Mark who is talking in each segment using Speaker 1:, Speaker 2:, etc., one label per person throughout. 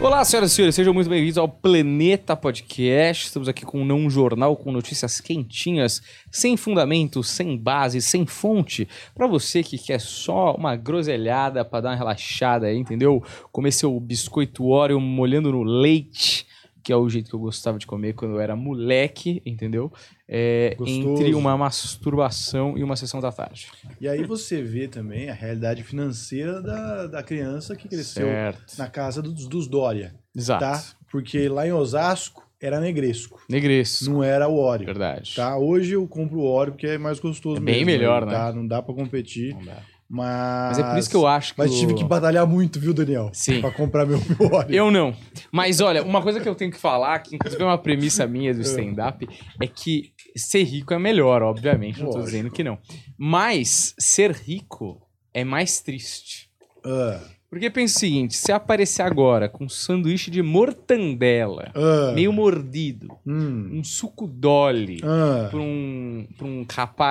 Speaker 1: Olá, senhoras e senhores, sejam muito bem-vindos ao Planeta Podcast. Estamos aqui com não um jornal com notícias quentinhas, sem fundamento, sem base, sem fonte. Pra você que quer só uma groselhada pra dar uma relaxada aí, entendeu? Comer seu biscoito Oreo molhando no leite, que é o jeito que eu gostava de comer quando eu era moleque, entendeu? É,
Speaker 2: Gostoso.
Speaker 1: entre uma masturbação e uma sessão da tarde.
Speaker 2: E aí você vê também a realidade financeira da, da criança que cresceu
Speaker 1: Certo.
Speaker 2: na casa dos, dos Dória,
Speaker 1: Exato.
Speaker 2: tá? Porque lá em Osasco era negresco,
Speaker 1: Negresco.
Speaker 2: não era o Oreo,
Speaker 1: Verdade.
Speaker 2: tá? Hoje eu compro o Oreo porque é mais gostoso
Speaker 1: É
Speaker 2: mesmo.
Speaker 1: bem melhor, né?
Speaker 2: Tá? Não dá pra competir,
Speaker 1: Não dá.
Speaker 2: mas...
Speaker 1: Mas é por isso que eu acho que.
Speaker 2: Mas tive
Speaker 1: o-
Speaker 2: que batalhar muito, viu, Daniel?
Speaker 1: Sim.
Speaker 2: Pra comprar meu, meu Oreo.
Speaker 1: Eu não. Mas olha, uma coisa que eu tenho que falar, que inclusive é uma premissa minha do stand-up, é que ser rico é melhor, obviamente. Não tô
Speaker 2: Lógico.
Speaker 1: dizendo que não. Mas ser rico é mais triste.
Speaker 2: Ah,
Speaker 1: Porque pensa o seguinte: se aparecer agora com um sanduíche de mortandela,
Speaker 2: ah,
Speaker 1: meio mordido,
Speaker 2: hum,
Speaker 1: um suco dolly,
Speaker 2: ah,
Speaker 1: pra um, pra um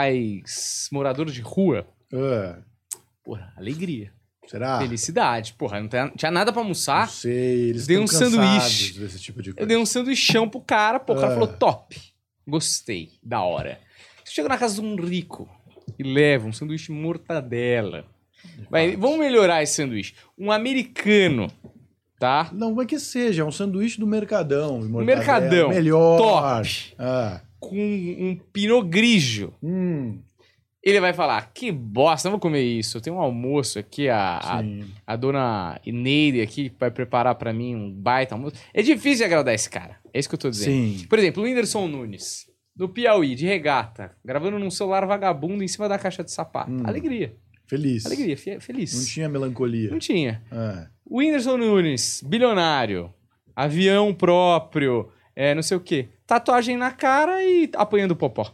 Speaker 1: rapaz morador de rua,
Speaker 2: ah.
Speaker 1: porra, alegria,
Speaker 2: Será?
Speaker 1: felicidade. Porra, não tinha- tinha nada pra
Speaker 2: Não
Speaker 1: almoçar.
Speaker 2: sei, eles
Speaker 1: Dei
Speaker 2: tão
Speaker 1: tá? um
Speaker 2: cansados
Speaker 1: sanduíche.
Speaker 2: Desse tipo de
Speaker 1: Eu
Speaker 2: coisa.
Speaker 1: dei um sanduichão pro cara, pô, o cara
Speaker 2: Ah.
Speaker 1: falou top. Gostei, da hora. Chego na casa de um rico e levo um sanduíche mortadela. Vai, vamos melhorar esse sanduíche. Um americano, tá?
Speaker 2: Não, como é que seja? É um sanduíche do Mercadão. e mortadela,
Speaker 1: Mercadão.
Speaker 2: Melhor.
Speaker 1: Top.
Speaker 2: Ah,
Speaker 1: Com um pinot grigio.
Speaker 2: hum,
Speaker 1: Ele vai falar, que bosta, não vou comer isso. Eu tenho um almoço aqui, a, a,
Speaker 2: sim.
Speaker 1: a dona Ineide aqui vai preparar pra mim um baita almoço. É difícil de agradar esse cara, é isso que eu tô dizendo.
Speaker 2: Sim.
Speaker 1: Por exemplo, o Whindersson Nunes, no Piauí, de regata, gravando num celular vagabundo em cima da caixa de sapato.
Speaker 2: Hum.
Speaker 1: Alegria,
Speaker 2: Feliz.
Speaker 1: alegria, fe-
Speaker 2: Não
Speaker 1: feliz.
Speaker 2: tinha melancolia.
Speaker 1: Não tinha.
Speaker 2: Ah,
Speaker 1: O Whindersson Nunes, bilionário, avião próprio, é, não sei o quê. Tatuagem na cara e apanhando popó.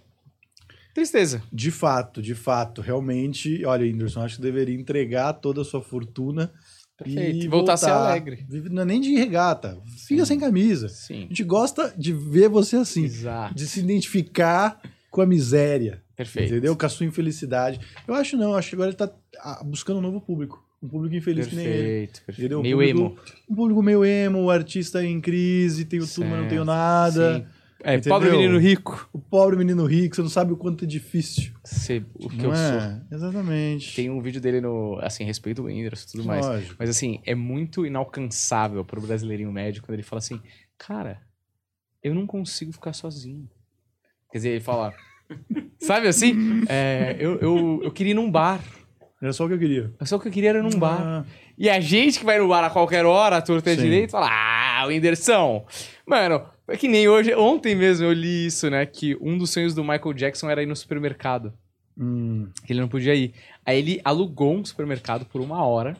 Speaker 1: Tristeza.
Speaker 2: de fato, de fato, realmente. Olha, Anderson, acho que deveria entregar toda a sua fortuna
Speaker 1: Perfeito.
Speaker 2: e
Speaker 1: Voltar a ser alegre.
Speaker 2: Vive- Não é nem de regata. Fica
Speaker 1: Sim.
Speaker 2: sem camisa. A
Speaker 1: Sim.
Speaker 2: gente gosta de ver você assim,
Speaker 1: Exato.
Speaker 2: de se identificar com a miséria.
Speaker 1: Perfeito.
Speaker 2: Entendeu? Com a sua infelicidade. Eu acho não, eu acho que agora ele tá ah, buscando um novo público. Um público infeliz que nem ele.
Speaker 1: Perfeito, perfeito.
Speaker 2: Entendeu?
Speaker 1: Meio
Speaker 2: Público-
Speaker 1: emo.
Speaker 2: Um público meio emo, artista em crise, tenho tudo, mas não tenho
Speaker 1: Certo,
Speaker 2: nada.
Speaker 1: Sim. É,
Speaker 2: Entendeu?
Speaker 1: pobre menino rico.
Speaker 2: O pobre menino rico, você não sabe o quanto é difícil.
Speaker 1: Ser o que
Speaker 2: não
Speaker 1: eu sou.
Speaker 2: é? Exatamente.
Speaker 1: Tem um vídeo dele no. Assim, respeito o Whindersson e tudo mais.
Speaker 2: Lógico.
Speaker 1: Mas assim, é muito inalcançável pro brasileirinho médio quando ele fala assim, cara, eu não consigo ficar sozinho. Quer dizer, ele fala. Sabe assim? É, eu, eu, eu queria ir num bar.
Speaker 2: Era só o que eu queria.
Speaker 1: Só o que eu queria era ir num bar.
Speaker 2: Ah,
Speaker 1: E a gente que vai no bar a qualquer hora, a torta é
Speaker 2: Sim.
Speaker 1: direito, fala, ah, Whindersson. Mano, é que nem hoje, ontem mesmo eu li isso, né? Que um dos sonhos do Michael Jackson era ir no supermercado.
Speaker 2: hum,
Speaker 1: Que ele não podia ir. Aí ele alugou um supermercado por uma hora.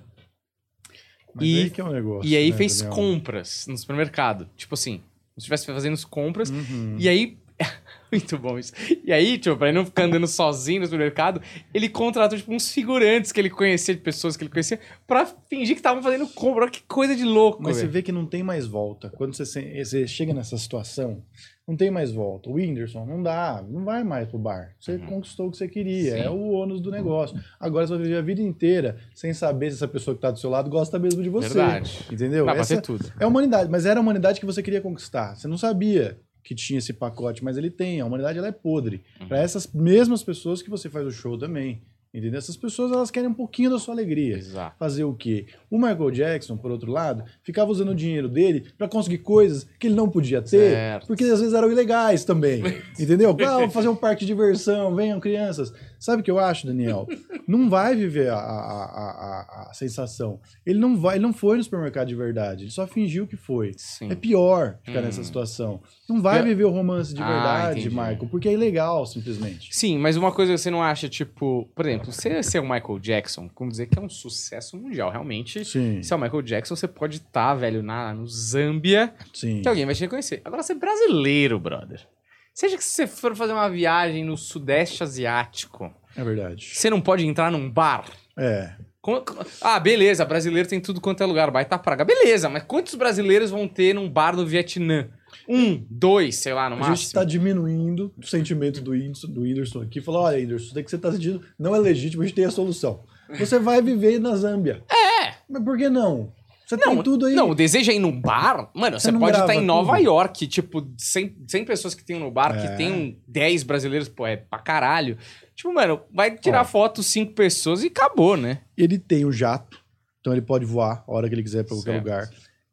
Speaker 2: mas
Speaker 1: E-
Speaker 2: aí que é um negócio.
Speaker 1: E aí
Speaker 2: né,
Speaker 1: fez
Speaker 2: Daniel?
Speaker 1: compras no supermercado. Tipo assim, se estivesse fazendo as compras.
Speaker 2: Uhum.
Speaker 1: E aí. Muito bom isso. E aí, tipo, pra ele não ficar andando sozinho no supermercado, ele contratou, tipo, uns figurantes que ele conhecia, de pessoas que ele conhecia, pra fingir que estavam fazendo compra. Olha que coisa de louco,
Speaker 2: Mas você
Speaker 1: velho.
Speaker 2: vê que não tem mais volta. Quando você, se- você chega nessa situação, não tem mais volta. O Whindersson, não dá, não vai mais pro bar. Você
Speaker 1: Uhum.
Speaker 2: conquistou o que você queria,
Speaker 1: Sim.
Speaker 2: é o ônus do negócio. Agora você vai viver a vida inteira sem saber se essa pessoa que tá do seu lado gosta mesmo de você.
Speaker 1: Verdade.
Speaker 2: Entendeu?
Speaker 1: Dá pra
Speaker 2: Essa
Speaker 1: ter tudo.
Speaker 2: é a humanidade, mas era a humanidade que você queria conquistar. Você não sabia que tinha esse pacote, mas ele tem. A humanidade ela é podre.
Speaker 1: Uhum.
Speaker 2: Pra essas mesmas pessoas que você faz o show também. Entendeu? Essas pessoas elas querem um pouquinho da sua alegria
Speaker 1: Exato.
Speaker 2: fazer o quê? O Michael Jackson, por outro lado, ficava usando o dinheiro dele pra conseguir coisas que ele não podia ter,
Speaker 1: Certo.
Speaker 2: porque às vezes eram ilegais também. entendeu? Ah, vou fazer um parque de diversão, venham crianças. Sabe o que eu acho, Daniel? Não vai viver a, a- a- a- a sensação. Ele não vai, ele não foi no supermercado de verdade, ele só fingiu que foi.
Speaker 1: Sim.
Speaker 2: É pior ficar
Speaker 1: Hum.
Speaker 2: nessa situação. Não vai
Speaker 1: Eu-
Speaker 2: viver o romance de
Speaker 1: Ah,
Speaker 2: verdade,
Speaker 1: entendi.
Speaker 2: Michael, porque é ilegal, simplesmente.
Speaker 1: Sim, mas uma coisa que você não acha, tipo, por exemplo, você ser o Michael Jackson, como dizer que é um sucesso mundial, realmente.
Speaker 2: Sim,
Speaker 1: Se é o Michael Jackson, você pode estar, velho, na, no Zâmbia,
Speaker 2: sim.
Speaker 1: que alguém vai te reconhecer. Agora, você é brasileiro, brother. Seja que você for fazer uma viagem no Sudeste Asiático,
Speaker 2: É verdade.
Speaker 1: você não pode entrar num bar.
Speaker 2: É.
Speaker 1: Como- como- Ah, beleza, brasileiro tem tudo quanto é lugar, baita praga. Beleza, mas quantos brasileiros vão ter num bar no Vietnã? Um, dois, sei lá, no
Speaker 2: A gente tá
Speaker 1: máximo.
Speaker 2: está diminuindo o sentimento do Whindersson, do Whindersson aqui. Falou, olha, Whindersson, isso daí que você está sentindo não é legítimo, a gente tem a solução. Você vai viver na Zâmbia. É! Mas por que não? Você
Speaker 1: Não,
Speaker 2: tem tudo aí.
Speaker 1: não, deseja ir num bar? Mano,
Speaker 2: Você
Speaker 1: você,
Speaker 2: não
Speaker 1: pode
Speaker 2: grava
Speaker 1: estar em Nova
Speaker 2: tudo?
Speaker 1: York, tipo, 100, 100 pessoas que tem no bar,
Speaker 2: É.
Speaker 1: que tem um 10 brasileiros, pô, é pra caralho. Tipo, mano, vai tirar foto 5 pessoas e acabou, né?
Speaker 2: Ele tem o jato, então ele pode voar a hora que ele quiser pra qualquer
Speaker 1: Certo.
Speaker 2: lugar.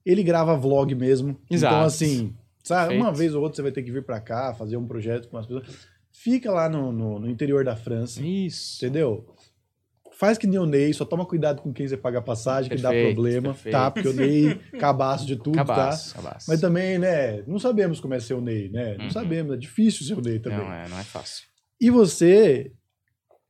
Speaker 2: Ele grava vlog mesmo. Então,
Speaker 1: Exato.
Speaker 2: assim, sabe,
Speaker 1: Perfeito.
Speaker 2: uma vez ou outra você vai ter que vir pra cá, fazer um projeto com as pessoas. Fica lá no, no- no interior da França,
Speaker 1: Isso.
Speaker 2: entendeu? Faz que nem o Ney, só toma cuidado com quem você paga a passagem, que dá
Speaker 1: Perfeito,
Speaker 2: problema,
Speaker 1: perfeito.
Speaker 2: tá? Porque o Ney, cabaço de tudo, tá?
Speaker 1: Cabaço, cabaço.
Speaker 2: Mas também, né, não sabemos como é ser o Ney, né? Não
Speaker 1: Uhum.
Speaker 2: sabemos, é difícil ser o Ney também.
Speaker 1: Não, é, não é fácil.
Speaker 2: E você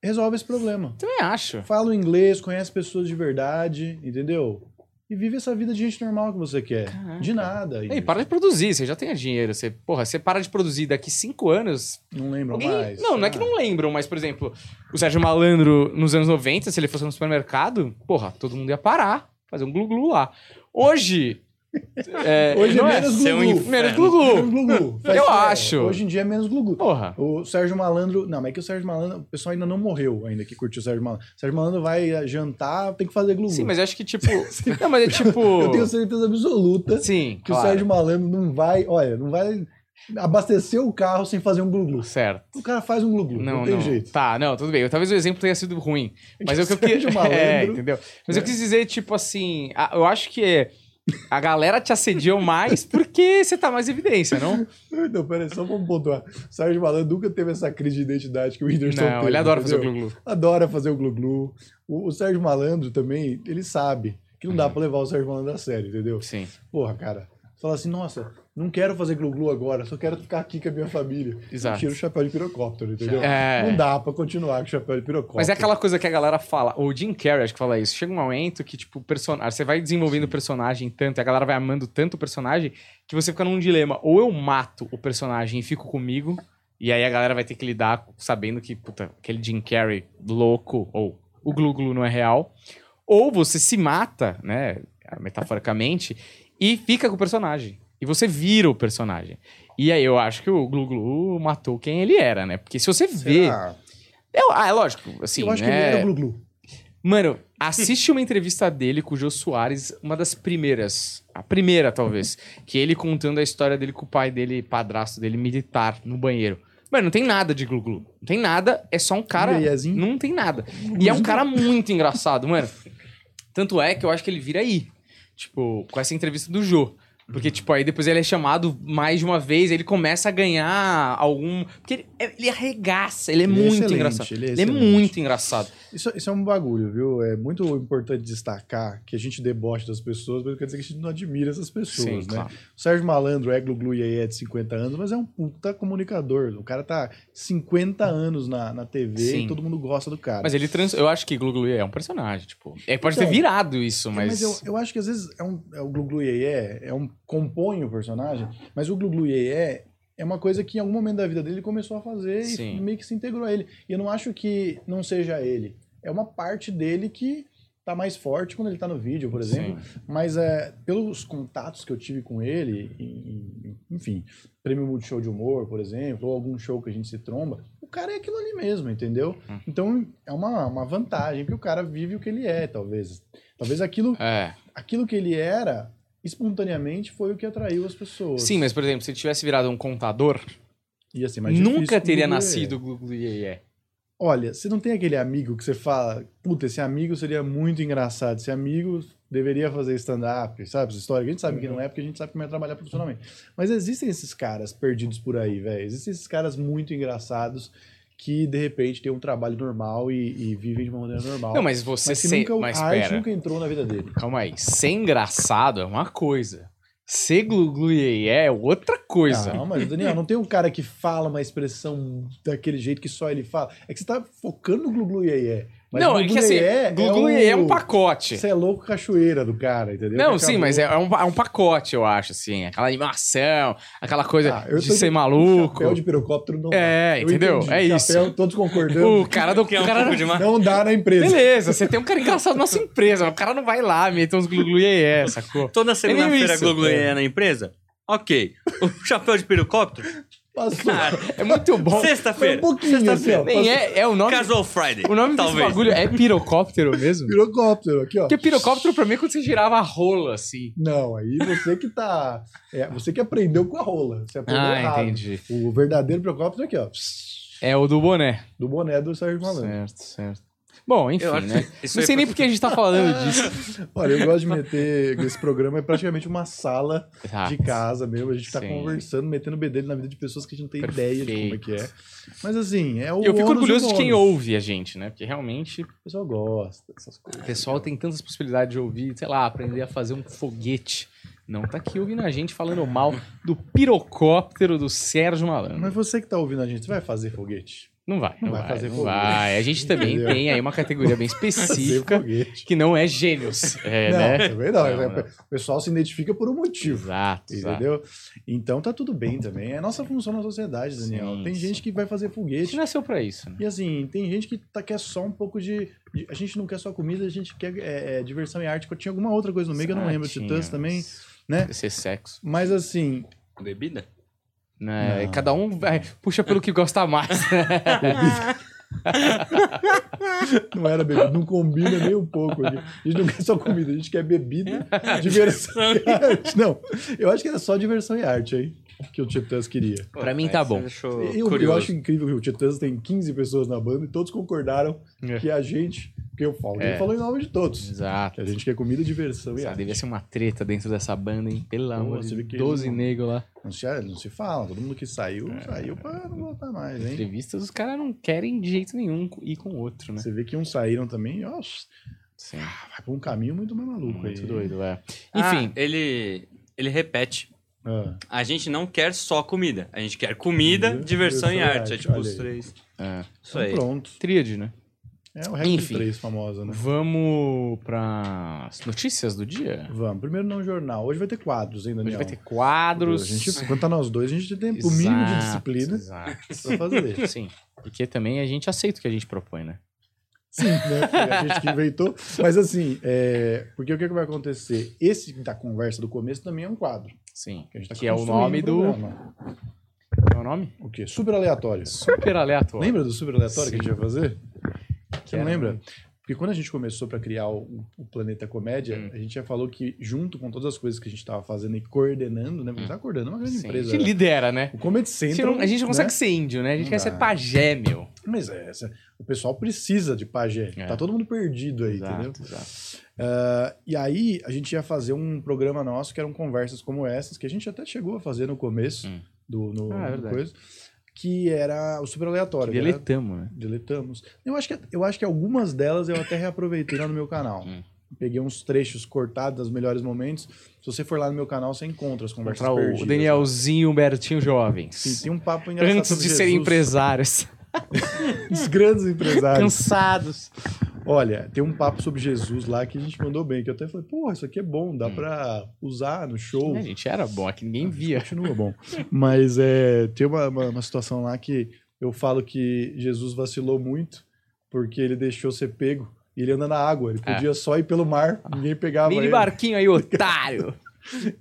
Speaker 2: resolve esse problema.
Speaker 1: Também acho.
Speaker 2: Fala o inglês, conhece pessoas de verdade, entendeu? E vive essa vida de gente normal que você quer.
Speaker 1: Caraca.
Speaker 2: De nada.
Speaker 1: E para de produzir, você já tem dinheiro. Você, porra, você para de produzir daqui cinco anos.
Speaker 2: Não lembro
Speaker 1: Alguém...
Speaker 2: mais.
Speaker 1: não, não é que
Speaker 2: Ah,
Speaker 1: não lembram, mas, por exemplo, o Sérgio Malandro, nos anos 90, se ele fosse no supermercado, porra, todo mundo ia parar, fazer um glu-glu lá. Hoje. é,
Speaker 2: Hoje é
Speaker 1: não
Speaker 2: menos
Speaker 3: Isso é um
Speaker 2: glu-glu.
Speaker 3: inferno.
Speaker 1: Menos glu-glu.
Speaker 2: Menos glu-glu. Faz
Speaker 1: Eu
Speaker 2: isso, é.
Speaker 1: acho.
Speaker 2: Hoje em dia é menos glu-glu.
Speaker 1: Porra.
Speaker 2: O Sérgio Malandro. Não, mas é que o Sérgio Malandro. O pessoal ainda não morreu, ainda que curtiu o Sérgio Malandro. O Sérgio Malandro vai eh, jantar, tem que fazer glu-glu.
Speaker 1: Sim, mas eu acho que, tipo. não, mas é tipo.
Speaker 2: Eu tenho certeza absoluta
Speaker 1: Sim,
Speaker 2: que
Speaker 1: claro.
Speaker 2: o Sérgio Malandro não vai. Olha, não vai abastecer o carro sem fazer um glu-glu.
Speaker 1: Certo.
Speaker 2: O cara faz um glu-glu. Não,
Speaker 1: Não, não.
Speaker 2: tem jeito.
Speaker 1: Tá, não, tudo bem. Talvez o exemplo tenha sido ruim. Mas é o que eu quis.
Speaker 2: Sérgio Malandro.
Speaker 1: É, entendeu? Mas
Speaker 2: É.
Speaker 1: eu quis dizer, tipo assim, a- eu acho que a galera te assediou mais porque você tá mais em evidência, não?
Speaker 2: Não, peraí, só vamos pontuar. O Sérgio Malandro nunca teve essa crise de identidade que o Whindersson
Speaker 1: não,
Speaker 2: teve.
Speaker 1: ele adora fazer o
Speaker 2: entendeu?
Speaker 1: glu-glu.
Speaker 2: Adora fazer o glu-glu. O, o Sérgio Malandro também, ele sabe que não dá
Speaker 1: Uhum.
Speaker 2: pra levar o Sérgio Malandro a sério, entendeu?
Speaker 1: Sim.
Speaker 2: Porra, cara. Você Fala assim, nossa, não quero fazer glu-glu agora, só quero ficar aqui com a minha família.
Speaker 1: Exato.
Speaker 2: Tira o chapéu de pirocóptero, entendeu?
Speaker 1: É.
Speaker 2: Não dá pra continuar com o chapéu de pirocóptero.
Speaker 1: Mas é aquela coisa que a galera fala, ou o Jim Carrey acho que fala isso. Chega um momento que, tipo, o personagem. Você vai desenvolvendo o personagem tanto, e a galera vai amando tanto o personagem, que você fica num dilema. Ou eu mato o personagem e fico comigo, e aí a galera vai ter que lidar sabendo que, puta, aquele Jim Carrey louco, ou o Glu Glu não é real. Ou você se mata, né, metaforicamente, e fica com o personagem. E você vira o personagem. E aí eu acho que o Glu Glu matou quem ele era, né? Porque se você vê.
Speaker 2: Será?
Speaker 1: Eu- ah, é lógico, assim,
Speaker 2: Eu acho que
Speaker 1: né?
Speaker 2: ele era glu-glu.
Speaker 1: Mano, assiste uma entrevista dele com o Jô Soares, uma das primeiras, a primeira talvez, que ele contando a história dele com o pai dele, padrasto dele, militar, no banheiro. Mano, não tem nada de glu-glu. Não tem nada, é só um cara...
Speaker 2: Meiazinho.
Speaker 1: Não tem nada. E é um cara muito engraçado, mano. Tanto é que eu acho que ele vira aí. Tipo, com essa entrevista do Jô. Porque, tipo, aí depois ele é chamado mais de uma vez, ele começa a ganhar algum. Porque ele, é, ele arregaça, ele é
Speaker 2: Ele é
Speaker 1: muito
Speaker 2: excelente,
Speaker 1: engraçado.
Speaker 2: ele é
Speaker 1: ele é
Speaker 2: excelente.
Speaker 1: muito engraçado.
Speaker 2: Isso, isso é um bagulho, viu? É muito importante destacar que a gente deboche das pessoas, mas não quer dizer que a gente não admira essas pessoas, né?
Speaker 1: claro.
Speaker 2: O Sérgio Malandro é glu-glu e aí é de 50 anos, mas é um puta comunicador. O cara tá 50 anos na, na TV e
Speaker 1: Sim.
Speaker 2: todo mundo gosta do cara.
Speaker 1: Mas ele trans... Eu acho que Glu Glu é um personagem, tipo. É, pode
Speaker 2: Então,
Speaker 1: ter virado isso,
Speaker 2: É,
Speaker 1: mas.
Speaker 2: eu, eu acho que às vezes é um, é o glu-glu e aí é, é um, compõe o personagem, mas o glu-glu e aí é, é uma coisa que em algum momento da vida dele ele começou a fazer e
Speaker 1: Sim.
Speaker 2: meio que se integrou a ele. E eu não acho que não seja ele. É uma parte dele que tá mais forte quando ele tá no vídeo, por exemplo. Mas é, pelos contatos que eu tive com ele, em- em- enfim, Prêmio Multishow de Humor, por exemplo, ou algum show que a gente se tromba, o cara é aquilo ali mesmo, entendeu?
Speaker 1: Hum.
Speaker 2: Então é uma, uma vantagem, porque o cara vive o que ele é, talvez. Talvez aquilo,
Speaker 1: É.
Speaker 2: aquilo que ele era, espontaneamente, foi o que atraiu as pessoas.
Speaker 1: Sim, mas, por exemplo, se ele tivesse virado um contador,
Speaker 2: Ia ser mais difícil é.
Speaker 1: nunca teria
Speaker 2: porque-
Speaker 1: nascido Glu Glu é, Iê.
Speaker 2: Olha, você não tem aquele amigo que você fala, puta, esse amigo seria muito engraçado, esse amigo deveria fazer stand-up, sabe? Essa história que a gente sabe que
Speaker 1: Uhum.
Speaker 2: não é, porque a gente sabe que não é trabalhar profissionalmente. Mas existem esses caras perdidos por aí, velho. Existem esses caras muito engraçados que, de repente, têm um trabalho normal e, e vivem de uma maneira normal.
Speaker 1: Não, mas você
Speaker 2: Mas que
Speaker 1: ser.
Speaker 2: nunca,
Speaker 1: Mas
Speaker 2: a arte
Speaker 1: pera.
Speaker 2: nunca entrou na vida dele.
Speaker 1: Calma aí. Ser engraçado é uma coisa. Ser Glu Glu Iê é outra coisa.
Speaker 2: Ah, Não, mas, Daniel, não tem um cara que fala uma expressão daquele jeito que só ele fala. É que você tá focando no Glu-Glu Yeye. Mas
Speaker 1: Não, é que assim,
Speaker 2: Yeye
Speaker 1: Glu Glu Iê é um
Speaker 2: Ah, o-
Speaker 1: pacote.
Speaker 2: Você é louco cachoeira do cara, entendeu?
Speaker 1: Não,
Speaker 2: Que
Speaker 1: sim,
Speaker 2: acabou-
Speaker 1: mas é é um, é um pacote, eu acho, assim. Aquela animação, aquela coisa
Speaker 2: Ah, eu
Speaker 1: de
Speaker 2: tô
Speaker 1: ser
Speaker 2: com
Speaker 1: é maluco.
Speaker 2: Chapéu de pirocóptero não
Speaker 1: É,
Speaker 2: dá. Eu
Speaker 1: entendeu?
Speaker 2: entendi,
Speaker 1: É
Speaker 2: chapéu,
Speaker 1: isso.
Speaker 2: Todos concordando.
Speaker 1: O cara do.
Speaker 3: Que é um
Speaker 1: o cara-
Speaker 3: pouco demais.
Speaker 2: Não dá na empresa.
Speaker 1: Beleza, você tem um cara engraçado na sua empresa, mas o cara não vai lá, meter uns glu-glu iê, sacou? É
Speaker 3: Toda
Speaker 1: meio
Speaker 3: segunda-feira
Speaker 1: isso.
Speaker 3: Google é na empresa? Ok. O chapéu de pirocóptero?
Speaker 2: Passou.
Speaker 1: Cara, é muito bom.
Speaker 2: Foi um
Speaker 3: Sexta-feira.
Speaker 2: pouquinho, assim, ó.
Speaker 1: Nem
Speaker 2: Passou.
Speaker 1: é, é o nome.
Speaker 3: Casou Friday.
Speaker 1: O nome
Speaker 3: talvez.
Speaker 1: desse bagulho é pirocóptero mesmo?
Speaker 2: Pirocóptero aqui, ó.
Speaker 1: Porque pirocóptero pra mim é quando você girava a rola, assim.
Speaker 2: Não, aí você que tá. é, você que aprendeu com a rola. Você aprendeu
Speaker 1: Ah,
Speaker 2: errado.
Speaker 1: entendi.
Speaker 2: O verdadeiro pirocóptero aqui, ó.
Speaker 1: É o do boné.
Speaker 2: Do boné do Sérgio Malandro.
Speaker 1: Certo, certo. Bom, enfim,
Speaker 3: Eu acho
Speaker 1: né?
Speaker 3: que isso
Speaker 1: Não
Speaker 3: aí
Speaker 1: sei
Speaker 3: é foi-
Speaker 1: nem por que a gente tá falando disso.
Speaker 2: Olha, eu gosto de meter. Esse programa é praticamente uma sala
Speaker 1: Tá.
Speaker 2: de casa mesmo. A gente tá
Speaker 1: Sim.
Speaker 2: conversando, metendo o bedelho na vida de pessoas que a gente não tem ideia de como é que é.
Speaker 1: Perfeito.
Speaker 2: Mas assim, é o.
Speaker 1: Eu fico
Speaker 2: ônus e o
Speaker 1: orgulhoso de quem
Speaker 2: bônus.
Speaker 1: ouve a gente, né? Porque realmente
Speaker 2: O pessoal gosta dessas coisas.
Speaker 1: o pessoal tem tantas possibilidades de ouvir, sei lá, aprender a fazer um foguete. Não tá aqui ouvindo a gente falando mal do pirocóptero do Sérgio Malandro.
Speaker 2: Mas você que tá ouvindo a gente, você vai fazer foguete?
Speaker 1: Não vai, não
Speaker 2: vai
Speaker 1: vai.
Speaker 2: fazer
Speaker 1: não
Speaker 2: foguete.
Speaker 1: vai. A gente também
Speaker 2: Entendeu?
Speaker 1: tem aí uma categoria bem
Speaker 2: Fazer
Speaker 1: específica
Speaker 2: foguete.
Speaker 1: que não é gênios. É,
Speaker 2: não,
Speaker 1: né?
Speaker 2: também não.
Speaker 1: Não, não.
Speaker 2: O pessoal se identifica por um motivo.
Speaker 1: Exato. exato.
Speaker 2: Entendeu? Então tá tudo bem também. É nossa função na sociedade, Daniel.
Speaker 1: Sim,
Speaker 2: tem
Speaker 1: sim.
Speaker 2: gente que vai fazer
Speaker 1: A gente
Speaker 2: foguete.
Speaker 1: nasceu pra isso, né?
Speaker 2: E assim, tem gente que tá, quer só um pouco de, de- A gente não quer só comida, a gente quer é, é, diversão e arte. Tinha alguma outra coisa no meio que eu
Speaker 1: Ah,
Speaker 2: não lembro. Titãs também. né?
Speaker 1: Esse sexo.
Speaker 2: Mas assim,
Speaker 3: Bebida?
Speaker 1: Né?
Speaker 2: Não.
Speaker 1: Cada um vai- puxa pelo que gosta mais.
Speaker 2: não era bebida. Não combina nem um pouco. aqui. A gente não quer só comida, a gente quer bebida, diversão e arte. Não, eu acho que era só diversão e arte aí que o Titãs queria.
Speaker 3: Pô,
Speaker 1: Pra mim
Speaker 3: aí
Speaker 1: tá
Speaker 3: você
Speaker 1: bom.
Speaker 3: deixou
Speaker 2: Eu- Eu,
Speaker 3: curioso.
Speaker 2: acho incrível que o Titãs tem 15 pessoas na banda e todos concordaram que a gente, que eu falo,
Speaker 1: É.
Speaker 2: ele falou em nome de todos. Que
Speaker 1: Exato.
Speaker 2: a gente quer comida, diversão e
Speaker 1: Nossa,
Speaker 2: arte.
Speaker 1: devia ser uma treta dentro dessa banda, hein? Pelo amor
Speaker 2: você
Speaker 1: de
Speaker 2: vê que
Speaker 1: Deus. 12
Speaker 2: eles não-
Speaker 1: negros lá.
Speaker 2: Não se, ah, não se fala, todo mundo que saiu,
Speaker 1: É.
Speaker 2: saiu pra não voltar mais, hein?
Speaker 1: Entrevistas, os caras não querem de jeito nenhum co- ir com o outro, né?
Speaker 2: Você vê que uns saíram também, ó,
Speaker 1: Sim.
Speaker 2: vai pra um caminho muito mais maluco
Speaker 1: Muito
Speaker 2: aí.
Speaker 1: doido, é.
Speaker 3: Ah,
Speaker 1: Enfim.
Speaker 3: ele, ele repete.
Speaker 2: Ah,
Speaker 3: A gente não quer só comida. A gente quer comida,
Speaker 2: Comida,
Speaker 3: diversão e
Speaker 2: diversão e
Speaker 3: arte. É
Speaker 2: arte,
Speaker 3: tipo
Speaker 2: olha
Speaker 3: os
Speaker 2: aí.
Speaker 3: três.
Speaker 1: É.
Speaker 3: Isso
Speaker 2: então
Speaker 3: aí.
Speaker 2: pronto.
Speaker 1: Tríade, né?
Speaker 2: É o regra de
Speaker 1: Enfim.
Speaker 2: três famosa, né?
Speaker 1: Vamos pras notícias do dia?
Speaker 2: Vamos, primeiro não jornal. Hoje vai ter quadros, hein,
Speaker 1: Hoje
Speaker 2: Daniel?
Speaker 1: vai ter quadros.
Speaker 2: A gente, quando tá nós dois, a gente tem o mínimo de
Speaker 1: Exato,
Speaker 2: disciplina
Speaker 1: Exato.
Speaker 2: pra fazer.
Speaker 1: Sim. Porque também a gente aceita o que a gente propõe, né?
Speaker 2: Sim, né? Foi a gente que inventou. Mas assim, é, porque o que, que vai acontecer? Esse da conversa do começo também é um quadro.
Speaker 1: Sim.
Speaker 2: Que, a gente tá
Speaker 1: Que é o
Speaker 2: construindo
Speaker 1: nome
Speaker 2: o
Speaker 1: do-
Speaker 2: programa.
Speaker 1: Qual é o nome?
Speaker 2: O quê? Super aleatório.
Speaker 1: Super aleatório.
Speaker 2: Lembra do super aleatório que a gente vai fazer? Você não
Speaker 1: era
Speaker 2: lembra? Porque quando a gente começou para criar o, o Planeta Comédia,
Speaker 1: Hum.
Speaker 2: a gente já falou que, junto com todas as coisas que a gente estava fazendo e coordenando, né? Porque tá coordenando uma grande
Speaker 1: Sim.
Speaker 2: empresa.
Speaker 1: Que
Speaker 2: né?
Speaker 1: lidera, né?
Speaker 2: O Comedy
Speaker 1: Se
Speaker 2: Central.
Speaker 1: não- a gente não
Speaker 2: né?
Speaker 1: consegue ser índio, né? A gente
Speaker 2: Não
Speaker 1: quer
Speaker 2: dá.
Speaker 1: ser pajé, meu.
Speaker 2: Mas é, essa- o pessoal precisa de pajé.
Speaker 1: É.
Speaker 2: Tá todo mundo perdido aí, entendeu? Ah, e aí a gente ia fazer um programa nosso que eram conversas como essas, que a gente até chegou a fazer no começo
Speaker 1: Hum.
Speaker 2: do no,
Speaker 1: Ah, é
Speaker 2: no
Speaker 1: verdade.
Speaker 2: coisa, que era o super aleatório. que era-
Speaker 1: Deletamos, né?
Speaker 2: Deletamos. Eu acho, que, eu acho que algumas delas eu até reaproveitei lá no meu canal.
Speaker 1: Hum.
Speaker 2: Peguei uns trechos cortados dos melhores momentos. Se você for lá no meu canal, você encontra as conversas
Speaker 1: Contra o
Speaker 2: perdidas. né?
Speaker 1: Danielzinho e Humbertinho
Speaker 2: Sim,
Speaker 1: Jovens.
Speaker 2: tem um papo engraçado
Speaker 1: Antes
Speaker 2: sobre
Speaker 1: de serem
Speaker 2: Jesus,
Speaker 1: empresários.
Speaker 2: Os grandes empresários.
Speaker 1: Cansados.
Speaker 2: Olha, tem um papo sobre Jesus lá que a gente mandou bem, que eu até falei, porra, isso aqui é bom, dá
Speaker 1: Hum.
Speaker 2: pra usar no show.
Speaker 1: A É, gente era bom, aqui ninguém via.
Speaker 2: Continua bom. Mas é, tem uma, uma, uma situação lá que eu falo que Jesus vacilou muito porque ele deixou ser pego e ele anda na água. Ele
Speaker 1: É.
Speaker 2: podia só ir pelo mar, ninguém pegava
Speaker 1: Mini
Speaker 2: ele.
Speaker 1: barquinho aí, otário.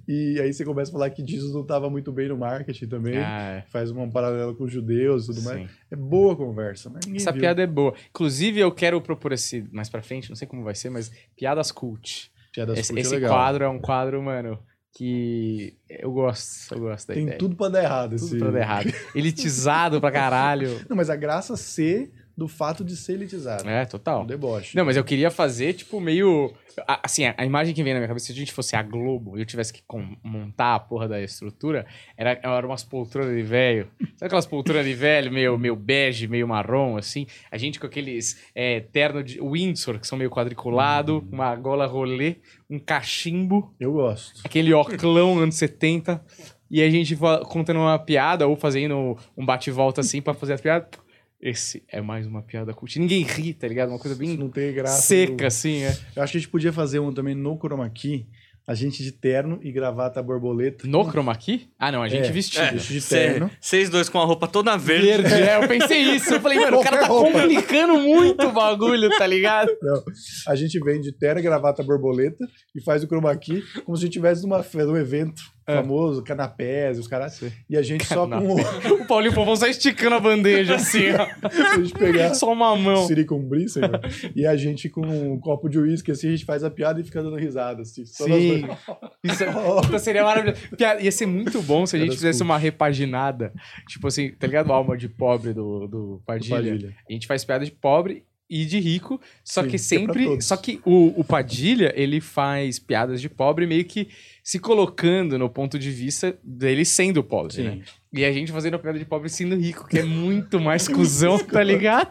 Speaker 2: E aí você começa a falar que Jesus não estava muito bem no marketing também.
Speaker 1: Ah,
Speaker 2: Faz um paralelo com os judeus e tudo mais.
Speaker 1: sim.
Speaker 2: É boa conversa, mas ninguém
Speaker 1: Essa
Speaker 2: viu.
Speaker 1: piada é boa. Inclusive, eu quero propor esse mais pra frente, não sei como vai ser, mas piadas cult.
Speaker 2: Piadas
Speaker 1: Esse,
Speaker 2: curtas é
Speaker 1: esse
Speaker 2: legal.
Speaker 1: quadro é um quadro, mano, que eu gosto. Eu gosto da
Speaker 2: Tem
Speaker 1: ideia.
Speaker 2: tudo pra dar errado.
Speaker 1: Tudo
Speaker 2: esse-
Speaker 1: pra dar errado. Elitizado pra caralho.
Speaker 2: Não, mas a graça ser do fato de ser elitizado.
Speaker 1: É,
Speaker 2: Um
Speaker 1: total.
Speaker 2: deboche.
Speaker 1: Não, mas eu queria fazer, tipo, meio. a- Assim, a a imagem que vem na minha cabeça, se a gente fosse a Globo e eu tivesse que com- montar a porra da estrutura, era, era umas poltronas de velho. Sabe aquelas poltronas de velho, meio, meio bege, meio marrom, assim? A gente com aqueles é, terno de Windsor, que são meio quadriculado, uma gola rolê, um cachimbo,
Speaker 2: Eu gosto.
Speaker 1: aquele oclão anos 70. E a gente fa- contando uma piada ou fazendo um bate-volta assim pra fazer a piada. Esse é mais uma piada cult. Ninguém ri, tá ligado? Uma coisa bem
Speaker 2: Isso não tem graça.
Speaker 1: seca, assim, é.
Speaker 2: Eu acho que a gente podia fazer um também no chroma key, a gente de terno e gravata borboleta.
Speaker 1: No chroma key? Ah, não, a gente
Speaker 2: É,
Speaker 1: vestiu.
Speaker 3: é.
Speaker 2: Isso de
Speaker 3: Cê-
Speaker 2: terno.
Speaker 3: Vocês dois com a roupa toda verde.
Speaker 1: Verde, é, eu pensei isso. Eu falei, mano, o cara tá
Speaker 2: Qualquer roupa.
Speaker 1: complicando muito o bagulho, tá ligado?
Speaker 2: A gente vem de terno e gravata borboleta e faz o chroma key como se a gente tivesse numa festa, num evento. famoso, canapés, os caras.
Speaker 1: É. Sim.
Speaker 2: E a gente só com o.
Speaker 1: O Paulinho Povão só esticando a bandeja, assim, ó.
Speaker 2: a gente pegar
Speaker 1: Só uma mão.
Speaker 2: siricumbri, senhor. e a gente com um copo de uísque, assim, a gente faz a piada e fica dando risada, assim. só nós
Speaker 1: Sim.
Speaker 2: dois.
Speaker 1: Isso é, puta, seria maravilhoso. Pia- Ia ser muito bom se a gente
Speaker 2: Era
Speaker 1: fizesse
Speaker 2: cool.
Speaker 1: uma repaginada. Tipo assim, tá ligado? A alma de pobre do, do Padilha.
Speaker 2: Padilha.
Speaker 1: A gente faz piada de pobre e de rico, só
Speaker 2: Sim,
Speaker 1: que
Speaker 2: que é pra
Speaker 1: sempre.
Speaker 2: todos.
Speaker 1: Só que o, o Padilha, ele faz piadas de pobre meio que se colocando no ponto de vista dele sendo pobre, né?
Speaker 2: Sim,
Speaker 1: E a gente fazendo a piada de pobre sendo rico, que é muito mais cuzão, tá ligado?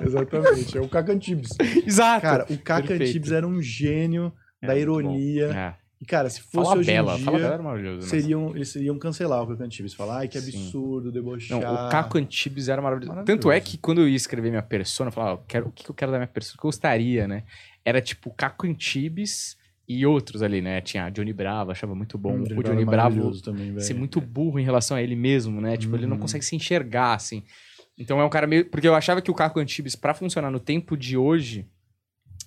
Speaker 2: exatamente. É o Cacantibes.
Speaker 1: Exato.
Speaker 2: Cara, o Cacantibes
Speaker 1: Ah, Perfeito.
Speaker 2: era um gênio da
Speaker 3: muito bom.
Speaker 2: ironia.
Speaker 1: É.
Speaker 2: E, cara, se fosse
Speaker 1: Fala
Speaker 2: hoje
Speaker 1: bela,
Speaker 2: em dia,
Speaker 1: fala bela era maravilhoso. né?
Speaker 2: seriam, eles seriam cancelar o Cacantibes. Falar, ai, que
Speaker 1: Sim.
Speaker 2: absurdo, debochar.
Speaker 1: Não, o Caco Antibes era maravilhoso.
Speaker 2: Maravilhoso.
Speaker 1: Tanto é que quando eu ia escrever minha persona, eu falava, "Ah, eu quero, o que que eu quero da minha persona? O que eu gostaria, né? Era tipo Caco Antibes e outros ali, né? Tinha Johnny Bravo, achava muito bom.
Speaker 2: Hum,
Speaker 1: o
Speaker 2: Johnny
Speaker 1: Johnny
Speaker 2: é
Speaker 1: Bravo
Speaker 2: maravilhoso também, velho.
Speaker 1: ser muito burro em relação a ele mesmo, né? Tipo, ele não
Speaker 2: Uhum.
Speaker 1: consegue se enxergar, assim. Então é um cara meio. Porque eu achava que o Caco Antibes, pra funcionar no tempo de hoje,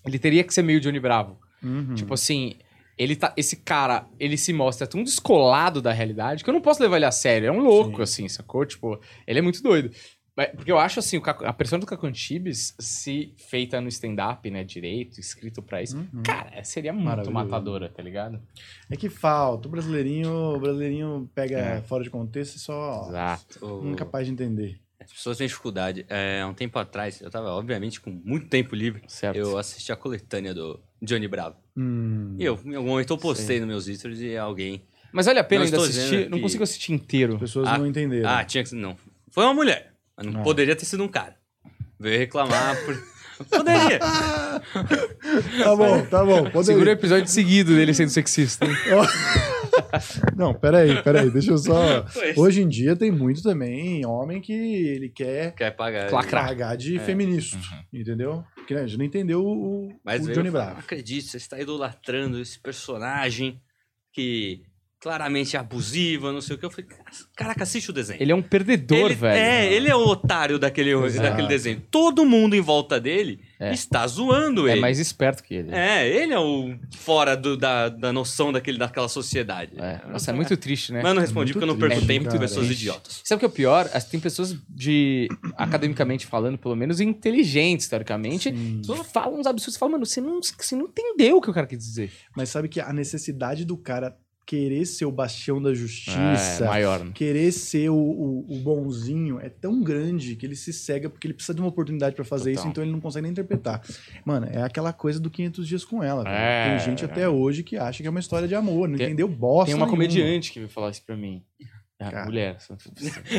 Speaker 1: ele teria que ser meio Johnny Bravo.
Speaker 2: Uhum.
Speaker 1: Tipo assim, ele tá, esse cara, ele se mostra tão descolado da realidade que eu não posso levar ele a sério. É um louco,
Speaker 2: Sim.
Speaker 1: assim, sacou? Tipo, ele é muito doido. Mas- Porque eu acho assim, o Caco- a persona do Caco Antibes, se feita no stand-up, né, direito, escrito pra isso,
Speaker 2: Uhum.
Speaker 1: assim, cara, seria muito
Speaker 2: Maravilhoso.
Speaker 1: matadora, tá ligado?
Speaker 2: É que falta. O brasileirinho, o brasileirinho pega
Speaker 1: É.
Speaker 2: fora de contexto e só
Speaker 1: Exato.
Speaker 3: O-
Speaker 2: não é capaz de entender.
Speaker 3: As pessoas têm dificuldade. É, há um tempo atrás, eu tava, obviamente, com muito tempo livre.
Speaker 1: Certo.
Speaker 3: Eu assisti a coletânea do Johnny Bravo.
Speaker 2: Hum.
Speaker 3: E eu, em algum momento, eu postei nos meus stories e alguém.
Speaker 1: Mas vale a pena
Speaker 3: Não
Speaker 1: ainda
Speaker 3: estou dizendo
Speaker 1: assistir, não
Speaker 3: que-
Speaker 1: consigo assistir inteiro.
Speaker 2: As pessoas
Speaker 3: Ah,
Speaker 2: não entenderam.
Speaker 3: Ah, tinha que ser. Não. Foi uma mulher. Mas não
Speaker 2: Ah.
Speaker 3: poderia ter sido um cara. Veio reclamar por. Poderia!
Speaker 2: Tá bom, tá bom. Pode
Speaker 1: Segura o
Speaker 2: ir.
Speaker 1: episódio seguido dele sendo sexista. hein?
Speaker 2: Não, peraí, peraí. Deixa eu só.
Speaker 3: Pois.
Speaker 2: Hoje em dia tem muito também homem que ele quer
Speaker 3: Quer pagar.
Speaker 1: Clacra.
Speaker 2: carregar
Speaker 1: É.
Speaker 2: de feminista.
Speaker 1: Uhum.
Speaker 2: Entendeu? Que né, a gente não entendeu o, o
Speaker 3: Mas veio
Speaker 2: Johnny
Speaker 3: falar, Não
Speaker 2: Bravo.
Speaker 3: acredito, você está idolatrando esse personagem que claramente é abusiva, não sei o que. Eu falei, caraca, assiste o desenho.
Speaker 1: Ele é um perdedor,
Speaker 3: Ele-
Speaker 1: velho. Ah.
Speaker 3: É, ele é o otário daquele,
Speaker 2: Exato.
Speaker 3: daquele desenho. Todo mundo em volta dele
Speaker 1: É.
Speaker 3: está zoando
Speaker 1: É
Speaker 3: ele.
Speaker 1: mais esperto que ele.
Speaker 3: É, ele é o fora do- da, da noção daquele, daquela sociedade.
Speaker 1: É. Nossa, é muito triste, né?
Speaker 3: Mas eu não respondi
Speaker 2: Muito
Speaker 3: porque eu não
Speaker 2: triste,
Speaker 3: perco tempo
Speaker 2: cara.
Speaker 3: com pessoas
Speaker 1: Triste.
Speaker 3: idiotas.
Speaker 1: Sabe o que é o pior? As- Tem pessoas de, academicamente falando, pelo menos, inteligentes, teoricamente,
Speaker 2: Sim.
Speaker 1: que falam uns absurdos. Você fala, mano, você não, você não entendeu o que o cara quis dizer.
Speaker 2: Mas sabe que a necessidade do cara querer ser o bastião da
Speaker 1: É,
Speaker 2: justiça,
Speaker 1: maior. né?
Speaker 2: querer ser o, o- o bonzinho é tão grande que ele se cega porque ele precisa de uma oportunidade pra fazer
Speaker 1: Total.
Speaker 2: isso, então ele não consegue nem interpretar. Mano, é aquela coisa do 500 dias com ela. velho.
Speaker 1: É.
Speaker 2: Tem gente até hoje que acha que é uma história de amor, não
Speaker 1: Tem-
Speaker 2: entendeu bosta.
Speaker 1: Tem uma
Speaker 2: nenhuma.
Speaker 1: comediante que veio falar isso pra mim. Ah,
Speaker 2: Cara.
Speaker 1: Mulher,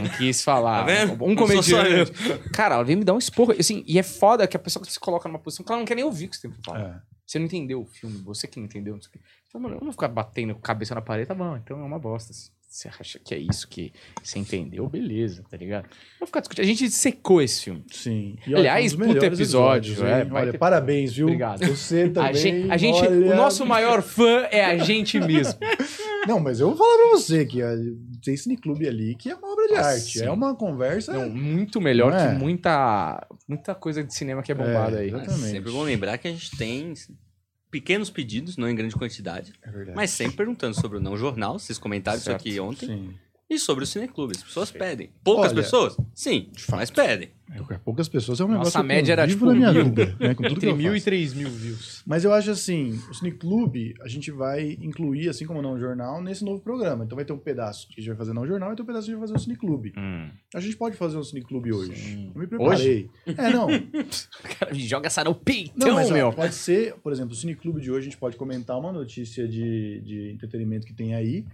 Speaker 1: não quis falar.
Speaker 3: Tá vendo?
Speaker 1: Um
Speaker 3: Não sou só
Speaker 1: comediante. Cara, ela veio me dar um esporro. Assim, e é foda que a pessoa se coloca numa posição que ela não quer nem ouvir o que você tem pra falar.
Speaker 2: É.
Speaker 1: Você não entendeu o filme, você que não entendeu. Não sei o quê. Você fala, mano, eu não vou ficar batendo cabeça na parede, tá bom, então é uma bosta. Se Você acha que é isso que você entendeu? Beleza, tá ligado? Eu Vou ficar discutindo. A gente secou esse filme.
Speaker 2: Sim.
Speaker 1: Aliás,
Speaker 2: um dos
Speaker 1: puta
Speaker 2: melhores
Speaker 1: episódio,
Speaker 2: episódios,
Speaker 1: é,
Speaker 2: hein?
Speaker 1: vai
Speaker 2: Olha,
Speaker 1: ter-
Speaker 2: parabéns, viu?
Speaker 1: Obrigado.
Speaker 2: Você também.
Speaker 1: a gente, a gente-
Speaker 2: olha-
Speaker 1: o nosso maior fã é a gente mesmo.
Speaker 2: Não, mas eu vou falar pra você que a- tem cineclube ali que é uma obra de
Speaker 1: Ah,
Speaker 2: arte.
Speaker 1: sim.
Speaker 2: É uma conversa.
Speaker 1: Não, muito melhor
Speaker 2: Não é?
Speaker 1: que muita, muita coisa de cinema que é bombada
Speaker 2: É,
Speaker 1: aí.
Speaker 2: exatamente.
Speaker 3: Mas sempre bom lembrar que a gente tem pequenos pedidos, não em grande quantidade,
Speaker 2: É verdade.
Speaker 3: mas sempre perguntando sobre o Não Jornal, vocês comentaram
Speaker 1: Certo.
Speaker 3: isso aqui ontem,
Speaker 2: Sim.
Speaker 3: e sobre o Cineclube. As pessoas pedem. Poucas
Speaker 2: Olha,
Speaker 3: pessoas? Sim,
Speaker 2: fato.
Speaker 3: mas pedem.
Speaker 2: É, Poucas pessoas é um negócio
Speaker 1: Nossa
Speaker 2: que eu
Speaker 1: média era
Speaker 2: convivo
Speaker 1: tipo
Speaker 2: na minha
Speaker 1: mil.
Speaker 2: vida, né, com tudo que
Speaker 1: Entre
Speaker 2: eu
Speaker 1: mil e
Speaker 2: faço.
Speaker 1: três mil views.
Speaker 2: Mas eu acho assim, o cineclube a gente vai incluir, assim como o não jornal, nesse novo programa. Então vai ter um pedaço que a gente vai fazer não jornal e tem um pedaço que a gente vai fazer o cineclube.
Speaker 1: Hum.
Speaker 2: A gente pode fazer um cineclube hoje.
Speaker 1: Sim.
Speaker 2: Eu me preparei. É, não.
Speaker 1: Cara, joga essa no
Speaker 2: Não,
Speaker 1: peitão,
Speaker 2: mas ó,
Speaker 1: um meu.
Speaker 2: pode ser, por exemplo, o Cineclube de hoje, a gente pode comentar uma notícia de, de entretenimento que tem aí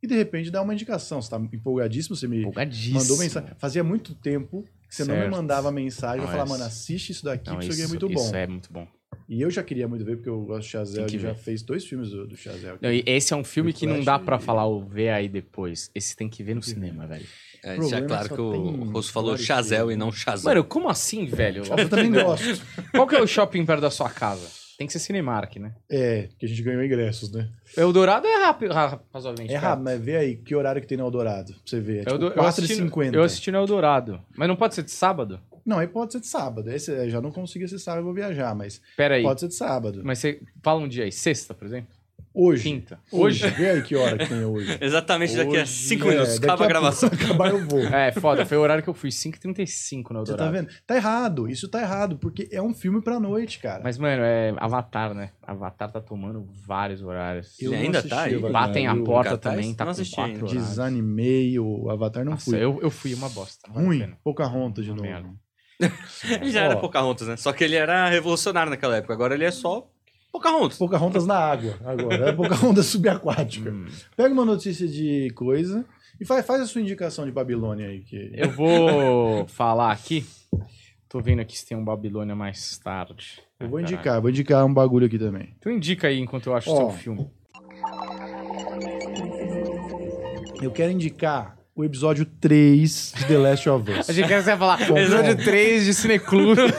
Speaker 2: e de repente dar uma indicação. Você tá empolgadíssimo, você me
Speaker 1: Empolgadíssimo.
Speaker 2: mandou mensagem. Fazia muito tempo que você não me
Speaker 1: Certo.
Speaker 2: mandava mensagem pra
Speaker 1: Não,
Speaker 2: falar,
Speaker 1: isso-
Speaker 2: mano, assiste isso daqui,
Speaker 1: Não,
Speaker 2: que isso aqui é
Speaker 1: isso-
Speaker 2: muito bom.
Speaker 1: Isso é muito bom.
Speaker 2: E eu já queria muito ver, porque eu gosto de Chazel,
Speaker 1: Tem que
Speaker 2: ele já
Speaker 1: ver.
Speaker 2: fez dois filmes do, do Chazel.
Speaker 1: Não, e esse é um filme que não
Speaker 2: Whiplash
Speaker 1: dá pra
Speaker 2: e-
Speaker 1: falar ou ver aí depois. Esse tem que ver no
Speaker 2: Tem que
Speaker 1: cinema, velho.
Speaker 3: É,
Speaker 2: problema
Speaker 3: deixar claro
Speaker 2: só
Speaker 3: que o
Speaker 2: tem
Speaker 3: Rosso falou
Speaker 2: história
Speaker 3: Chazel
Speaker 2: que-
Speaker 3: e não Chazel.
Speaker 1: Mano, como assim, velho?
Speaker 2: Eu também gosto.
Speaker 1: Qual que é o shopping perto da sua casa? Tem que ser Cinemark, né?
Speaker 2: É, que a gente ganhou ingressos, né?
Speaker 1: Eldorado é rápido, ra- razoavelmente.
Speaker 2: É rápido, mas vê aí que horário que tem no Eldorado, pra você ver. É tipo
Speaker 1: Eldo- eu, assisti,
Speaker 2: 4h50.
Speaker 1: eu assisti no Eldorado. Mas não pode ser de sábado?
Speaker 2: Não, aí pode ser de sábado. Esse, eu já não consigo esse sábado, eu vou viajar, mas
Speaker 1: Pera aí.
Speaker 2: pode ser de sábado.
Speaker 1: Mas você fala um dia aí, sexta, por exemplo?
Speaker 2: Hoje.
Speaker 1: Quinta.
Speaker 2: Hoje. Vê aí que hora que tem hoje.
Speaker 3: Exatamente daqui a
Speaker 2: Hoje,
Speaker 3: cinco
Speaker 2: é,
Speaker 3: minutos.
Speaker 2: daqui
Speaker 3: Acaba a gravação.
Speaker 2: pouco Acabar eu vou.
Speaker 1: É, foda, foi o horário que eu fui, 5h35 no
Speaker 2: Você tá
Speaker 1: Eldorado.
Speaker 2: vendo? Tá errado. Isso tá errado, porque é um filme pra noite, cara.
Speaker 1: Mas, mano, é Avatar, né? Avatar tá tomando vários horários. Né?
Speaker 2: Eu não
Speaker 3: ainda
Speaker 2: assisti
Speaker 3: tá aí?
Speaker 2: Avatar.
Speaker 1: Batem a
Speaker 2: Eu
Speaker 1: porta
Speaker 3: cartaz?
Speaker 1: também, tá
Speaker 3: Não
Speaker 1: com
Speaker 3: assisti
Speaker 1: quatro
Speaker 3: ainda.
Speaker 1: horários.
Speaker 2: Desanimei o Avatar, não
Speaker 1: Nossa,
Speaker 2: fui.
Speaker 1: eu, eu fui uma bosta. não vale a
Speaker 2: Ruim.
Speaker 1: pena.
Speaker 2: Pocahontas de
Speaker 1: Uma
Speaker 2: novo.
Speaker 1: merda.
Speaker 3: Ele já era
Speaker 2: Ó.
Speaker 3: Pocahontas, né? Só que ele era revolucionário naquela época. Agora ele é só Pocahontas.
Speaker 2: Pocahontas na água agora. É Pocahontas subaquática.
Speaker 1: Hum.
Speaker 2: Pega uma notícia de coisa e faz, faz a sua indicação de Babilônia aí. Que...
Speaker 1: Eu vou falar aqui. Tô vendo aqui se tem um Babilônia mais tarde.
Speaker 2: Eu vou
Speaker 1: Ah, caralho.
Speaker 2: indicar, vou indicar um bagulho aqui também.
Speaker 1: Então indica aí enquanto eu acho o
Speaker 2: Ó.
Speaker 1: seu filme.
Speaker 2: Eu quero indicar o episódio 3 de The Last of Us.
Speaker 1: A gente quer falar
Speaker 2: Bom,
Speaker 1: episódio
Speaker 2: bom.
Speaker 1: 3 de Cineclube.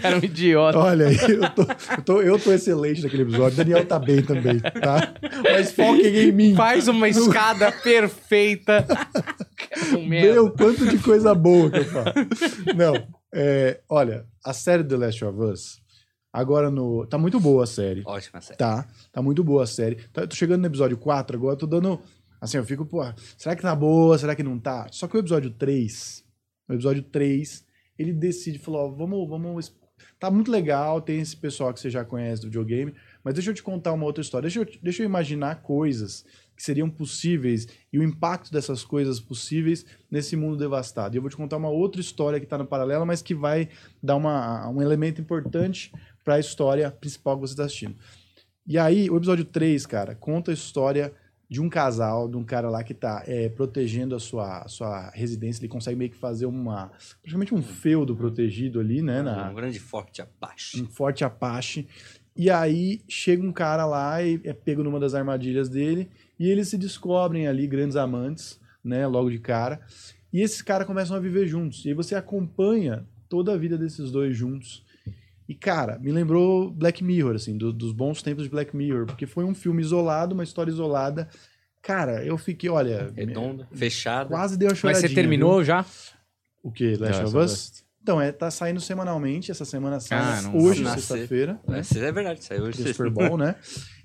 Speaker 1: Cara, um idiota.
Speaker 2: Olha aí, eu tô, eu, tô, eu tô excelente naquele episódio. Daniel tá bem também, tá? Mas foquem em mim.
Speaker 1: Faz uma escada perfeita. Um merda.
Speaker 2: Meu, quanto de coisa boa que eu falo. Não, é, olha, a série The Last of Us, agora no. Tá muito boa a série.
Speaker 3: Ótima série.
Speaker 2: Tá, tá muito boa a série. Tá, eu tô chegando no episódio 4 agora, eu tô dando. Assim, eu fico, pô, será que tá boa? Será que não tá? Só que o episódio 3, o episódio 3, ele decide, falou, ó, vamos, vamos. Tá muito legal, tem esse pessoal que você já conhece do videogame, mas deixa eu te contar uma outra história. Deixa eu, deixa eu imaginar coisas que seriam possíveis e o impacto dessas coisas possíveis nesse mundo devastado. E eu vou te contar uma outra história que tá no paralelo, mas que vai dar uma, um elemento importante para a história principal que você tá assistindo. E aí, o episódio 3, cara, conta a história de um casal, de um cara lá que tá é, protegendo a sua, a sua residência. Ele consegue meio que fazer uma. praticamente um feudo protegido ali, né? na-
Speaker 3: Um grande forte abaixo.
Speaker 2: um forte Apache. E aí chega um cara lá e é pego numa das armadilhas dele. E eles se descobrem ali grandes amantes, né? Logo de cara. E esses caras começam a viver juntos. E aí você acompanha toda a vida desses dois juntos. E, cara, me lembrou Black Mirror, assim, do- dos bons tempos de Black Mirror, porque foi um filme isolado, uma história isolada. Cara, eu fiquei, olha,
Speaker 3: Redonda, fechada.
Speaker 2: quase deu a
Speaker 1: É, então, Mas
Speaker 2: choradinha.
Speaker 1: você terminou já?
Speaker 2: viu? o quê? Last
Speaker 1: Last
Speaker 2: of
Speaker 1: of
Speaker 2: Us? Então, é, tá saindo semanalmente, essa semana sai
Speaker 1: Ah, não
Speaker 2: hoje,
Speaker 3: vai.
Speaker 2: sexta-feira
Speaker 3: É, isso é verdade, saiu hoje.
Speaker 2: do
Speaker 3: sexta.
Speaker 2: Super Bowl, né?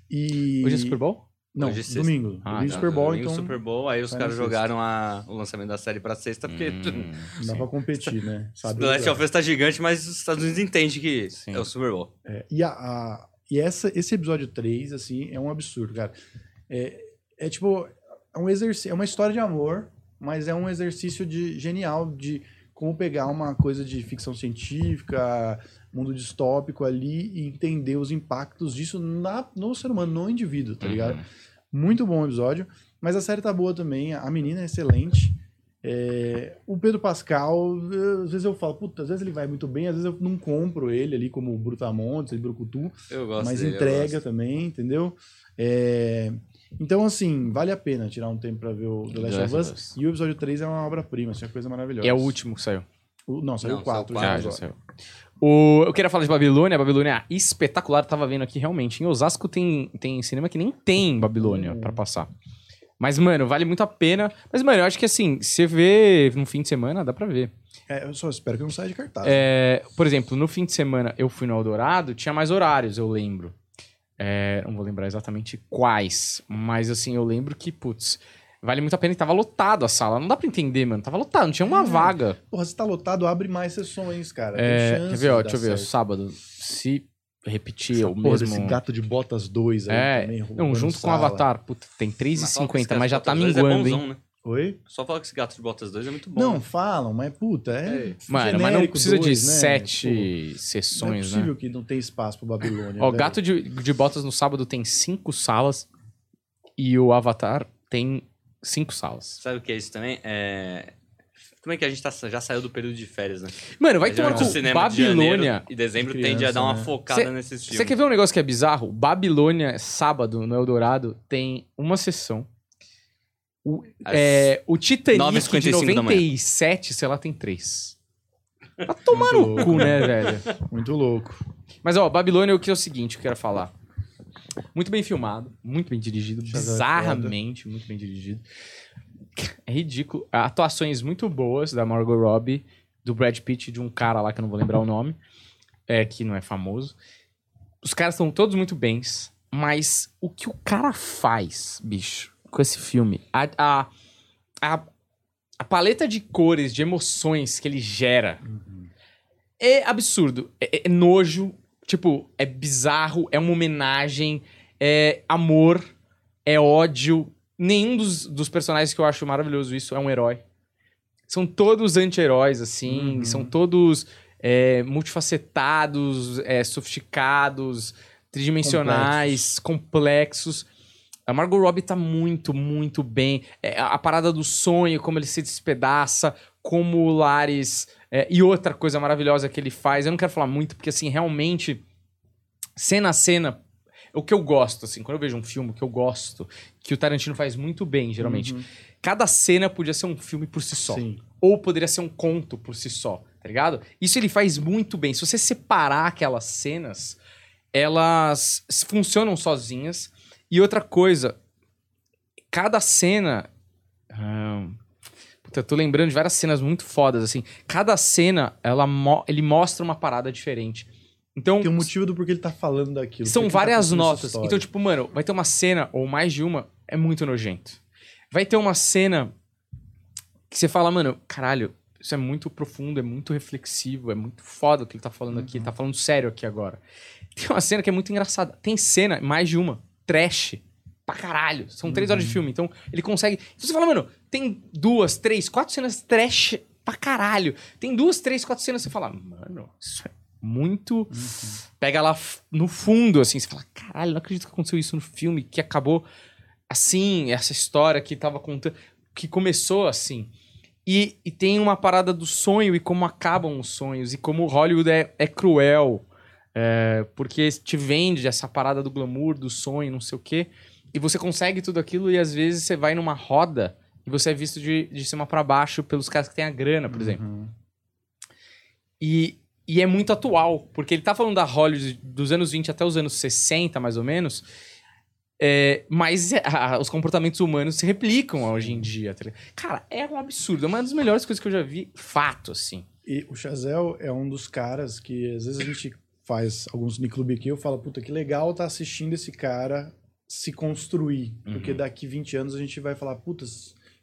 Speaker 2: E...
Speaker 1: Hoje é Super Bowl?
Speaker 2: Não,
Speaker 3: Hoje é sexta.
Speaker 2: domingo.
Speaker 1: Ah,
Speaker 2: domingo
Speaker 1: tá.
Speaker 2: Super Bowl,
Speaker 3: Domingo, é
Speaker 2: então
Speaker 3: Super Bowl, aí os
Speaker 2: sai
Speaker 3: caras
Speaker 2: na sexta.
Speaker 3: jogaram a- o lançamento da série pra sexta, porque
Speaker 1: Hum,
Speaker 2: não dá
Speaker 1: sim.
Speaker 2: pra competir, né? Sabe?
Speaker 3: The Last of Us tá gigante, mas os Estados Unidos entendem que
Speaker 1: Sim.
Speaker 3: é o Super Bowl.
Speaker 2: É, e a, a- e essa, esse episódio 3, assim, é um absurdo, cara. É, é tipo, é um exercício, é uma história de amor, mas é um exercício de genial de como pegar uma coisa de ficção científica, mundo distópico ali e entender os impactos disso na, no ser humano, no indivíduo,
Speaker 3: Uhum.
Speaker 2: tá ligado? Muito bom o episódio. Mas a série tá boa também. A menina é excelente. É, o Pedro Pascal, eu- às vezes eu falo, puta, às vezes ele vai muito bem, às vezes eu não compro ele ali como o Brutamontes, ele Brucutu,
Speaker 3: Eu gosto
Speaker 2: mas
Speaker 3: dele, eu
Speaker 2: entrega
Speaker 3: gosto.
Speaker 2: também, entendeu? É, então, assim, vale a pena tirar um tempo pra ver o The Last of Us. E o episódio 3 é uma obra-prima, assim, é uma coisa maravilhosa.
Speaker 1: E é o último que saiu.
Speaker 2: O- não, saiu
Speaker 3: Não,
Speaker 2: quatro assim.
Speaker 3: saiu
Speaker 2: já
Speaker 1: Ah,
Speaker 3: quatro,
Speaker 1: já
Speaker 2: agora.
Speaker 1: saiu. O, eu queria falar de Babilônia. A Babilônia é espetacular. Tava vendo aqui realmente. Em Osasco tem, tem cinema que nem tem Babilônia
Speaker 2: Hum.
Speaker 1: pra passar. Mas, mano, vale muito a pena. Mas, mano, eu acho que assim, você vê no fim de semana, dá pra ver.
Speaker 2: É, eu só espero que não saia de cartaz.
Speaker 1: É, por exemplo, no fim de semana eu fui no Eldorado, tinha mais horários, eu lembro. É, não vou lembrar exatamente quais, mas assim, eu lembro que, putz, vale muito a pena e tava lotado a sala. Não dá pra entender, mano. Tava lotado, não tinha uma
Speaker 2: É.
Speaker 1: vaga.
Speaker 2: Porra, se tá lotado, abre mais sessões, cara. Tem
Speaker 1: É,
Speaker 2: chance
Speaker 1: quer ver, ó,
Speaker 2: de
Speaker 1: deixa
Speaker 2: dar
Speaker 1: eu ver,
Speaker 2: certo.
Speaker 1: sábado, se repetir
Speaker 2: Essa
Speaker 1: o
Speaker 2: porra desse
Speaker 1: mesmo...
Speaker 2: gato de botas 2 aí
Speaker 1: É,
Speaker 2: também. roubando
Speaker 1: Não, junto com o
Speaker 2: sala.
Speaker 1: Avatar, puta, tem
Speaker 3: Mas fala que
Speaker 1: 3,50,
Speaker 3: esse
Speaker 1: mas já
Speaker 3: Gato
Speaker 1: tá
Speaker 3: de Botas dois
Speaker 1: minguando,
Speaker 3: é
Speaker 1: hein?
Speaker 3: bonzão, né?
Speaker 2: Oi?
Speaker 3: Só fala que esse Gato de Botas 2 é muito bom.
Speaker 2: não,
Speaker 3: né?
Speaker 2: falam, mas puta, é.
Speaker 3: É.
Speaker 1: Mano, mas não
Speaker 2: genérico
Speaker 1: precisa de
Speaker 2: dois, né? Pô,
Speaker 1: sete
Speaker 2: Não é
Speaker 1: sessões, né?
Speaker 2: possível que não tenha espaço pro Babilônia.
Speaker 1: Ó,
Speaker 2: velho.
Speaker 1: Gato de, de Botas no sábado tem cinco salas e o Avatar tem cinco salas.
Speaker 3: Sabe o que é isso também? É... Como é que a gente tá, já saiu do período de férias, né?
Speaker 1: Mano, vai
Speaker 3: Mas
Speaker 1: tomar
Speaker 3: geralmente
Speaker 1: com
Speaker 3: o cinema de
Speaker 1: Babilônia.
Speaker 3: janeiro e dezembro
Speaker 2: Criança,
Speaker 3: tende a dar uma
Speaker 2: né?
Speaker 3: focada
Speaker 1: Cê-
Speaker 3: nesses filmes.
Speaker 1: Você quer ver um negócio que é bizarro? Babilônia, sábado, no Eldorado, tem uma sessão. O,
Speaker 3: Às
Speaker 1: é, o Titanic de
Speaker 3: 9h55 da manhã.
Speaker 1: 97, sei lá, tem três. Pra tomar no
Speaker 2: louco,
Speaker 1: cu, né, velho?
Speaker 2: Muito louco.
Speaker 1: Mas, ó, Babilônia, o que é o seguinte, eu quero falar. Muito bem filmado, muito bem dirigido,
Speaker 2: Deixa eu ver
Speaker 1: bizarramente muito bem dirigido. É ridículo. Atuações muito boas da Margot Robbie, do Brad Pitt, e de um cara lá que eu não vou lembrar o nome, é que não é famoso. Os caras são todos muito bens, mas o que o cara faz, bicho, com esse filme, a, a, a, a paleta de cores, de emoções que ele gera é absurdo. É, é- é nojo, tipo, é bizarro, é uma homenagem, é amor, é ódio. Nenhum dos, dos personagens que eu acho maravilhoso isso é um herói. São todos anti-heróis, assim,
Speaker 2: Uhum.
Speaker 1: são todos é, multifacetados, é, sofisticados, tridimensionais, complexos. A Margot Robbie tá muito, muito bem. É, a, a parada do sonho, como ele se despedaça, como o Laris é, e outra coisa maravilhosa que ele faz, eu não quero falar muito, porque assim, realmente, cena a cena, o que eu gosto, assim, quando eu vejo um filme, o que eu gosto, que o Tarantino faz muito bem, geralmente,
Speaker 2: Uhum.
Speaker 1: cada cena podia ser um filme por si só.
Speaker 2: Sim.
Speaker 1: Ou poderia ser um conto por si só, tá ligado? Isso ele faz muito bem. Se você separar aquelas cenas, elas s- funcionam sozinhas. E outra coisa, cada cena. Ah, Puta, eu tô lembrando de várias cenas muito fodas, assim. Cada cena, ela mo- ele mostra uma parada diferente. Então,
Speaker 2: Tem um motivo do porquê ele tá falando daquilo.
Speaker 1: são
Speaker 2: porque ele tá
Speaker 1: várias
Speaker 2: contando essa
Speaker 1: notas.
Speaker 2: história.
Speaker 1: Então, tipo, mano, vai ter uma cena, ou mais de uma, é muito nojento. Vai ter uma cena que você fala, mano, caralho, isso é muito profundo, é muito reflexivo, é muito foda o que ele tá falando aqui, ele tá falando sério aqui agora. Tem uma cena que é muito engraçada. Tem cena, mais de uma, trash. Pra caralho. São três horas de filme. Então, ele consegue. Então, você fala, mano, tem duas, três, quatro cenas trash pra caralho. Tem duas, três, quatro cenas. Você fala, mano, isso é muito. Pega lá f- no fundo, assim. Você fala, caralho, não acredito que aconteceu isso no filme, que acabou assim, essa história que tava contando. Que começou assim. E, e tem uma parada do sonho e como acabam os sonhos e como Hollywood é, é cruel. É, porque te vende essa parada do glamour, do sonho, não sei o quê. E você consegue tudo aquilo e às vezes você vai numa roda e você é visto de, de cima pra baixo pelos caras que têm a grana, tipo, por exemplo.
Speaker 2: Uhum.
Speaker 1: E, e é muito atual, porque ele tá falando da Hollywood dos anos 20 até os anos 60, mais ou menos. é, mas a- os comportamentos humanos se replicam hoje em dia. tá ligado? Cara, é um absurdo. É uma das melhores coisas que eu já vi, fato, assim.
Speaker 2: E o Chazel é um dos caras que às vezes a gente faz alguns clube aqui, eu falo, puta, que legal tá assistindo esse cara se construir. Porque
Speaker 1: Uhum.
Speaker 2: daqui 20 anos a gente vai falar, puta,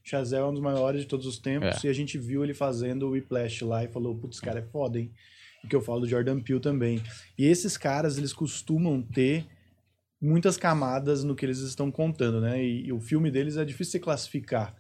Speaker 2: Chazel é um dos maiores de todos os
Speaker 1: É.
Speaker 2: tempos, e a gente viu ele fazendo o Whiplash lá e falou, putz, esse cara é foda, hein? E que eu falo do Jordan Peele também. E esses caras, eles costumam ter muitas camadas no que eles estão contando, né? E, e o filme deles é difícil você classificar.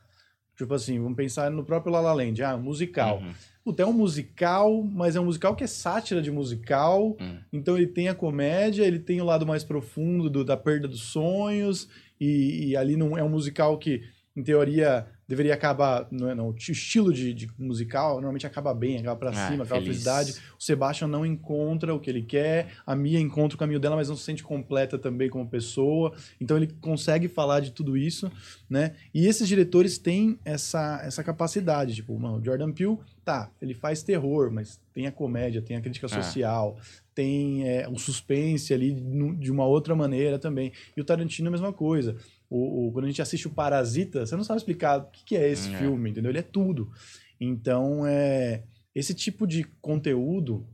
Speaker 2: Tipo assim, vamos pensar no próprio La La Land, ah, musical.
Speaker 1: Uhum.
Speaker 2: Puta, é um musical, mas é um musical que é sátira de musical.
Speaker 1: Hum.
Speaker 2: Então ele tem a comédia, ele tem o lado mais profundo do- da perda dos sonhos. E, e ali não é um musical que, em teoria, deveria acabar. Não é, não. O t- estilo de, de musical normalmente acaba bem, acaba pra
Speaker 1: Ah,
Speaker 2: cima, acaba
Speaker 1: feliz.
Speaker 2: felicidade. O Sebastian não encontra o que ele quer, a Mia encontra o caminho dela, mas não se sente completa também como pessoa. Então ele consegue falar de tudo isso, né? E esses diretores têm essa, essa capacidade, tipo, mano, o Jordan Peele, tá, ele faz terror, mas tem a comédia, tem a crítica
Speaker 1: Ah.
Speaker 2: social, tem é, o suspense ali nu- de uma outra maneira também. E o Tarantino é a mesma coisa. O, o- quando a gente assiste o Parasita, você não sabe explicar o que, que é esse
Speaker 1: É.
Speaker 2: filme, entendeu? Ele é tudo. Então, é, esse tipo de conteúdo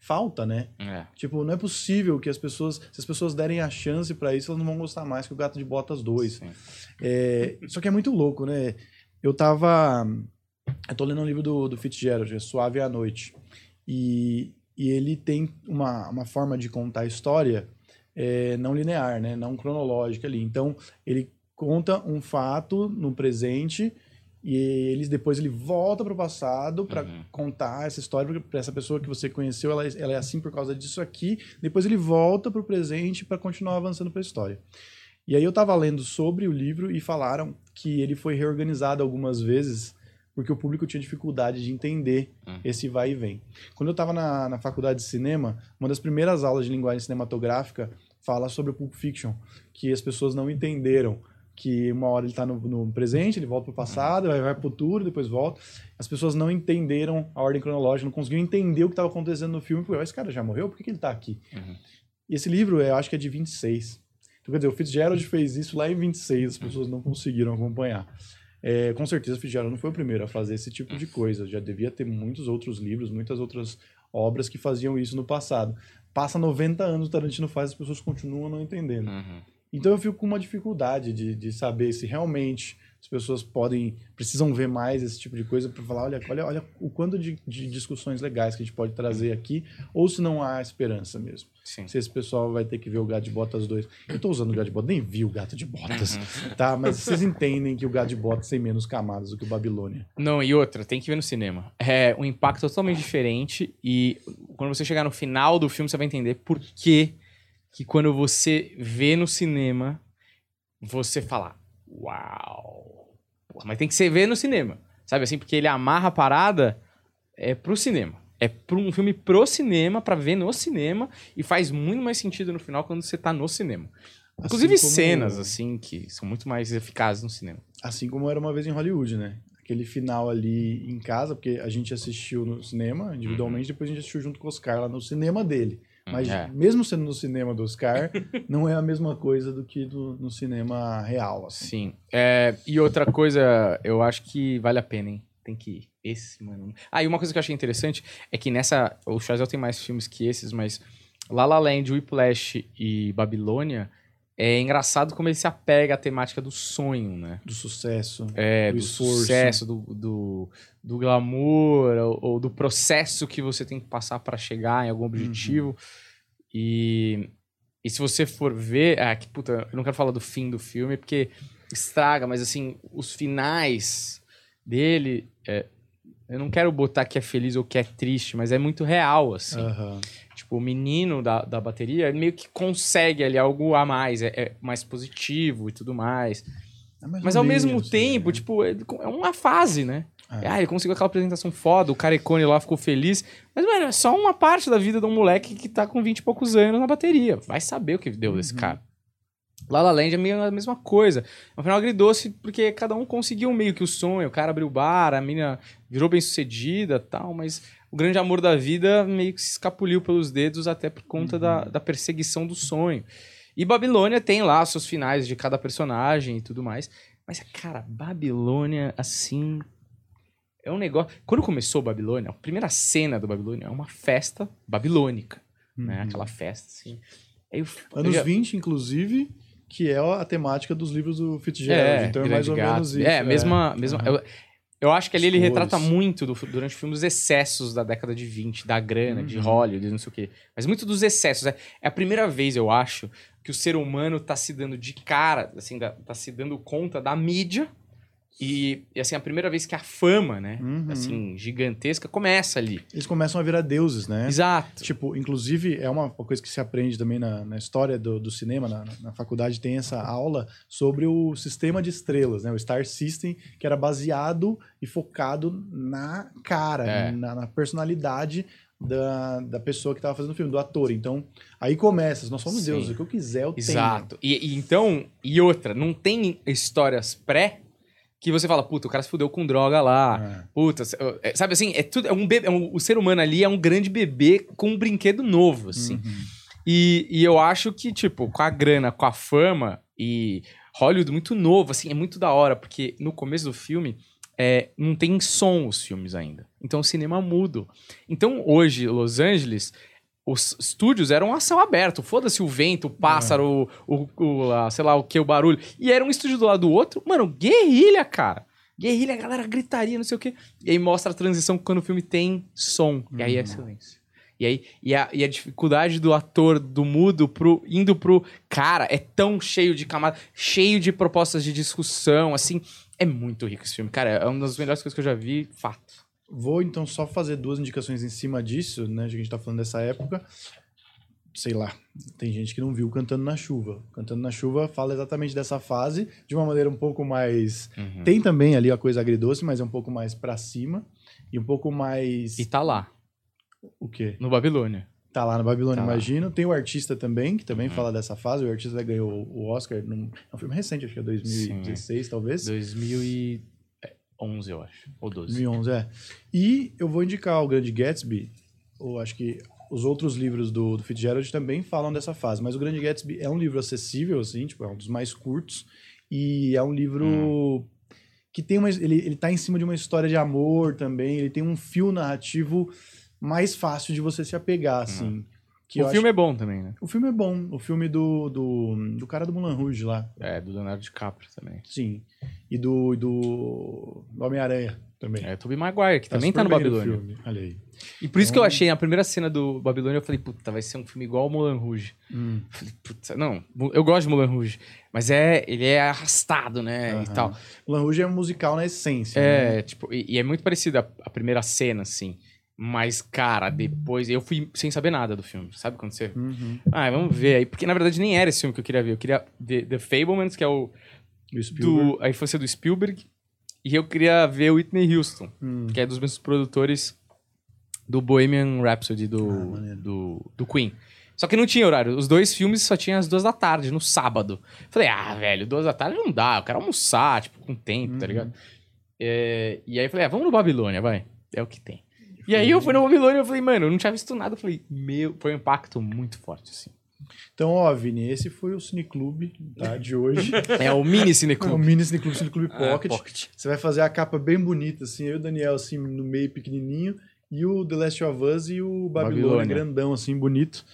Speaker 2: falta, né?
Speaker 1: É.
Speaker 2: Tipo, não é possível que as pessoas, se as pessoas derem a chance pra isso, elas não vão gostar mais que o Gato de Botas 2.
Speaker 1: Sim.
Speaker 2: É, só que é muito louco, né? Eu tava. Eu tô lendo um livro do, do Fitzgerald, é Suave à Noite. E, e ele tem uma, uma forma de contar a história é, não linear, né? Não cronológica ali. Então, ele conta um fato no presente e eles depois ele volta pro passado pra
Speaker 1: Uhum.
Speaker 2: contar essa história pra essa pessoa que você conheceu, ela, ela é assim por causa disso aqui. Depois ele volta pro presente pra continuar avançando pra história. E aí eu tava lendo sobre o livro e falaram que ele foi reorganizado algumas vezes porque o público tinha dificuldade de entender
Speaker 1: Hum.
Speaker 2: esse vai e vem. Quando eu estava na, na faculdade de cinema, uma das primeiras aulas de linguagem cinematográfica fala sobre o Pulp Fiction, que as pessoas não entenderam que uma hora ele está no, no presente, ele volta para o passado, vai, vai para o futuro, depois volta. As pessoas não entenderam a ordem cronológica, não conseguiam entender o que estava acontecendo no filme, porque "Ué, esse cara já morreu, por que, que ele está aqui?
Speaker 1: Uhum.
Speaker 2: E esse livro, é, eu acho que é de 26. Então, quer dizer, o Fitzgerald fez isso lá em 26, as pessoas não conseguiram acompanhar. É, com certeza o Fitzgerald não foi o primeiro a fazer esse tipo de coisa. Já devia ter muitos outros livros, muitas outras obras que faziam isso no passado. Passa 90 anos o Tarantino faz, as pessoas continuam não entendendo.
Speaker 3: Uhum.
Speaker 2: Então eu fico com uma dificuldade de, de saber se realmente as pessoas podem precisam ver mais esse tipo de coisa para falar, olha, olha, olha o quanto de, de discussões legais que a gente pode trazer aqui, ou se não há esperança mesmo.
Speaker 1: Sim.
Speaker 2: Se esse pessoal vai ter que ver o Gato de Botas 2. Eu tô usando o Gato de Botas, nem vi o Gato de Botas,
Speaker 1: Uhum.
Speaker 2: tá? Mas vocês entendem que o Gato de Botas tem menos camadas do que o Babilônia.
Speaker 1: Não, e outra, tem que ver no cinema. É um impacto totalmente diferente e quando você chegar no final do filme, você vai entender por que que quando você vê no cinema, você fala, uau. Porra, mas tem que ser ver no cinema, sabe assim? Porque ele amarra a parada é pro cinema. É pro, um filme pro cinema, pra ver no cinema e faz muito mais sentido no final quando você tá no cinema.
Speaker 2: Assim
Speaker 1: Inclusive
Speaker 2: como-
Speaker 1: cenas, assim, que são muito mais eficazes no cinema.
Speaker 2: Assim como era uma vez em Hollywood, né? Aquele final ali em casa, porque a gente assistiu no cinema
Speaker 1: Uhum.
Speaker 2: individualmente, depois a gente assistiu junto com o Oscar lá no cinema dele. Mas
Speaker 1: é.
Speaker 2: mesmo sendo no cinema do Oscar, não é a mesma coisa do que do- no cinema real, assim.
Speaker 1: Sim. É, e outra coisa, eu acho que vale a pena, hein? Tem que ir. Esse, mano. Ah, e uma coisa que eu achei interessante é que nessa. O Chazelle tem mais filmes que esses, mas La La Land, Whiplash e Babilônia. É engraçado como ele se apega à temática do sonho, né?
Speaker 2: Do sucesso.
Speaker 1: É, do
Speaker 2: do esforço.
Speaker 1: sucesso, do, do, do glamour, ou, ou do processo que você tem que passar para chegar em algum objetivo. E, e se você for ver. Ah, que puta, eu não quero falar do fim do filme, porque estraga, mas assim, os finais dele. é, eu não quero botar que é feliz ou que é triste, mas é muito real, assim.
Speaker 2: Aham.
Speaker 1: Tipo, o menino da, da bateria ele meio que consegue ali algo a mais, é- é mais positivo e tudo mais.
Speaker 2: É mais
Speaker 1: Mas
Speaker 2: ou
Speaker 1: ao mesmo
Speaker 2: menos,
Speaker 1: tempo,
Speaker 2: né?
Speaker 1: tipo, é é uma fase, né?
Speaker 2: É.
Speaker 1: Ah, ele conseguiu aquela apresentação foda, o Carecone lá ficou feliz. Mas, mano, é só uma parte da vida de um moleque que tá com 20 e poucos anos na bateria. Vai saber o que deu desse
Speaker 2: Uhum.
Speaker 1: cara. La La Land é meio a mesma coisa. No É um final agridoce porque cada um conseguiu meio que o sonho. O cara abriu o bar, a mina virou bem sucedida tal, mas o grande amor da vida meio que se escapuliu pelos dedos até por conta da,
Speaker 2: Uhum.
Speaker 1: da perseguição do sonho. E Babilônia tem lá seus finais de cada personagem e tudo mais. Mas, cara, Babilônia, assim. É um negócio. Quando começou Babilônia, a primeira cena do Babilônia é uma festa babilônica. Né?
Speaker 2: Uhum.
Speaker 1: Aquela festa, assim. Aí eu, eu
Speaker 2: Anos
Speaker 1: já-
Speaker 2: 20, inclusive, que é a temática dos livros do Fitzgerald. então é
Speaker 1: Grande
Speaker 2: mais ou
Speaker 1: Gatsby.
Speaker 2: menos isso.
Speaker 1: É, mesma. mesma
Speaker 2: Aham.
Speaker 1: eu, eu acho que ali
Speaker 2: As
Speaker 1: ele
Speaker 2: cores.
Speaker 1: retrata muito do- durante o filme os excessos da década de 20, da grana, de
Speaker 2: Uhum.
Speaker 1: Hollywood, de não sei o quê. Mas muito dos excessos. É, é a primeira vez, eu acho, que o ser humano tá se dando de cara, assim, da- tá se dando conta da mídia. E, e, assim, a primeira vez que a fama, né?
Speaker 2: Uhum.
Speaker 1: Assim, gigantesca, começa ali.
Speaker 2: Eles começam a virar deuses, né?
Speaker 1: Exato.
Speaker 2: Tipo, inclusive, é uma uma coisa que se aprende também na, na história do, do cinema, na, na- na faculdade tem essa aula sobre o sistema de estrelas, né? O Star System, que era baseado e focado na cara,
Speaker 1: É.
Speaker 2: na, na personalidade da, da pessoa que estava fazendo o filme, do ator. Então, aí começa, nós somos
Speaker 1: Sim.
Speaker 2: deuses, o que eu quiser eu
Speaker 1: Exato. E, e então, e outra, não tem histórias pré que você fala, puta, o cara se fudeu com droga lá.
Speaker 2: tenho. É.
Speaker 1: Puta, se- eu- é, sabe assim, é tudo, é um bebê, é um- o ser humano ali é um grande bebê com um brinquedo novo, assim.
Speaker 2: Uhum.
Speaker 1: E, e eu acho que, tipo, com a grana, com a fama e Hollywood muito novo, assim, é muito da hora, porque no começo do filme é, não tem som os filmes ainda. Então o cinema mudo. Então hoje, Los Angeles, os estúdios eram a céu aberto. Foda-se o vento, o pássaro, o, o- o- a- sei lá o que, o barulho. E era um estúdio do lado do outro. Mano, guerrilha, cara. Guerrilha, a galera gritaria, não sei o quê. E aí mostra a transição quando o filme tem som. E aí é
Speaker 2: Uhum.
Speaker 1: silêncio. E aí, e a, e a dificuldade do ator, do mudo, pro, indo pro. Cara, é tão cheio de camada, cheio de propostas de discussão, assim. É muito rico esse filme, cara. É uma das melhores coisas que eu já vi, fato.
Speaker 2: Vou então só fazer duas indicações em cima disso, né? Já que a gente tá falando dessa época. Sei lá, tem gente que não viu Cantando na Chuva. Cantando na Chuva fala exatamente dessa fase, de uma maneira um pouco mais.
Speaker 1: Uhum. Hum.
Speaker 2: Tem também ali a coisa agridoce, mas é um pouco mais pra cima. E um pouco mais.
Speaker 1: E tá lá,
Speaker 2: O quê?
Speaker 1: no Babilônia.
Speaker 2: Tá lá na Babilônia,
Speaker 1: Tá Uhum. lá.
Speaker 2: imagino. Tem o artista também, que também fala dessa fase. O artista ganhou o Oscar. Num... É um filme recente, acho que é 2016, talvez.
Speaker 1: 2011, eu acho. Ou 12.
Speaker 2: 2011, é. E eu vou indicar o Grande Gatsby, ou acho que os outros livros do, do Fitzgerald também falam dessa fase, mas o Grande Gatsby é um livro acessível, assim, tipo, é um dos mais curtos, e é um livro
Speaker 1: Hum.
Speaker 2: que tem uma... Ele, ele tá em cima de uma história de amor também, ele tem um fio narrativo mais fácil de você se apegar, assim. Que
Speaker 1: Hum. o
Speaker 2: eu
Speaker 1: filme é bom também, né?
Speaker 2: acho- O filme é bom. O filme do, do, do cara do Mulan Rouge lá.
Speaker 1: É, do Leonardo DiCaprio também.
Speaker 2: Sim. E do, e do, do Homem-Aranha também.
Speaker 1: É, Tobey Maguire, que também tá no
Speaker 2: super bem
Speaker 1: Babilônia.
Speaker 2: filme. Olha aí.
Speaker 1: E por isso que eu
Speaker 2: Então-
Speaker 1: achei, a primeira cena do Babilônia, eu falei, puta, vai ser um filme igual ao Moulin Rouge. Falei, puta, não, eu gosto de Moulin Rouge, mas é, ele é arrastado, né, e
Speaker 2: Aham.
Speaker 1: tal.
Speaker 2: Mulan Rouge é um musical na essência. né?
Speaker 1: É, tipo, e, e é muito parecida a- a primeira cena, assim. Mas, cara, depois eu fui sem saber nada do filme. Sabe quando você.
Speaker 2: Uhum.
Speaker 1: Ah, vamos ver aí. Porque na verdade nem era esse filme que eu queria ver. Eu queria ver The Fablemans, que é o
Speaker 2: Do Spielberg.
Speaker 1: do, a infância do Spielberg. E eu queria ver Whitney Houston,
Speaker 2: Hum.
Speaker 1: que é dos mesmos produtores do Bohemian Rhapsody do,
Speaker 2: Ah, maneiro.
Speaker 1: do, do Queen. Só que não tinha horário. Os dois filmes só tinham às duas da tarde, no sábado. Falei, ah, velho, duas da tarde não dá. Eu quero almoçar, tipo, com tempo, tá
Speaker 2: Uhum.
Speaker 1: ligado? É, e aí eu falei, ah, vamos no Babilônia, vai. É o que tem. E aí eu fui no Babilônia e eu falei, mano, eu não tinha visto nada. Eu falei, meu, foi um impacto muito forte, assim.
Speaker 2: Então, ó, Vini, esse foi o Cineclube tá, de hoje.
Speaker 1: É o mini
Speaker 2: o
Speaker 1: cineclube.
Speaker 2: mini Cineclube, Cineclube
Speaker 3: Ah,
Speaker 2: Pocket. Você vai fazer a capa bem bonita, assim, eu e o Daniel, assim, no meio pequenininho, e o The Last of Us e o Babilônia,
Speaker 1: Babilônia.
Speaker 2: grandão, assim, bonito.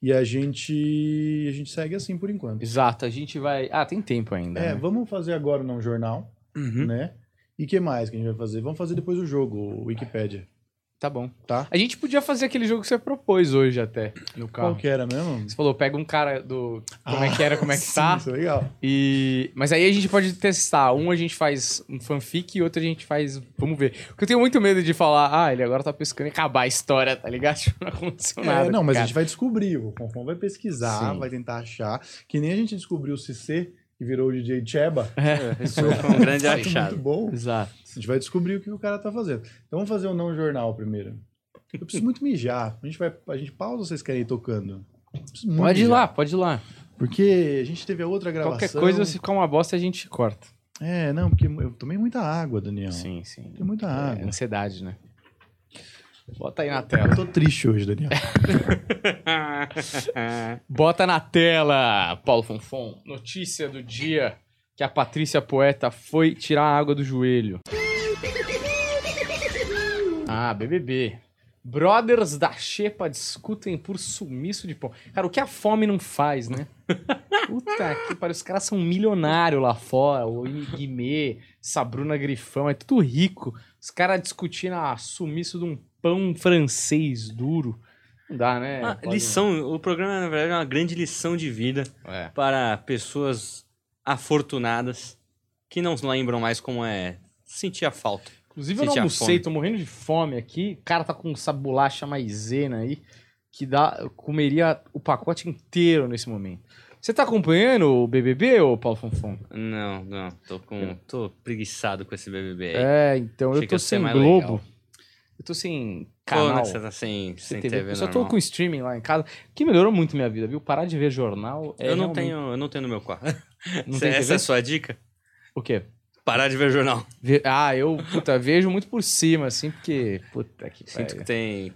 Speaker 2: E a gente, a gente segue assim por enquanto.
Speaker 1: Exato, a gente vai... Ah, tem tempo ainda,
Speaker 2: É,
Speaker 1: né? Hum?
Speaker 2: vamos fazer agora o Não um Jornal,
Speaker 3: Uhum.
Speaker 2: né? E que mais que a gente vai fazer? Vamos fazer depois o jogo, o Wikipédia,
Speaker 1: Tá bom.
Speaker 2: tá?
Speaker 1: A gente podia fazer aquele jogo que você propôs hoje até, no carro.
Speaker 2: Qual que era mesmo?
Speaker 1: Você falou, pega um cara do como é que era, como é que
Speaker 2: Sim,
Speaker 1: tá.
Speaker 2: Isso é legal.
Speaker 1: E... Mas aí a gente pode testar. Um a gente faz um fanfic e outro a gente faz. Vamos ver. Porque eu tenho muito medo de falar, ah, ele agora tá pescando e acabar a história, tá ligado? Tipo, não aconteceu nada.
Speaker 2: É, não, mas
Speaker 1: cara.
Speaker 2: a gente vai descobrir. O Confon vai pesquisar,
Speaker 1: Sim.
Speaker 2: vai tentar achar. Que nem a gente descobriu o CC, que virou o DJ Cheba.
Speaker 3: É, Isso foi um grande
Speaker 2: Fato muito
Speaker 3: achado.
Speaker 2: bom.
Speaker 1: Exato.
Speaker 2: A gente vai descobrir o que o cara tá fazendo. Então vamos fazer o não jornal primeiro. Eu preciso muito mijar. A gente vai, a gente pausa, ou vocês querem ir tocando. Eu preciso muito
Speaker 1: Pode ir
Speaker 2: mijar.
Speaker 1: lá, pode ir lá.
Speaker 2: Porque a gente teve a outra gravação.
Speaker 1: Qualquer coisa, se ficar uma bosta, a gente corta.
Speaker 2: É, não, porque eu tomei muita água, Daniel.
Speaker 1: Sim, sim.
Speaker 2: Tem muita
Speaker 1: É,
Speaker 2: água.
Speaker 1: ansiedade, né? Bota aí na tela.
Speaker 2: Eu tô triste hoje, Daniel.
Speaker 3: É,
Speaker 1: Bota na tela, Paulo Fonfon. Notícia do dia que a Patrícia Poeta foi tirar a água do joelho. Ah, BBB. Brothers da Xepa discutem por sumiço de pão. Cara, o que a fome não faz, né? Puta que pariu, os caras são milionários lá fora. O Guimê, Sabrina Grifão, é tudo rico. Os caras discutindo a sumiço de um pão francês duro. Não dá, né?
Speaker 3: Uma
Speaker 1: Pode-
Speaker 3: Ah, lição, o programa, na verdade, é uma grande lição de vida
Speaker 1: É.
Speaker 3: para pessoas afortunadas que não lembram mais como é sentir a falta.
Speaker 1: Inclusive, eu
Speaker 3: Sentir
Speaker 1: não
Speaker 3: a
Speaker 1: almocei,
Speaker 3: fome.
Speaker 1: tô morrendo de fome aqui. O cara tá com essa bolacha maisena aí, que dá, eu comeria o pacote inteiro nesse momento. Você tá acompanhando o BBB, ô Paulo Fonfon?
Speaker 3: Não, não, tô com, tô preguiçado com esse BBB. aí.
Speaker 1: É, então,
Speaker 3: Achei
Speaker 1: eu
Speaker 3: que
Speaker 1: tô
Speaker 3: ia ser
Speaker 1: sem
Speaker 3: mais
Speaker 1: Globo.
Speaker 3: legal.
Speaker 1: Eu tô sem
Speaker 3: Como
Speaker 1: canal.
Speaker 3: você tá sem,
Speaker 1: sem
Speaker 3: sem TV,
Speaker 1: TV. Eu só tô
Speaker 3: normal?
Speaker 1: com streaming lá em casa, que melhorou muito minha vida, viu? Parar de ver jornal é
Speaker 3: eu não
Speaker 1: realmente-
Speaker 3: tenho, eu não tenho no meu quarto.
Speaker 1: Não
Speaker 3: Essa
Speaker 1: tem
Speaker 3: essa
Speaker 1: TV?
Speaker 3: é a sua dica?
Speaker 1: O quê?
Speaker 3: Parar de ver jornal.
Speaker 1: Ve- Ah, eu, puta, vejo muito por cima, assim, porque... Puta que
Speaker 3: Sinto que
Speaker 1: pariu.
Speaker 3: tem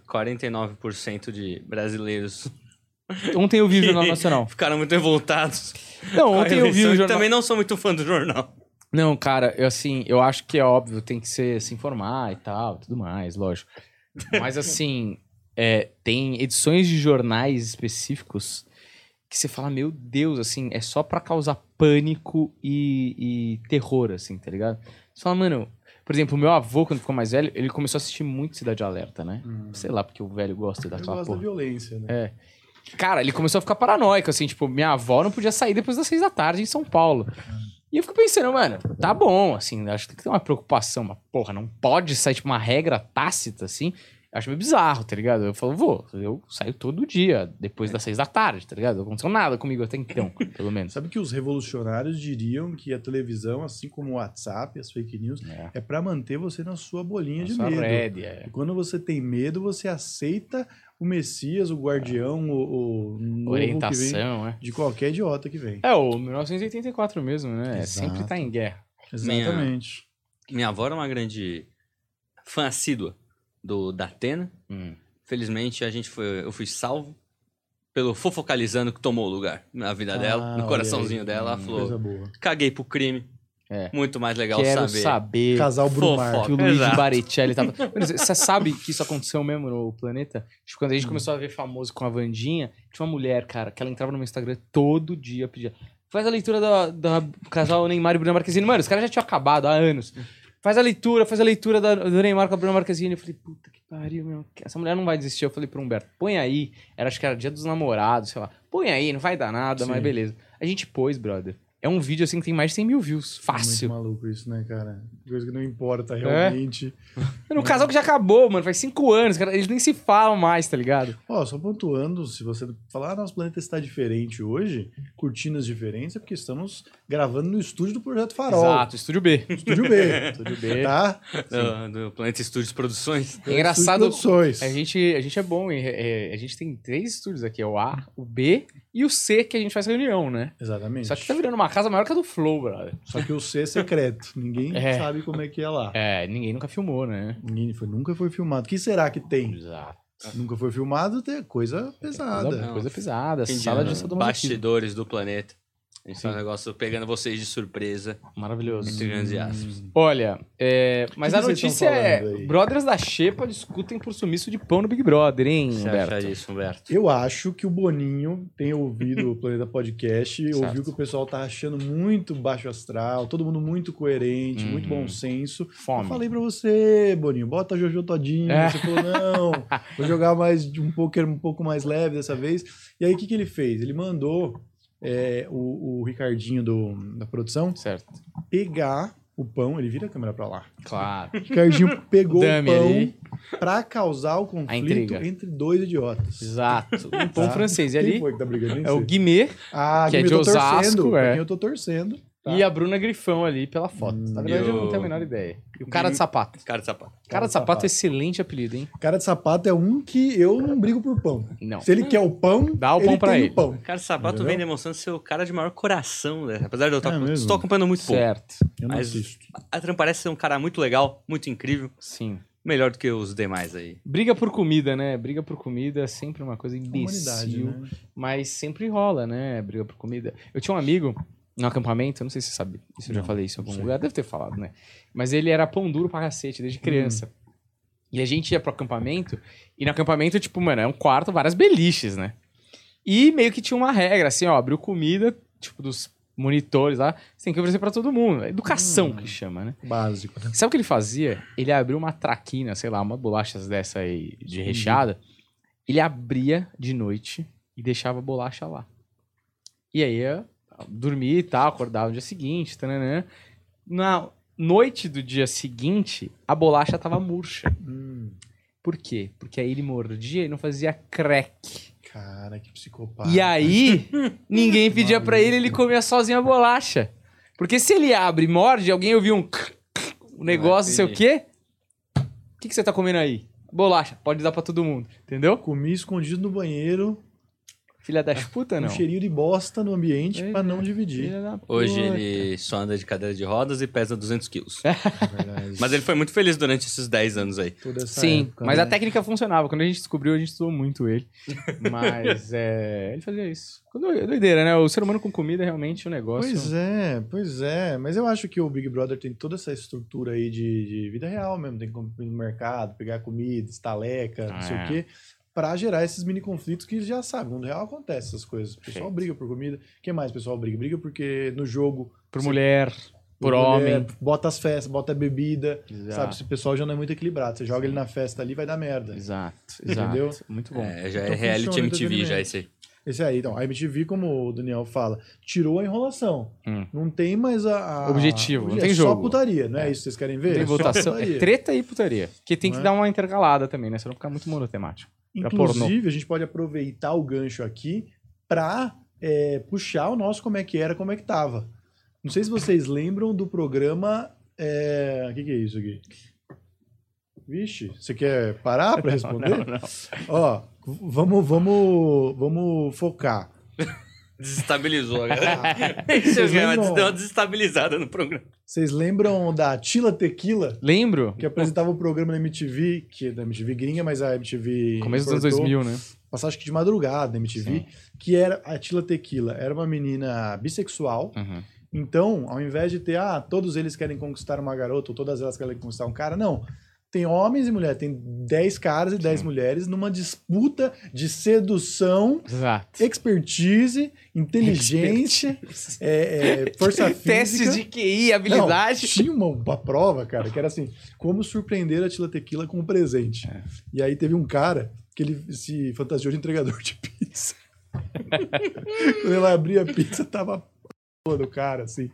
Speaker 3: 49% de brasileiros
Speaker 1: Ontem eu vi o Jornal Nacional.
Speaker 3: ficaram muito revoltados.
Speaker 1: Não,
Speaker 3: com a
Speaker 1: ontem eu vi o
Speaker 3: eleição tá e
Speaker 1: Jornal...
Speaker 3: Também não sou muito fã do jornal.
Speaker 1: Não, cara, eu assim, eu acho que é óbvio, tem que ser, se informar e tal, tudo mais, lógico. Mas assim, é, tem edições de jornais específicos que você fala, meu Deus, assim, é só pra causar pânico e, e terror, assim, tá ligado? Você fala, mano, por exemplo, o meu avô, quando ficou mais velho, ele começou a assistir muito Cidade Alerta, né? Sei lá, porque o velho gosta
Speaker 2: Uhum. Eu
Speaker 1: daquela
Speaker 2: gosto da
Speaker 1: tá porra.
Speaker 2: violência, né?
Speaker 1: Cara, ele começou a ficar paranoico, assim, tipo, minha avó não podia sair depois das seis da tarde em São Paulo. E eu fico pensando, mano, tá bom, assim, acho que tem que ter uma preocupação, mas porra, não pode sair, tipo, uma regra tácita, assim. Eu acho meio bizarro, tá ligado? Eu falo, vou, eu saio todo dia, depois das seis da tarde, tá ligado? Não aconteceu nada comigo até então, pelo menos.
Speaker 2: Sabe que os revolucionários diriam que a televisão, assim como o WhatsApp, as fake news,
Speaker 1: É.
Speaker 2: é pra manter você na sua bolinha de
Speaker 1: Nossa,
Speaker 2: medo.
Speaker 1: Red, é.
Speaker 2: E quando você tem medo, você aceita o Messias, o Guardião, o, o novo que vem
Speaker 1: Orientação, é.
Speaker 2: de qualquer idiota que vem.
Speaker 1: É, o 1984 mesmo, né? Sempre tá em guerra.
Speaker 2: Exatamente.
Speaker 3: Minha avó era uma grande fã assídua do da Atena.
Speaker 1: Hum.
Speaker 3: Felizmente a gente foi, eu fui salvo pelo fofocalizando que tomou o lugar na vida
Speaker 2: Ah,
Speaker 3: dela,
Speaker 2: olha
Speaker 3: no coraçãozinho
Speaker 2: aí.
Speaker 3: dela. Ela falou:
Speaker 2: Coisa boa.
Speaker 3: caguei pro crime,
Speaker 1: Hum, É.
Speaker 3: Muito mais legal
Speaker 1: Quero
Speaker 3: saber.
Speaker 1: saber
Speaker 2: Casal Brumar.
Speaker 1: que o Luigi
Speaker 3: Exato.
Speaker 1: Baricelli tava. Mano, Você sabe que isso aconteceu mesmo no planeta? Tipo, quando a gente começou a ver famoso com a Vandinha, tinha uma mulher, cara, que ela entrava no meu Instagram todo dia, pedia. Faz a leitura da, da casal Neymar e Bruna Marquezine. Mano, os caras já tinham acabado há anos. Faz a leitura, faz a leitura da, do Neymar com a Bruna Marquezine. Eu falei, puta que pariu, meu. Essa mulher não vai desistir. Eu falei pro Humberto, põe aí. Era, acho que era dia dos namorados, sei lá. Põe aí, não vai dar nada,
Speaker 2: Sim.
Speaker 1: mas beleza. A gente pôs, brother. É um vídeo assim que tem mais de 100 mil views. Fácil. É?
Speaker 2: Muito maluco isso, né, cara? Coisa que não importa realmente.
Speaker 1: Mano, um casal que já acabou, mano. Faz cinco anos, cara. Eles nem se falam mais, tá ligado?
Speaker 2: Ó, só pontuando, se você falar, ah, nosso planeta está diferente hoje, cortinas diferentes, é porque estamos gravando no estúdio do Projeto Farol.
Speaker 1: Exato, Estúdio B.
Speaker 2: Estúdio B.
Speaker 1: Estúdio B.
Speaker 2: Tá?
Speaker 3: Do, ah, do Planeta Studios Produções.
Speaker 1: É engraçado.
Speaker 2: Estúdio Produções.
Speaker 1: A gente, a gente é bom, hein? É, a gente tem três estúdios aqui: é o A, o B e o C, que a gente faz reunião, né?
Speaker 2: Exatamente.
Speaker 1: Só que tá virando uma casa maior que a do Flow, brother.
Speaker 2: Só que o C é secreto. Ninguém
Speaker 1: É.
Speaker 2: sabe como é que é lá.
Speaker 1: É, ninguém nunca filmou, né?
Speaker 2: Ninguém foi, nunca foi filmado. O que será que tem?
Speaker 1: Exato. É,
Speaker 2: Nunca foi filmado, tem coisa pesada.
Speaker 1: Coisa, coisa pesada,
Speaker 3: Entendi,
Speaker 1: sala
Speaker 3: né?
Speaker 1: de sadomasoquismo.
Speaker 3: Bastidores do planeta. A gente
Speaker 1: Sim.
Speaker 3: faz um negócio pegando vocês de surpresa.
Speaker 1: Maravilhoso.
Speaker 3: Entre
Speaker 2: Hum.
Speaker 3: grandes aspas.
Speaker 1: Olha, é, mas
Speaker 2: que
Speaker 1: a
Speaker 2: vocês tão
Speaker 1: notícia é:
Speaker 2: falando aí?
Speaker 1: brothers da Xepa discutem por sumiço de pão no Big Brother, hein,
Speaker 3: Você acha
Speaker 1: Humberto?
Speaker 3: disso, Humberto?
Speaker 2: Eu acho que o Boninho tem ouvido o Planeta Podcast, ouviu
Speaker 1: Certo.
Speaker 2: que o pessoal tá achando muito baixo astral, todo mundo muito coerente,
Speaker 1: Uhum.
Speaker 2: muito bom senso. Eu
Speaker 1: Fome.
Speaker 2: falei pra você, Boninho, bota Jojo Todinho.
Speaker 1: É.
Speaker 2: Você falou, não, vou jogar mais de um poker um pouco mais leve dessa vez. E aí, o que, que ele fez? Ele mandou é, o, o Ricardinho do- da produção
Speaker 1: Certo.
Speaker 2: pegar o pão, ele vira a câmera pra lá.
Speaker 1: Claro.
Speaker 2: Ricardinho pegou o
Speaker 1: Dummy ali.
Speaker 2: pão pra causar o conflito
Speaker 1: intriga.
Speaker 2: entre dois idiotas.
Speaker 1: Exato. Um pão
Speaker 2: Tá.
Speaker 1: francês. E
Speaker 2: Quem
Speaker 1: ali
Speaker 2: foi que tá brigando? Nem
Speaker 1: é o
Speaker 2: sei.
Speaker 1: Guimê
Speaker 2: Ah,
Speaker 1: que é
Speaker 2: quem
Speaker 1: de
Speaker 2: eu tô
Speaker 1: Osasco,
Speaker 2: torcendo, pra
Speaker 1: é.
Speaker 2: quem eu tô torcendo. Tá.
Speaker 1: e a Bruna Grifão ali pela foto.
Speaker 2: Hum,
Speaker 1: Na verdade,
Speaker 3: e
Speaker 1: eu
Speaker 3: o-
Speaker 1: não tenho a menor ideia. E o cara
Speaker 3: Guimê-
Speaker 1: de sapato.
Speaker 3: Cara de sapato.
Speaker 1: Cara de sapato é excelente apelido, hein?
Speaker 2: Cara de sapato é um que eu não brigo por pão.
Speaker 1: Não.
Speaker 2: Se ele quer o pão,
Speaker 1: Dá o
Speaker 2: ele
Speaker 1: pão pra
Speaker 2: tem
Speaker 1: ele.
Speaker 2: o pão.
Speaker 3: Cara de sapato
Speaker 2: Entendeu?
Speaker 3: vem demonstrando ser o cara de maior coração, né? Apesar de eu estar
Speaker 2: É mesmo?
Speaker 3: estou acompanhando muito pouco.
Speaker 1: Certo.
Speaker 2: Eu não
Speaker 3: Mas-
Speaker 2: assisto.
Speaker 3: A Trump parece ser um cara muito legal, muito incrível.
Speaker 1: Sim.
Speaker 3: Melhor do que os demais aí.
Speaker 1: Briga por comida, né? Briga por comida é sempre uma coisa
Speaker 2: Humanidade,
Speaker 1: imbecil.
Speaker 2: né?
Speaker 1: Mas sempre rola, né? Briga por comida. Eu tinha um amigo no acampamento, eu não sei se você sabe, se eu já
Speaker 2: Não,
Speaker 1: falei isso em algum
Speaker 2: sei.
Speaker 1: lugar, deve ter falado, né? Mas ele era pão duro pra cacete desde criança.
Speaker 2: Hum.
Speaker 1: E a gente ia pro acampamento, e no acampamento, tipo, mano, é um quarto, várias beliches, né? E meio que tinha uma regra, assim, ó, abriu comida, tipo, dos monitores lá, você tem que oferecer pra todo mundo. É Educação
Speaker 2: Hum.
Speaker 1: que chama, né?
Speaker 2: Básico, né?
Speaker 1: Sabe o que ele fazia? Ele abriu uma traquina, sei lá, uma bolacha dessa aí de recheada. Ele abria de noite e deixava a bolacha lá. E aí eu dormia e tal, acordava no dia seguinte, tananã. Na noite do dia seguinte, a bolacha tava murcha.
Speaker 2: Hum,
Speaker 1: Por quê? Porque aí ele mordia e não fazia crack.
Speaker 2: cara, que psicopata.
Speaker 1: E aí, ninguém pedia pra ele, ele
Speaker 2: Maluco.
Speaker 1: comia sozinho a bolacha. Porque se ele abre e morde, alguém ouviu um o negócio, não sei o quê. O que, que você tá comendo aí? Bolacha, pode dar pra todo mundo, entendeu?
Speaker 2: Comi escondido no banheiro,
Speaker 1: Filha das puta, não.
Speaker 2: um cheirinho de bosta no ambiente
Speaker 1: É,
Speaker 2: pra não dividir.
Speaker 1: Filha da puta.
Speaker 3: Hoje ele só anda de cadeira de rodas e pesa 200 quilos.
Speaker 2: na É verdade.
Speaker 3: Mas ele foi muito feliz durante esses 10 anos aí.
Speaker 2: Toda essa
Speaker 1: Sim,
Speaker 2: época,
Speaker 1: mas
Speaker 2: né?
Speaker 1: a técnica funcionava. Quando a gente descobriu, a gente estudou muito ele. Mas é, ele fazia isso. Quando- é Doideira, né? O ser humano com comida é realmente um negócio.
Speaker 2: Pois é, pois é. Mas eu acho que o Big Brother tem toda essa estrutura aí de, de vida real mesmo. Tem que ir no mercado, pegar comida, estaleca, não sei
Speaker 1: É.
Speaker 2: o quê. Pra gerar esses mini conflitos que já sabe, no mundo real acontece essas coisas. O pessoal
Speaker 1: Perfeito.
Speaker 2: briga por comida. O que mais o pessoal briga? Briga porque no jogo.
Speaker 1: Por
Speaker 2: Sim.
Speaker 1: mulher, por
Speaker 2: mulher,
Speaker 1: homem.
Speaker 2: Bota as festas, bota a bebida. Sabe,
Speaker 1: Exato.
Speaker 2: esse pessoal já não é muito equilibrado. Você joga ele na festa ali, vai dar merda.
Speaker 1: Exato.
Speaker 2: Entendeu?
Speaker 1: Exato. Muito bom.
Speaker 3: É, já é
Speaker 2: Então
Speaker 3: reality
Speaker 2: funciona,
Speaker 3: MTV, já
Speaker 2: entretenimento.
Speaker 3: esse aí.
Speaker 2: Esse aí, então. A MTV, como o Daniel fala, tirou a enrolação.
Speaker 1: Hum.
Speaker 2: Não tem mais a. a-
Speaker 1: Objetivo, não
Speaker 2: é
Speaker 1: tem
Speaker 2: só
Speaker 1: jogo.
Speaker 2: putaria, não é,
Speaker 1: É.
Speaker 2: isso que vocês querem ver?
Speaker 1: Não Tem
Speaker 2: É só
Speaker 1: votação.
Speaker 2: putaria.
Speaker 1: É treta e putaria. Porque tem
Speaker 2: Não
Speaker 1: que
Speaker 2: é?
Speaker 1: dar uma intercalada também, né? Senão fica muito monotemático. pra é pornô.
Speaker 2: Inclusive, a gente pode aproveitar o gancho aqui pra é, puxar o nosso como é que era, como é que tava. Não sei se vocês lembram do programa. O que, que é isso aqui? Vixe, você quer parar pra responder?
Speaker 1: Né?
Speaker 2: Ó, v- vamos, vamos, vamos focar. é.
Speaker 3: Desestabilizou a galera. Esse
Speaker 2: Vocês
Speaker 3: cara
Speaker 2: lembram?
Speaker 3: deu uma desestabilizada no programa.
Speaker 2: Vocês lembram da Tila Tequila,
Speaker 1: Lembro?
Speaker 2: que apresentava o programa na MTV, que é da MTV gringa, mas a MTV.
Speaker 1: Começo dos anos
Speaker 2: importou.
Speaker 1: 2000, né?
Speaker 2: passar acho que de madrugada na MTV,
Speaker 1: Sim.
Speaker 2: que era a Tila Tequila. Era uma menina bissexual Então, ao invés de ter, ah, todos eles querem conquistar uma garota, ou todas elas querem conquistar um cara, não. Tem homens e mulheres, tem 10 caras e 10 mulheres numa disputa de sedução,
Speaker 1: Exato.
Speaker 2: expertise, inteligência, é, é, força física.
Speaker 1: Testes de QI,
Speaker 2: Não,
Speaker 1: habilidade.
Speaker 2: tinha uma, uma prova, cara, que era assim: como surpreender a Tila Tequila com um presente.
Speaker 1: É.
Speaker 2: E aí teve um cara que ele se fantasiou de entregador de pizza. Quando ele abria a pizza, tava a porra do cara, assim.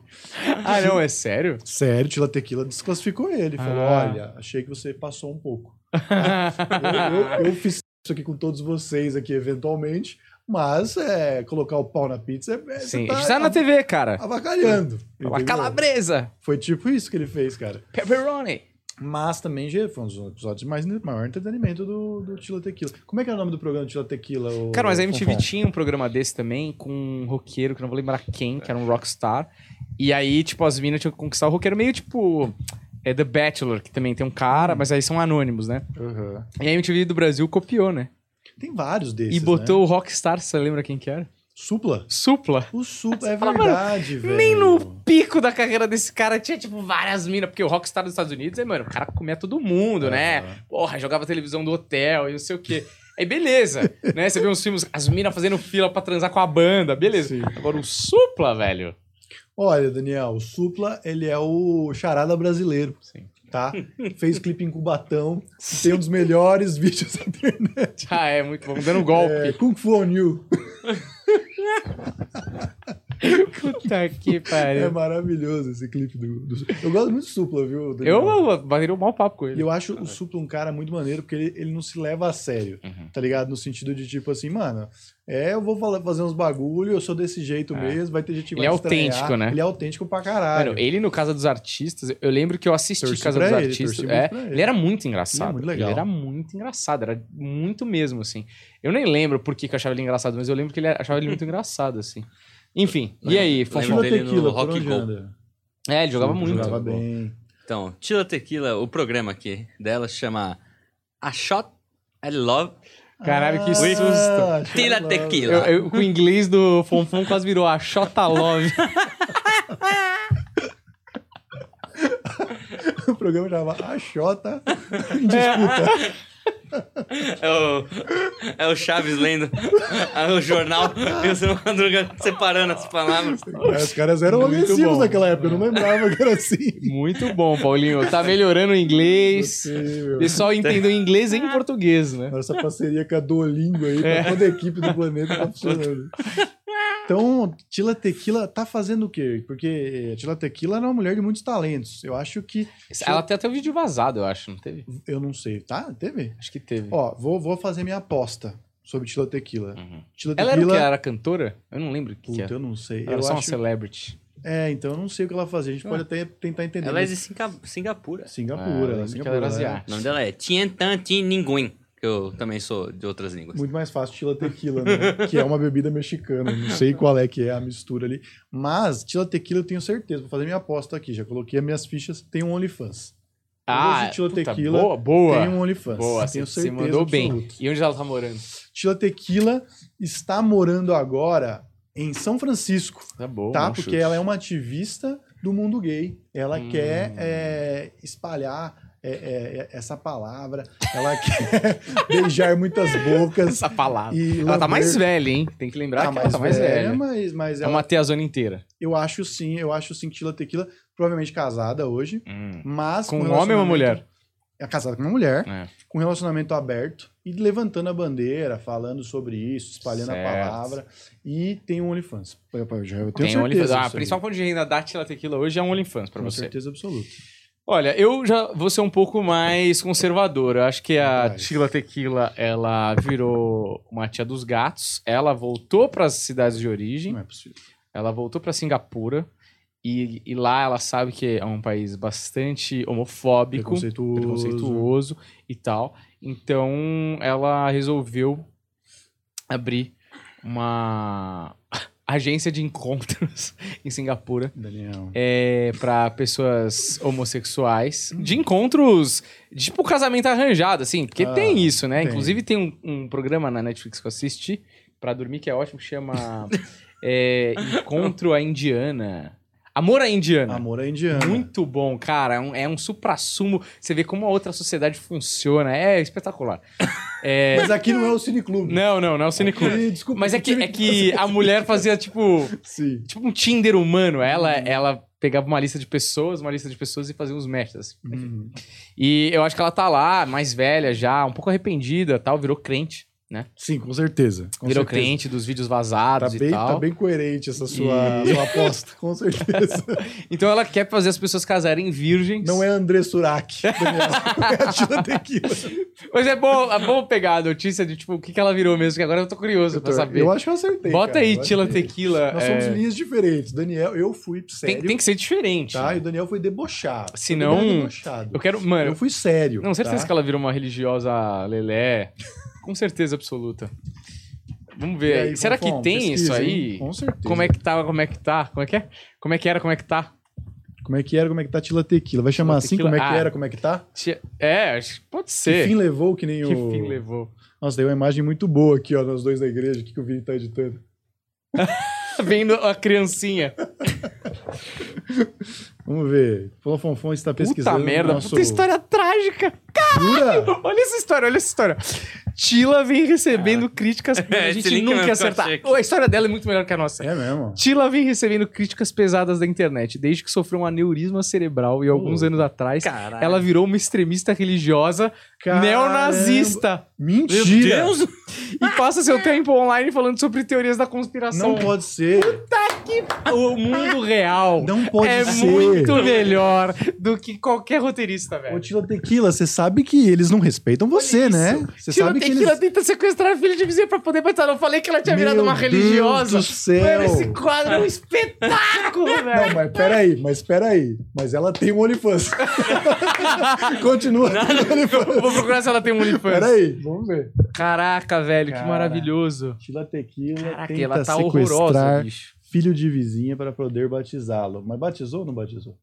Speaker 1: Ah, não, é sério?
Speaker 2: Sério, Tila Tequila desclassificou ele. Falou:
Speaker 1: Ah.
Speaker 2: olha, achei que você passou um pouco. Eu, eu- eu fiz isso aqui com todos vocês aqui, eventualmente, mas é, colocar o pau na pizza é. é- você
Speaker 1: Sim, a gente tá na TV, cara.
Speaker 2: Avacalhando.
Speaker 1: Uma
Speaker 2: entendeu?
Speaker 1: calabresa,
Speaker 2: Foi tipo isso que ele fez, cara.
Speaker 1: pepperoni.
Speaker 2: Mas também já foi um dos episódios mais maior entretenimento do, do Tila Tequila. Como é que era o nome do programa do Tila Tequila? ô
Speaker 1: Cara, mas a MTV
Speaker 2: Fonfon?
Speaker 1: tinha um programa desse também com um roqueiro, que eu não vou lembrar quem, que era um rockstar. E aí, tipo, as minas tinham que conquistar o roqueiro, meio tipo é The Bachelor, que também tem um
Speaker 2: Hum.
Speaker 1: cara, mas aí são anônimos, né?
Speaker 2: Aham.
Speaker 1: E a MTV do Brasil copiou, né?
Speaker 2: Tem vários desses.
Speaker 1: e botou o rockstar, você lembra quem que era?
Speaker 2: Né? Supla?
Speaker 1: Supla.
Speaker 2: O Supla, é
Speaker 1: fala,
Speaker 2: verdade, velho.
Speaker 1: Nem no pico da carreira desse cara tinha, tipo, várias minas, porque o rockstar dos Estados Unidos, é, mano, o cara comia todo mundo, né?
Speaker 2: Aham.
Speaker 1: Porra, jogava televisão do hotel e não sei o quê. Aí beleza, né? Você vê uns filmes, as minas fazendo fila pra transar com a banda, beleza.
Speaker 2: Sim.
Speaker 1: Agora o Supla, velho.
Speaker 2: Olha, Daniel, o Supla, ele é o charada brasileiro,
Speaker 1: Sim.
Speaker 2: tá? Fez clipe em Cubatão, tem um dos melhores vídeos da internet.
Speaker 1: Ah, é muito bom. Dando golpe.
Speaker 2: É, Kung Fu on You.
Speaker 1: Puta que
Speaker 2: É
Speaker 1: pariu.
Speaker 2: maravilhoso esse clipe do, do Supla. Eu gosto muito do Supla, viu, Daniel?
Speaker 1: Eu bateria um mau papo com
Speaker 2: E
Speaker 1: ele.
Speaker 2: eu acho o Supla um cara muito maneiro, porque ele, ele não se leva a sério,
Speaker 1: Uhum.
Speaker 2: tá ligado? No sentido de tipo assim, mano, é, eu vou fala- fazer uns bagulho, eu sou desse jeito
Speaker 1: É.
Speaker 2: mesmo, vai ter gente que
Speaker 1: Ele
Speaker 2: vai
Speaker 1: é
Speaker 2: estranhar.
Speaker 1: autêntico, né?
Speaker 2: Ele é autêntico pra caralho.
Speaker 1: Mano, ele no Casa dos Artistas, eu lembro que eu assisti
Speaker 2: Torci
Speaker 1: Casa
Speaker 2: pra
Speaker 1: dos
Speaker 2: ele,
Speaker 1: Artistas.
Speaker 2: torci muito
Speaker 1: É,
Speaker 2: pra ele.
Speaker 1: ele. era muito engraçado.
Speaker 2: Ele é muito legal.
Speaker 1: era muito engraçado, era muito mesmo, assim. Eu nem lembro por que, que eu achava ele engraçado, mas eu lembro que ele achava ele muito engraçado, assim. Enfim, e aí,
Speaker 2: O
Speaker 3: Lembro
Speaker 1: Fofão?
Speaker 2: Tila
Speaker 3: dele no
Speaker 2: Tequila, por
Speaker 3: Rock
Speaker 2: onde
Speaker 3: Go.
Speaker 2: anda?
Speaker 1: É, ele jogava muito.
Speaker 2: Jogava
Speaker 3: bom.
Speaker 2: bem.
Speaker 3: Então, Tila Tequila, o programa aqui dela chama A Shot I Love.
Speaker 1: Caralho, que
Speaker 2: Ah,
Speaker 1: susto.
Speaker 3: Tila
Speaker 2: Shalom.
Speaker 3: Tequila.
Speaker 1: Eu, eu- com o inglês do Fonfon quase virou a Shota Love.
Speaker 2: O programa chamava A Xota em disputa.
Speaker 3: É o, é o Chaves lendo é o jornal e o seu Madruga separando as palavras.
Speaker 2: Aí É, Os caras eram
Speaker 1: Muito
Speaker 2: agressivos
Speaker 1: bom. É.
Speaker 2: naquela época, eu não lembrava que era assim.
Speaker 1: Muito bom, Paulinho. Tá melhorando o inglês.
Speaker 2: Possível.
Speaker 1: O pessoal entendeu inglês e
Speaker 2: Ah.
Speaker 1: em português, né?
Speaker 2: Nossa parceria com a Duolingo aí,
Speaker 1: É.
Speaker 2: com toda a equipe do planeta tá funcionando. Então, Tila Tequila tá fazendo o quê? Porque eh, Tila Tequila era uma mulher de muitos talentos. Eu acho que.
Speaker 1: Ela tem até o vídeo vazado, eu acho, não teve?
Speaker 2: Eu não sei, tá? Teve?
Speaker 1: Acho que teve.
Speaker 2: Ó, vou, vou fazer minha aposta sobre Tila Tequila.
Speaker 1: Uhum.
Speaker 2: Tila
Speaker 1: Ela era o
Speaker 2: Tequila.
Speaker 1: que? Ela era cantora? Eu não lembro o que, que
Speaker 2: Puta,
Speaker 1: era.
Speaker 2: eu não sei.
Speaker 1: Ela era
Speaker 2: eu
Speaker 1: só uma
Speaker 2: acho-
Speaker 1: celebrity.
Speaker 2: É, então eu não sei o que ela fazia. A gente pode até tentar entender.
Speaker 3: Ela é
Speaker 2: mas-
Speaker 3: de Singa- Singapura.
Speaker 2: Singapura,
Speaker 1: Ah, eu
Speaker 2: ela é
Speaker 1: lembro que ela
Speaker 2: Singapura.
Speaker 1: era
Speaker 2: né?
Speaker 1: asiática.
Speaker 3: O nome dela é Tien Tan Tin Ninguém, que eu também sou de outras línguas.
Speaker 2: Muito mais fácil Tila Tequila, né? que é uma bebida mexicana. Não sei qual é que é a mistura ali. Mas Tila Tequila eu tenho certeza. Vou fazer minha aposta aqui. Já coloquei as minhas fichas. Tem um OnlyFans.
Speaker 1: Ah,
Speaker 2: Hoje, Tila
Speaker 1: puta,
Speaker 2: Tequila
Speaker 1: boa, boa.
Speaker 2: Tem um OnlyFans.
Speaker 1: Boa,
Speaker 2: tenho
Speaker 1: você
Speaker 2: certeza
Speaker 1: mandou bem.
Speaker 2: absoluta.
Speaker 1: E onde ela tá morando?
Speaker 2: Tila Tequila está morando agora em São Francisco,
Speaker 1: Tá boa.
Speaker 2: tá?
Speaker 1: bom
Speaker 2: Porque
Speaker 1: chute.
Speaker 2: ela é uma ativista do mundo gay. Ela
Speaker 1: Hum.
Speaker 2: quer é, espalhar é, é, é, essa palavra. Ela quer beijar muitas bocas.
Speaker 1: Essa palavra.
Speaker 2: E
Speaker 1: Ela tá
Speaker 2: lamber-
Speaker 1: mais velha, hein? Tem que lembrar que ela tá mais velha.
Speaker 2: Mas, mas
Speaker 1: É
Speaker 2: ela-
Speaker 1: uma teazona inteira.
Speaker 2: eu acho sim, eu acho sim Tila Tequila provavelmente casada hoje,
Speaker 3: Hum.
Speaker 2: mas
Speaker 1: Com um homem ou uma
Speaker 2: relacionamento-
Speaker 1: mulher?
Speaker 2: É casada com uma mulher,
Speaker 1: É.
Speaker 2: com relacionamento aberto e levantando a bandeira, falando sobre isso, espalhando
Speaker 1: Certo.
Speaker 2: a palavra e tem um OnlyFans. Eu, eu já- eu tenho
Speaker 1: Tem
Speaker 2: certeza.
Speaker 1: OnlyFans. Ah, a
Speaker 2: disso aí.
Speaker 1: principal fonte de renda da Tila Tequila hoje é um OnlyFans pra
Speaker 2: Com
Speaker 1: você.
Speaker 2: certeza absoluta.
Speaker 1: Olha, eu já vou ser um pouco mais conservador. Eu acho que a
Speaker 2: Vai.
Speaker 1: Tila Tequila, ela virou uma tia dos gatos. Ela voltou para as cidades de origem.
Speaker 2: Não é possível.
Speaker 1: Ela voltou para Singapura. E, e lá ela sabe que é um país bastante homofóbico,
Speaker 2: Preconceituoso.
Speaker 1: preconceituoso e tal. Então ela resolveu abrir uma agência de encontros em Singapura
Speaker 2: Daniel.
Speaker 1: é, para pessoas homossexuais de encontros de, tipo casamento arranjado, assim, porque
Speaker 2: Ah,
Speaker 1: tem isso, né?
Speaker 2: tem.
Speaker 1: Inclusive tem um, um programa na Netflix que eu assisti pra dormir que é ótimo, que chama é, Encontro à Indiana. Amor à Indiana.
Speaker 2: Amor é à Indiana.
Speaker 1: Muito bom, cara. É um, é um supra-sumo. Você vê como a outra sociedade funciona. É espetacular. É,
Speaker 2: Mas aqui não é o cineclube.
Speaker 1: Não, não, não é o Cineclube.
Speaker 2: Aqui, desculpa,
Speaker 1: Mas é
Speaker 2: eu
Speaker 1: que,
Speaker 2: tive
Speaker 1: é que a mulher fazia tipo,
Speaker 2: Sim.
Speaker 1: tipo um Tinder humano. Ela, ela pegava uma lista de pessoas, uma lista de pessoas e fazia uns matches. assim.
Speaker 2: Uhum.
Speaker 1: E eu acho que ela tá lá, mais velha já, um pouco arrependida tal, virou crente, né?
Speaker 2: Sim, com certeza. com
Speaker 1: virou
Speaker 2: certeza.
Speaker 1: crente dos vídeos
Speaker 2: Tá
Speaker 1: vazados e
Speaker 2: bem,
Speaker 1: tal.
Speaker 2: tá bem coerente essa sua, sua aposta, com certeza.
Speaker 1: Então ela quer fazer as pessoas casarem virgens.
Speaker 2: Não é André Surak, Daniel. É a Tina Tequila.
Speaker 1: Mas é bom, é bom pegar a notícia de tipo o que, que ela virou mesmo, que agora eu tô curioso pra saber.
Speaker 2: Eu acho que eu acertei.
Speaker 1: Bota
Speaker 2: cara.
Speaker 1: aí,
Speaker 2: Eu acho
Speaker 1: Tila
Speaker 2: que-
Speaker 1: Tequila.
Speaker 2: Nós
Speaker 1: é,
Speaker 2: somos linhas diferentes. Daniel, eu fui sério.
Speaker 1: tem, tem que ser diferente.
Speaker 2: Tá?
Speaker 1: né?
Speaker 2: E o Daniel foi debochado.
Speaker 1: Se
Speaker 2: O Daniel é
Speaker 1: não,
Speaker 2: debochado.
Speaker 1: Eu quero.
Speaker 2: Eu,
Speaker 1: Mano,
Speaker 2: fui sério.
Speaker 1: não, certeza
Speaker 2: tá?
Speaker 1: que ela virou uma religiosa lelé. Com certeza absoluta. Vamos ver
Speaker 2: E
Speaker 1: aí.
Speaker 2: aí,
Speaker 1: É, Será que
Speaker 2: Fonfon,
Speaker 1: tem
Speaker 2: pesquisa,
Speaker 1: isso
Speaker 2: hein?
Speaker 1: aí?
Speaker 2: Com certeza.
Speaker 1: Como é que tá, como é que tá? Como é que é? Como é que era, como é que tá?
Speaker 2: Como é que era, como é que tá Tila Tequila? Vai chamar
Speaker 1: Tila
Speaker 2: assim,
Speaker 1: Tequila?
Speaker 2: como é que
Speaker 1: Ah.
Speaker 2: era, como é que tá?
Speaker 1: Tia- É, acho que pode
Speaker 2: Que
Speaker 1: ser.
Speaker 2: fim levou, que nem
Speaker 1: Que
Speaker 2: o...
Speaker 1: fim levou?
Speaker 2: Nossa, tem uma imagem muito boa aqui, ó, nós dois na igreja, que, que o Vini tá editando.
Speaker 1: Vendo a criancinha.
Speaker 2: Vamos ver. Fala Fonfon está pesquisando.
Speaker 1: Puta merda,
Speaker 2: nosso...
Speaker 1: puta história trágica.
Speaker 2: Jura?
Speaker 1: Olha essa história, olha essa história. Tila vem recebendo críticas.
Speaker 3: É,
Speaker 1: a
Speaker 3: esse
Speaker 1: gente
Speaker 3: link
Speaker 1: nunca
Speaker 3: mesmo
Speaker 1: ia
Speaker 3: que eu
Speaker 1: acertar.
Speaker 3: achei aqui.
Speaker 1: Oh, A história dela é muito melhor que a nossa.
Speaker 2: É mesmo.
Speaker 1: Tila vem recebendo críticas pesadas da internet. Desde que sofreu um aneurisma cerebral e alguns
Speaker 2: Pô.
Speaker 1: anos atrás,
Speaker 3: Caralho.
Speaker 1: ela virou uma extremista religiosa neonazista.
Speaker 3: Meu
Speaker 2: Mentira!
Speaker 3: Deus!
Speaker 1: E passa seu tempo online falando sobre teorias da conspiração.
Speaker 2: Não pode ser.
Speaker 1: O mundo real
Speaker 2: Não pode
Speaker 1: é
Speaker 2: ser.
Speaker 1: muito melhor do que qualquer roteirista,
Speaker 2: Ô,
Speaker 1: velho.
Speaker 2: Tila Tequila, você sabe que eles não respeitam você, né? Você
Speaker 1: Tila
Speaker 2: sabe que
Speaker 1: Tequila
Speaker 2: eles...
Speaker 1: tenta sequestrar a filha de vizinha pra poder matar. Eu falei que ela tinha virado
Speaker 2: Meu
Speaker 1: uma
Speaker 2: Deus
Speaker 1: religiosa.
Speaker 2: do céu.
Speaker 1: Mano, esse quadro é um espetáculo,
Speaker 2: Não,
Speaker 1: velho.
Speaker 2: mas peraí, mas peraí. Mas ela tem um OnlyFans. Continua tendo
Speaker 1: Eu
Speaker 2: OnlyFans.
Speaker 1: Vou procurar se ela tem um OnlyFans.
Speaker 2: Peraí, vamos ver.
Speaker 1: Caraca, velho, que
Speaker 2: Cara.
Speaker 1: maravilhoso.
Speaker 2: Tila Tequila
Speaker 1: Caraca,
Speaker 2: tenta
Speaker 1: ela tá horrorosa,
Speaker 2: sequestrar
Speaker 1: bicho.
Speaker 2: filho de vizinha para poder batizá-lo. Mas batizou ou não batizou?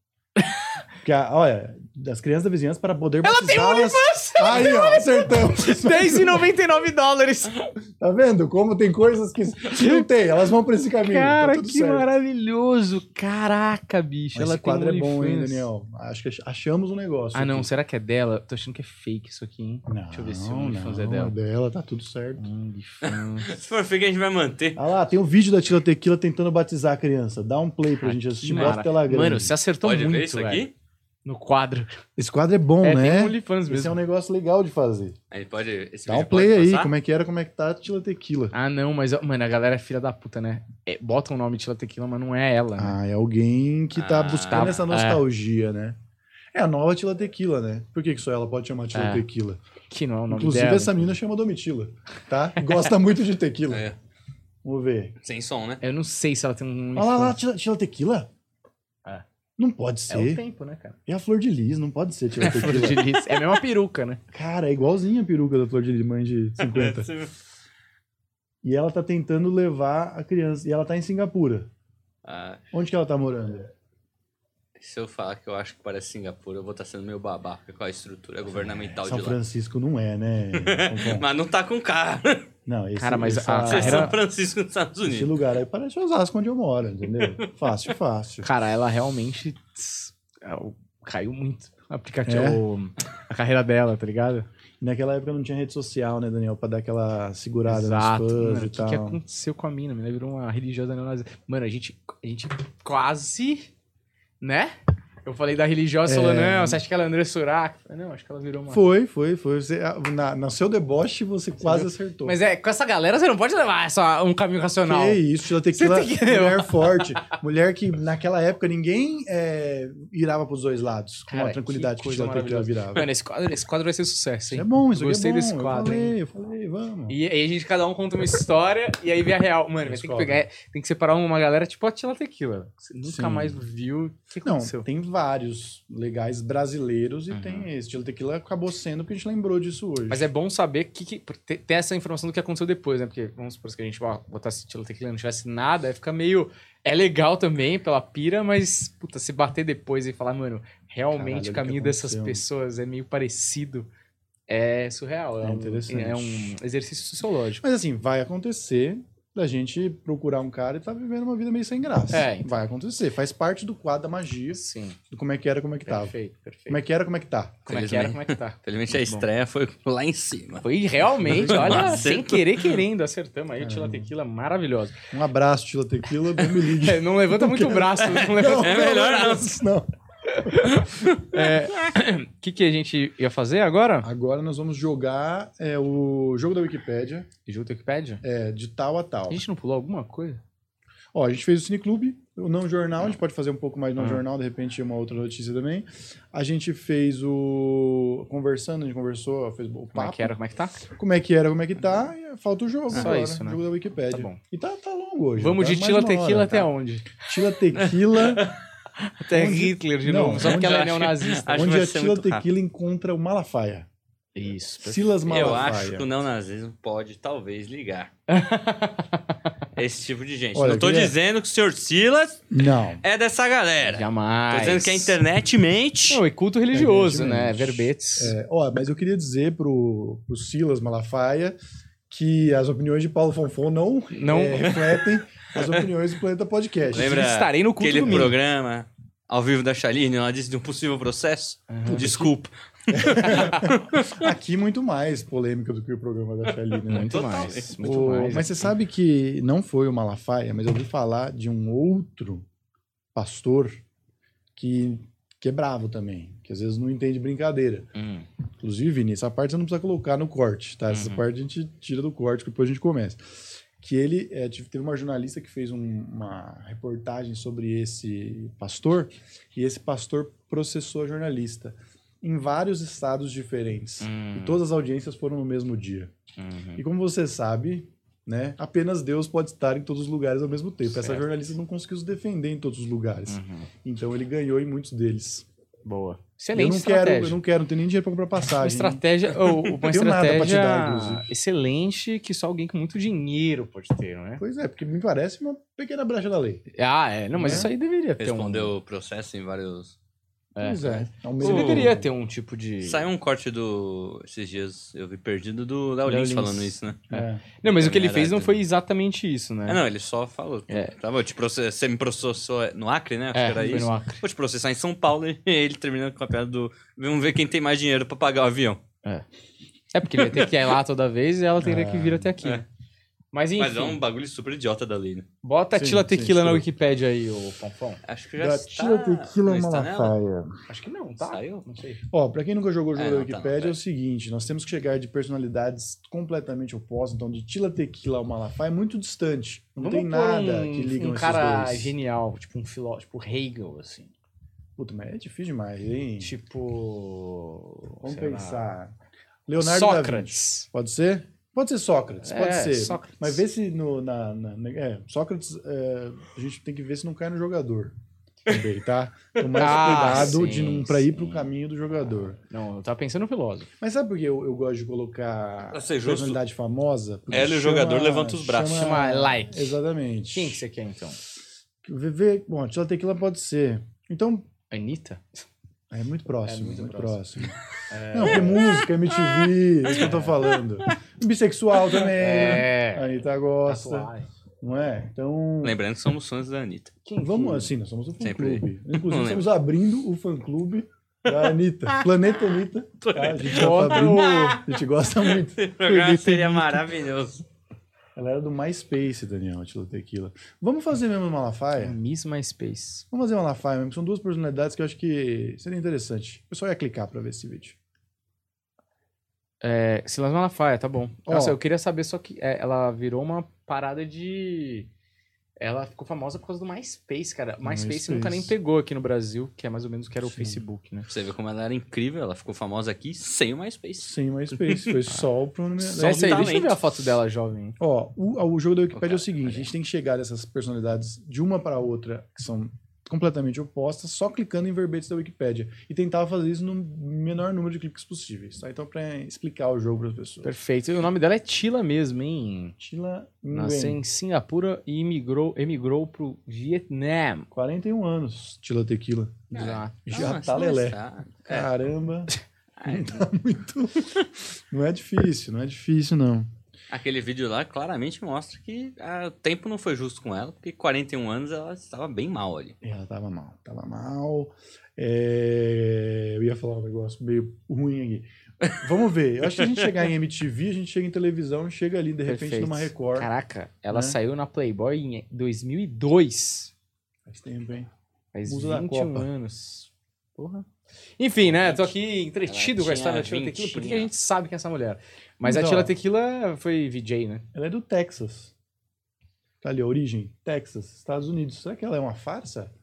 Speaker 2: Porque, a- olha, das crianças da vizinhança para poder batizá-las... Ela tem Aí, ó, acertamos.
Speaker 1: 10,99 dólares.
Speaker 2: Tá vendo? Como tem coisas que que não tem, elas vão pra esse caminho. tá
Speaker 1: Cara,
Speaker 2: tudo
Speaker 1: que
Speaker 2: certo.
Speaker 1: maravilhoso. Caraca, bicho.
Speaker 2: Mas
Speaker 1: ela
Speaker 2: esse quadro
Speaker 1: tem um
Speaker 2: é bom, hein,
Speaker 1: OnlyFans.
Speaker 2: Daniel? Acho que ach- achamos um negócio.
Speaker 1: Ah, não.
Speaker 2: aqui.
Speaker 1: Será que é dela? Tô achando que é fake isso aqui, hein?
Speaker 2: não.
Speaker 1: Deixa eu ver se o OnlyFans é
Speaker 2: não,
Speaker 1: dela.
Speaker 2: tá tudo certo.
Speaker 1: OnlyFans.
Speaker 3: Se for fake, a gente vai manter.
Speaker 2: Ah lá, tem um vídeo da Tila Tequila tentando batizar a criança. Dá um play pra gente assistir. Bota a tela Tá grande.
Speaker 1: Ah, Mano, você acertou
Speaker 3: Pode
Speaker 1: muito,
Speaker 3: ver isso
Speaker 1: velho.
Speaker 3: aqui?
Speaker 1: No quadro.
Speaker 2: Esse quadro é bom,
Speaker 1: é, tem um
Speaker 2: né?
Speaker 1: OnlyFans
Speaker 2: Esse é
Speaker 1: mesmo.
Speaker 2: um negócio legal de fazer.
Speaker 3: Aí pode. Esse
Speaker 2: Dá
Speaker 3: vídeo
Speaker 2: um play
Speaker 3: pode
Speaker 2: aí,
Speaker 3: passar?
Speaker 2: como é que era, como é que tá a Tila Tequila.
Speaker 1: Ah, não, mas, ó, mano, a galera é filha da puta, né? É, bota o nome Tila Tequila, mas não é ela, né?
Speaker 2: Ah, é alguém que tá
Speaker 3: Ah,
Speaker 2: buscando
Speaker 1: tá.
Speaker 2: essa nostalgia, né? É a nova Tila Tequila, né? Por que, que só ela pode chamar Tila
Speaker 1: É.
Speaker 2: Tequila?
Speaker 1: Que não é o nome
Speaker 2: Inclusive,
Speaker 1: dela.
Speaker 2: essa menina chama Domitila, tá? Gosta muito de tequila.
Speaker 3: É,
Speaker 2: Vamos ver.
Speaker 3: sem som, né?
Speaker 1: Eu não sei se ela tem um
Speaker 2: Olha lá, lá,
Speaker 1: OnlyFans.
Speaker 2: tira, tira tequila?
Speaker 1: É.
Speaker 2: Não pode
Speaker 1: É o
Speaker 2: ser.
Speaker 1: tempo, né, cara?
Speaker 2: É, a Flor de Lis, não pode ser tira
Speaker 1: Flor
Speaker 2: tequila.
Speaker 1: de lis. É a mesma peruca, né?
Speaker 2: Cara, é igualzinha a peruca da Flor de Lis, mãe de
Speaker 1: É,
Speaker 3: É,
Speaker 2: 50. e ela tá tentando levar a criança. E ela tá em Singapura.
Speaker 3: Ah,
Speaker 2: Onde que ela tá morando?
Speaker 3: se eu falar que eu acho que parece Singapura, eu vou estar sendo meio babaca com a estrutura
Speaker 1: Tá
Speaker 3: governamental
Speaker 2: São
Speaker 3: de lá.
Speaker 2: Francisco não é, né? Bom,
Speaker 3: Mas não tá com cara.
Speaker 2: não, esse,
Speaker 1: Cara, mas
Speaker 2: essa-
Speaker 1: a-
Speaker 3: Isso é
Speaker 1: era-
Speaker 3: São Francisco nos Estados
Speaker 2: esse
Speaker 3: Unidos.
Speaker 2: lugar aí parece Osasco onde eu moro, entendeu? fácil, fácil.
Speaker 1: Cara, ela realmente tss, é, o- caiu muito. O aplicativo,
Speaker 2: É?
Speaker 1: o- a carreira dela, tá ligado?
Speaker 2: Naquela época não tinha rede social, né, Daniel? Pra dar aquela segurada
Speaker 1: Exato.
Speaker 2: nos fãs
Speaker 1: Mano,
Speaker 2: e
Speaker 1: o que,
Speaker 2: tal.
Speaker 1: que aconteceu com a mina? A mina virou uma religiosa neonazista. Mano, a gente, a gente quase, né? Eu falei da religiosa,
Speaker 2: É.
Speaker 1: falou, não, você acha que ela é André Surak? Eu falei, Não, acho que ela virou uma...
Speaker 2: Foi, foi, foi. Você, ah, na, no seu deboche, você quase acertou.
Speaker 1: Mas é, com essa galera você não pode levar só um caminho racional.
Speaker 2: Que é isso, Tila Tequila,
Speaker 1: Você tem que-
Speaker 2: mulher forte. Mulher que naquela época ninguém é, virava pros dois lados. Com
Speaker 1: Cara,
Speaker 2: a tranquilidade
Speaker 1: que
Speaker 2: que,
Speaker 1: coisa
Speaker 2: Tila Tequila virava.
Speaker 1: Mano, esse quadro, esse quadro vai ser sucesso, hein?
Speaker 2: É bom, isso aqui
Speaker 1: Gostei
Speaker 2: é bom.
Speaker 1: desse quadro,
Speaker 2: eu
Speaker 1: hein?
Speaker 2: falei, eu falei, vamos.
Speaker 1: E aí a gente, cada um conta uma história e aí vê a real. Mano, mas
Speaker 2: Esse
Speaker 1: tem que
Speaker 2: quadro.
Speaker 1: pegar, tem que separar uma galera tipo a Tila Tequila. Você nunca
Speaker 2: Sim.
Speaker 1: mais viu o que
Speaker 2: Não,
Speaker 1: aconteceu.
Speaker 2: tem vários legais brasileiros e
Speaker 1: Uhum.
Speaker 2: tem esse. Tila Tequila acabou sendo porque a gente lembrou disso hoje.
Speaker 1: Mas é bom saber que, que- ter ter essa informação do que aconteceu depois, né? Porque vamos supor que a gente ó, botasse Tila Tequila e não tivesse nada, aí fica meio. É legal também pela pira, mas, puta, se bater depois e falar, mano,
Speaker 2: Caralho, olha
Speaker 1: realmente
Speaker 2: o que
Speaker 1: o caminho dessas
Speaker 2: aconteceu.
Speaker 1: pessoas é meio parecido, é surreal. É,
Speaker 2: É
Speaker 1: um-
Speaker 2: interessante.
Speaker 1: é um exercício sociológico.
Speaker 2: Mas assim, vai acontecer. da gente procurar um cara e tá vivendo uma vida meio sem graça.
Speaker 1: É, então.
Speaker 2: Vai acontecer. Faz parte do quadro da magia,
Speaker 1: Sim,
Speaker 2: do como é que era, como é que tava.
Speaker 1: perfeito, perfeito.
Speaker 2: Como é que era, como é que tá.
Speaker 1: Como é que era,
Speaker 3: Felizmente.
Speaker 1: como é que tá?
Speaker 3: Felizmente a
Speaker 1: Muito bom.
Speaker 3: estreia foi lá em cima.
Speaker 1: Foi realmente, olha,
Speaker 3: Acertou.
Speaker 1: sem querer querendo, acertamos aí, Tila
Speaker 2: Caramba.
Speaker 1: Tequila, maravilhosa.
Speaker 2: Um abraço, Tila Tequila, não me ligue.
Speaker 1: É, não levanta muito o braço, não levanta
Speaker 3: É melhor não.
Speaker 2: não.
Speaker 1: O que, que a gente ia fazer agora?
Speaker 2: Agora nós vamos jogar é, o jogo da Wikipédia
Speaker 1: Junto Wikipedia?
Speaker 2: é, de tal a tal.
Speaker 1: A gente não pulou alguma coisa?
Speaker 2: Ó, a gente fez o Cineclube, o Não Jornal, a gente pode fazer um pouco mais de Não
Speaker 1: Ah.
Speaker 2: Jornal, de repente uma outra notícia também. A gente fez o Conversando, a gente conversou, fez o papo.
Speaker 1: Como é que era, como é que tá?
Speaker 2: como é que era, como é que tá, e falta o jogo
Speaker 1: Só
Speaker 2: agora,
Speaker 1: isso, né?
Speaker 2: o jogo da Wikipédia.
Speaker 1: Tá bom.
Speaker 2: E tá, tá longo hoje.
Speaker 1: Vamos
Speaker 2: tá
Speaker 1: de
Speaker 2: mais
Speaker 1: Tila
Speaker 2: uma hora,
Speaker 1: Tequila até
Speaker 2: tá?
Speaker 1: onde?
Speaker 2: Tila Tequila...
Speaker 1: Até
Speaker 2: Onde-
Speaker 1: Hitler de
Speaker 2: Não,
Speaker 1: novo, só porque
Speaker 2: onde-
Speaker 1: ela é neonazista.
Speaker 3: Acho que
Speaker 2: onde
Speaker 3: vai
Speaker 2: a
Speaker 3: ser
Speaker 2: Tila
Speaker 3: muito rápido.
Speaker 2: Tequila encontra o Malafaia.
Speaker 1: Isso.
Speaker 2: Silas
Speaker 3: Eu
Speaker 2: Malafaia.
Speaker 3: acho que o neonazismo pode talvez ligar. Esse tipo de gente.
Speaker 2: Olha,
Speaker 3: Não tô
Speaker 2: Guilherme.
Speaker 3: dizendo que o senhor Silas
Speaker 2: Não.
Speaker 3: é dessa galera.
Speaker 1: Jamais.
Speaker 3: Tô dizendo
Speaker 2: é
Speaker 3: que é a internet mente.
Speaker 1: é Não, e culto religioso,
Speaker 2: Evidentemente.
Speaker 1: né? Verbetes.
Speaker 2: É, ó, mas eu queria dizer pro, pro Silas Malafaia que as opiniões de Paulo Fonfon não,
Speaker 1: Não.
Speaker 2: é, refletem as opiniões do Planeta Podcast.
Speaker 3: Lembra
Speaker 1: Estarei no culto
Speaker 3: Aquele
Speaker 1: domingo.
Speaker 3: programa ao vivo da Shaline, ela disse de um possível processo.
Speaker 1: Aham.
Speaker 3: Desculpa.
Speaker 2: Aqui muito mais polêmica do que o programa da Shelly, né?
Speaker 1: Muito
Speaker 3: Total.
Speaker 1: mais. Muito
Speaker 2: O-
Speaker 1: mais.
Speaker 2: Mas você sabe que não foi o Malafaia, mas eu ouvi falar de um outro pastor que, que é bravo também, que às vezes não entende brincadeira.
Speaker 1: Hum.
Speaker 2: Inclusive, Vini, essa parte você não precisa colocar no corte, tá? Essa
Speaker 1: Uhum.
Speaker 2: parte a gente tira do corte, que depois a gente começa. Que ele é, tive- teve uma jornalista que fez um- uma reportagem sobre esse pastor, e esse pastor processou a jornalista em vários estados diferentes. E
Speaker 1: Hum.
Speaker 2: todas as audiências foram no mesmo dia.
Speaker 1: Uhum.
Speaker 2: E como você sabe, né, apenas Deus pode estar em todos os lugares ao mesmo tempo. Essa
Speaker 1: Certo.
Speaker 2: jornalista não conseguiu se defender em todos os lugares.
Speaker 1: Uhum.
Speaker 2: Então ele ganhou em muitos deles.
Speaker 1: Boa.
Speaker 2: eu
Speaker 1: Excelente
Speaker 2: não
Speaker 1: estratégia.
Speaker 2: quero, eu não quero, não tenho nem dinheiro pra comprar
Speaker 1: Uma
Speaker 2: passagem. hein?
Speaker 1: estratégia, ou uma
Speaker 2: Tenho nada pra te
Speaker 1: estratégia
Speaker 2: dar, inclusive.
Speaker 1: excelente que só alguém com muito dinheiro pode ter, não é?
Speaker 2: Pois é, porque me parece uma pequena brecha da lei.
Speaker 1: Ah, é. Não, mas
Speaker 2: Né?
Speaker 1: isso aí deveria ter
Speaker 3: Respondeu o processo em vários.
Speaker 1: um... É.
Speaker 2: Pois é. Ao
Speaker 1: Você
Speaker 2: mesmo
Speaker 1: deveria
Speaker 2: tempo.
Speaker 1: ter um tipo de...
Speaker 3: Saiu um corte do. Esses dias eu vi perdido do Léo
Speaker 1: Léo
Speaker 3: Lins
Speaker 1: Lins.
Speaker 3: falando isso, né?
Speaker 2: É.
Speaker 1: Não, mas o que ele
Speaker 3: Era-
Speaker 1: fez não foi exatamente isso, né?
Speaker 3: É, não, ele só falou.
Speaker 1: É.
Speaker 3: Tá bom, eu te processo, você me processou no Acre, né? Acho
Speaker 1: É,
Speaker 3: que era
Speaker 1: foi
Speaker 3: isso.
Speaker 1: no Acre.
Speaker 3: Vou te processar em São Paulo e ele terminando com a piada do. Vamos ver quem tem mais dinheiro pra pagar o avião.
Speaker 1: É, porque ele ia ter que ir lá toda vez e ela teria que vir até aqui.
Speaker 3: É.
Speaker 1: né? Mas enfim,
Speaker 3: Mas é um bagulho super idiota da lei, né?
Speaker 1: bota a
Speaker 2: Sim,
Speaker 1: Tila
Speaker 2: sim,
Speaker 1: Tequila na
Speaker 2: sim.
Speaker 1: Wikipédia aí, ô Pompom.
Speaker 3: Acho que já
Speaker 2: Da
Speaker 3: está.
Speaker 2: tira tequila
Speaker 3: não está nela?
Speaker 2: malafaia.
Speaker 1: Acho que não, tá?
Speaker 3: Saiu?
Speaker 1: Não sei.
Speaker 2: Ó, pra quem nunca jogou o jogo
Speaker 3: É,
Speaker 2: da
Speaker 3: não, tá, não,
Speaker 2: Wikipédia, é
Speaker 3: pera.
Speaker 2: o seguinte: nós temos que chegar de personalidades completamente opostas. Então, de Tila Tequila ao Malafaia é muito distante. Não
Speaker 1: Vamos
Speaker 2: tem
Speaker 1: pôr
Speaker 2: nada
Speaker 1: um,
Speaker 2: que liga
Speaker 1: um
Speaker 2: esses
Speaker 1: cara
Speaker 2: dois.
Speaker 1: genial, tipo um filósofo, tipo Hegel, assim.
Speaker 2: Puta, mas é difícil demais, hein?
Speaker 1: Tipo...
Speaker 2: Vamos
Speaker 1: sei lá,
Speaker 2: pensar. Leonardo da Vinci.
Speaker 1: Sócrates.
Speaker 2: Pode ser? Pode ser Sócrates, pode
Speaker 1: É,
Speaker 2: ser.
Speaker 1: Sócrates.
Speaker 2: Mas vê se no. Na, na- na- é, Sócrates, é, a gente tem que ver se não cai no jogador. Também, tá? Tomar
Speaker 1: Ah,
Speaker 2: cuidado de
Speaker 1: sim,
Speaker 2: não pra ir pro
Speaker 1: sim.
Speaker 2: caminho do jogador.
Speaker 1: Não, eu tava pensando no filósofo.
Speaker 2: Mas sabe por que eu, eu gosto de colocar
Speaker 3: Pra ser justo,
Speaker 2: personalidade famosa? Porque
Speaker 3: ela e o jogador levanta os braços.
Speaker 1: Chama like.
Speaker 2: Exatamente.
Speaker 1: Quem que você quer, então?
Speaker 2: Vê- vê- bom, a Tila Tequila pode ser. Então,
Speaker 1: Anitta?
Speaker 2: é muito próximo,
Speaker 1: É muito
Speaker 2: muito, próximo.
Speaker 3: É.
Speaker 2: Não, porque música, MTV, é isso que eu tô falando. Bissexual também. A
Speaker 1: É.
Speaker 2: Anitta gosta.
Speaker 1: tatuagem.
Speaker 2: Não é? Então.
Speaker 3: Lembrando que somos fãs da Anitta.
Speaker 1: Quem
Speaker 2: Vamos
Speaker 1: que-
Speaker 2: assim, nós somos um fã
Speaker 3: Sempre.
Speaker 2: clube.
Speaker 3: Não
Speaker 2: Inclusive, estamos abrindo o fã clube da Anitta. Planeta Anitta. tá? A gente já tá
Speaker 1: Bota
Speaker 2: abrindo.
Speaker 1: o-
Speaker 2: A gente gosta muito.
Speaker 3: Esse programa seria maravilhoso.
Speaker 2: Ela era do MySpace, Daniel, Tila Tequila. Vamos fazer mesmo uma Malafaia?
Speaker 1: é? Miss MySpace.
Speaker 2: Vamos fazer uma Malafaia mesmo, que são duas personalidades que eu acho que seria interessante. O pessoal ia clicar pra ver esse vídeo.
Speaker 1: É, Silas Malafaia, tá bom.
Speaker 2: Ó.
Speaker 1: Nossa, eu queria saber só que é, ela virou uma parada de... Ela ficou famosa por causa do MySpace, cara. MySpace,
Speaker 2: MySpace.
Speaker 1: nunca nem pegou aqui no Brasil, que é mais ou menos o que era o
Speaker 2: Sim.
Speaker 1: Facebook, né?
Speaker 3: Você vê como ela era incrível, ela ficou famosa aqui sem o MySpace.
Speaker 2: Sem MySpace, foi só o pronome.
Speaker 1: Nossa,
Speaker 3: Só
Speaker 1: aí, deixa eu
Speaker 3: talento.
Speaker 1: ver a foto dela jovem.
Speaker 2: Ó, o, o jogo da Wikipédia é
Speaker 3: Cara,
Speaker 2: o seguinte: a gente tem que chegar dessas personalidades de uma para outra, que são completamente opostas, só clicando em verbetes da Wikipédia. E tentar fazer isso no menor número de cliques possíveis. Tá? Então, para explicar o jogo para as pessoas.
Speaker 1: Perfeito. E o nome dela é Tila mesmo, hein?
Speaker 2: Tila
Speaker 1: Nasceu
Speaker 2: Nguyen,
Speaker 1: em Singapura e emigrou, emigrou pro Vietnã. Ah,
Speaker 2: 41 anos, Tila Tequila.
Speaker 1: Exato.
Speaker 2: Já
Speaker 3: mas
Speaker 2: tá
Speaker 3: Ah, não assim,
Speaker 2: lelé.
Speaker 3: está. É.
Speaker 2: Caramba,
Speaker 3: Ai,
Speaker 2: tá muito. Não é difícil, não é difícil, não.
Speaker 3: Aquele vídeo lá claramente mostra que ah, o tempo não foi justo com ela, porque 41 anos ela estava bem mal ali.
Speaker 2: Ela É, tava mal, tava mal. É, Eu ia falar um negócio meio ruim aqui. Vamos ver. Eu acho que a gente chegar em MTV, a gente chega em televisão, chega ali, de repente,
Speaker 1: Perfeito.
Speaker 2: numa Record.
Speaker 1: Caraca, ela
Speaker 2: Né?
Speaker 1: saiu na Playboy em 2002.
Speaker 2: Faz tempo, hein?
Speaker 1: Faz
Speaker 2: Musa da
Speaker 1: 21
Speaker 2: Copa.
Speaker 1: anos. Porra. Enfim, né? Tô aqui
Speaker 3: Ela
Speaker 1: entretido com a história da
Speaker 3: tinha
Speaker 1: Tila Tequila, porque a
Speaker 3: vintinha.
Speaker 1: gente sabe quem é essa mulher. Mas a
Speaker 2: um. Então.
Speaker 1: Tila Tequila foi VJ, né?
Speaker 2: Ela é do Texas. Tá ali, a origem. Texas, Estados Unidos. Será que ela é uma farsa?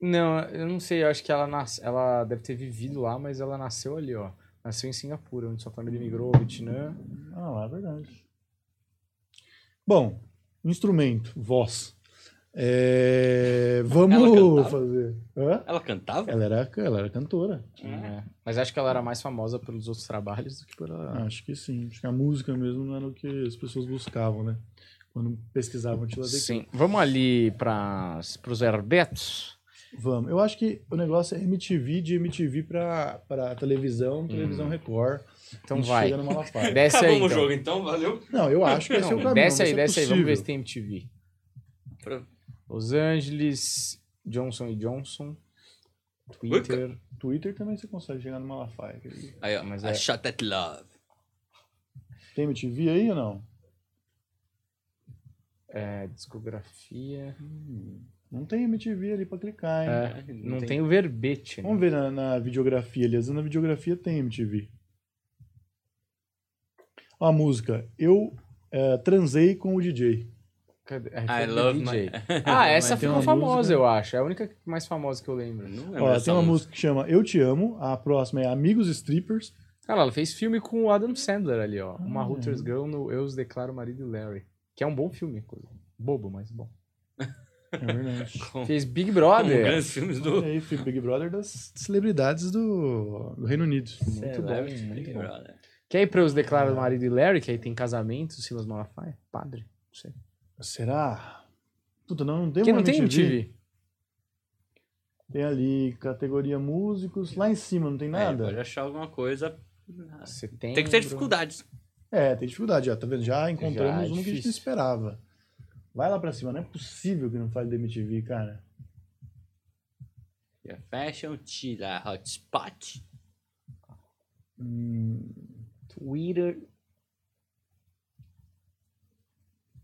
Speaker 1: Não, eu não sei, eu acho que ela nasce, ela deve ter vivido lá, mas ela nasceu ali, ó. Nasceu em Singapura, onde sua família migrou ao Vietnã.
Speaker 2: Ah, lá, é verdade. Bom, instrumento, voz. É,
Speaker 3: cantava?
Speaker 2: Vamos fazer. Hã?
Speaker 3: Ela cantava? Ah,
Speaker 2: Ela era, ela era cantora.
Speaker 1: né? Mas acho que ela era mais famosa pelos outros trabalhos do que pela.
Speaker 2: Acho que sim. Acho que a música mesmo não era o que as pessoas buscavam, né? Quando pesquisavam Tila Tequila.
Speaker 1: Sim. Vamos ali para os herbetos.
Speaker 2: Vamos. Eu acho que o negócio é MTV de MTV pra, pra televisão, televisão Record.
Speaker 1: Hum.
Speaker 2: a
Speaker 1: Então
Speaker 2: gente
Speaker 1: vai.
Speaker 2: Chega numa lapada.
Speaker 1: Desce aí.
Speaker 3: Acabamos
Speaker 1: Então.
Speaker 3: o jogo, então, valeu.
Speaker 2: Não, eu acho que esse é o
Speaker 1: Não,
Speaker 2: caminho.
Speaker 1: desce
Speaker 2: vai
Speaker 1: aí,
Speaker 2: ser
Speaker 1: desce aí, vamos ver se
Speaker 2: possível.
Speaker 1: tem MTV.
Speaker 3: Pra-
Speaker 1: Los Angeles, Johnson e Johnson, Twitter.
Speaker 2: Twitter também você consegue chegar numa lafaia. querido.
Speaker 3: Aí, ó,
Speaker 1: Mas
Speaker 3: a
Speaker 1: é-
Speaker 3: Shot at Love.
Speaker 2: Tem MTV aí ou não?
Speaker 1: É, discografia.
Speaker 2: Hum, não tem MTV ali pra clicar, hein?
Speaker 1: É, não tem o verbete, né?
Speaker 2: Vamos ver na, na videografia, aliás. Na videografia tem MTV. Ó A música. Eu eh, transei com o DJ.
Speaker 1: Cadê? É,
Speaker 3: I
Speaker 1: foi do
Speaker 3: love
Speaker 1: DJ.
Speaker 3: my...
Speaker 1: Ah, essa
Speaker 2: Mas tem
Speaker 1: ficou
Speaker 2: uma
Speaker 1: famosa,
Speaker 2: música.
Speaker 1: eu acho. É a única mais famosa que eu lembro.
Speaker 3: Não é lembro
Speaker 2: Ó,
Speaker 3: dessa
Speaker 2: tem uma música que chama Eu Te Amo. A próxima é Amigos Strippers.
Speaker 1: Cara, ela fez filme com o Adam Sandler ali, ó. Uma
Speaker 2: Ah.
Speaker 1: Hooters Girl no Eu Os Declaro Marido e Larry. Que é um bom filme, inclusive. Bobo, mas bom.
Speaker 2: É verdade.
Speaker 3: Com,
Speaker 1: Fez Big
Speaker 3: com
Speaker 1: Brother.
Speaker 3: grandes filmes
Speaker 2: E
Speaker 3: do...
Speaker 2: aí, filho, Big Brother das celebridades do, do Reino Unido.
Speaker 1: Muito bom,
Speaker 3: Celebrity
Speaker 1: muito
Speaker 3: né? Big
Speaker 1: bom.
Speaker 3: Brother.
Speaker 1: Quer ir pra Os Declaro Marido e Larry, que aí tem casamento, Silas Malafaia? Padre. Não sei.
Speaker 2: Será? Puta, não, não tem
Speaker 1: Porque
Speaker 2: uma
Speaker 1: não tem
Speaker 2: MTV.
Speaker 1: MTV.
Speaker 2: Tem ali categoria músicos. Lá em cima não tem
Speaker 3: É,
Speaker 2: nada.
Speaker 3: pode achar alguma coisa.
Speaker 1: Você tem. um
Speaker 3: Tem que ter dificuldades.
Speaker 2: É, tem dificuldade, ó. Tá vendo? Já
Speaker 1: é
Speaker 2: encontramos um que a gente
Speaker 1: difícil.
Speaker 2: não esperava. Vai lá pra cima, não é possível que não fale da MTV, cara.
Speaker 3: Your Fashion, tira hotspot.
Speaker 2: Hum,
Speaker 1: Twitter.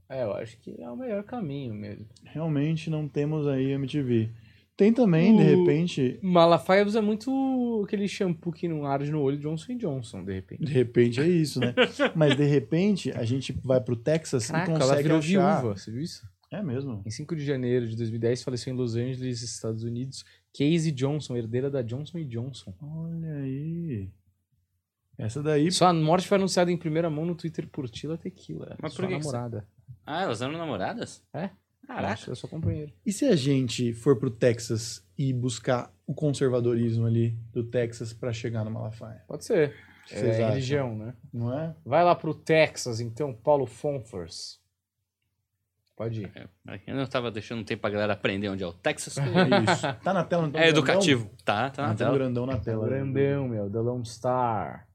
Speaker 1: É, eu acho que é o melhor caminho mesmo.
Speaker 2: realmente não temos aí MTV. Tem também, de
Speaker 1: O-
Speaker 2: repente.
Speaker 1: Malafaia usa muito aquele shampoo que não arde no olho Johnson Johnson, de repente.
Speaker 2: De repente é isso, né? Mas de repente a gente vai pro Texas
Speaker 1: Caraca,
Speaker 2: e
Speaker 1: ela
Speaker 2: consegue
Speaker 1: virou
Speaker 2: achar.
Speaker 1: viúva, você viu isso?
Speaker 2: É mesmo.
Speaker 1: Em 5 de janeiro de 2010, faleceu em Los Angeles, Estados Unidos, Casey Johnson, herdeira da Johnson Johnson.
Speaker 2: Olha aí. Essa daí.
Speaker 1: Sua morte foi anunciada em primeira mão no Twitter por Tila Tequila,
Speaker 3: Mas por
Speaker 1: sua
Speaker 3: que que
Speaker 1: namorada.
Speaker 3: Ah, elas eram namoradas?
Speaker 1: É?
Speaker 3: Caraca.
Speaker 1: Eu sou companheiro.
Speaker 2: E se a gente for pro Texas e buscar o conservadorismo ali do Texas pra chegar no Malafaia?
Speaker 1: Pode ser.
Speaker 2: O que
Speaker 1: É
Speaker 2: vocês acham?
Speaker 1: religião, né?
Speaker 2: Não é?
Speaker 1: Vai lá pro Texas, então, Paulo Fonfors. Pode ir.
Speaker 3: É, Eu não tava deixando tempo pra galera aprender onde é o Texas.
Speaker 2: Isso. Tá na tela, não tá no grandão?
Speaker 3: é educativo. Tá, tá
Speaker 2: Não
Speaker 3: na
Speaker 2: tá no
Speaker 3: tela.
Speaker 2: grandão na tela.
Speaker 1: Grandão, meu, The Lone Star.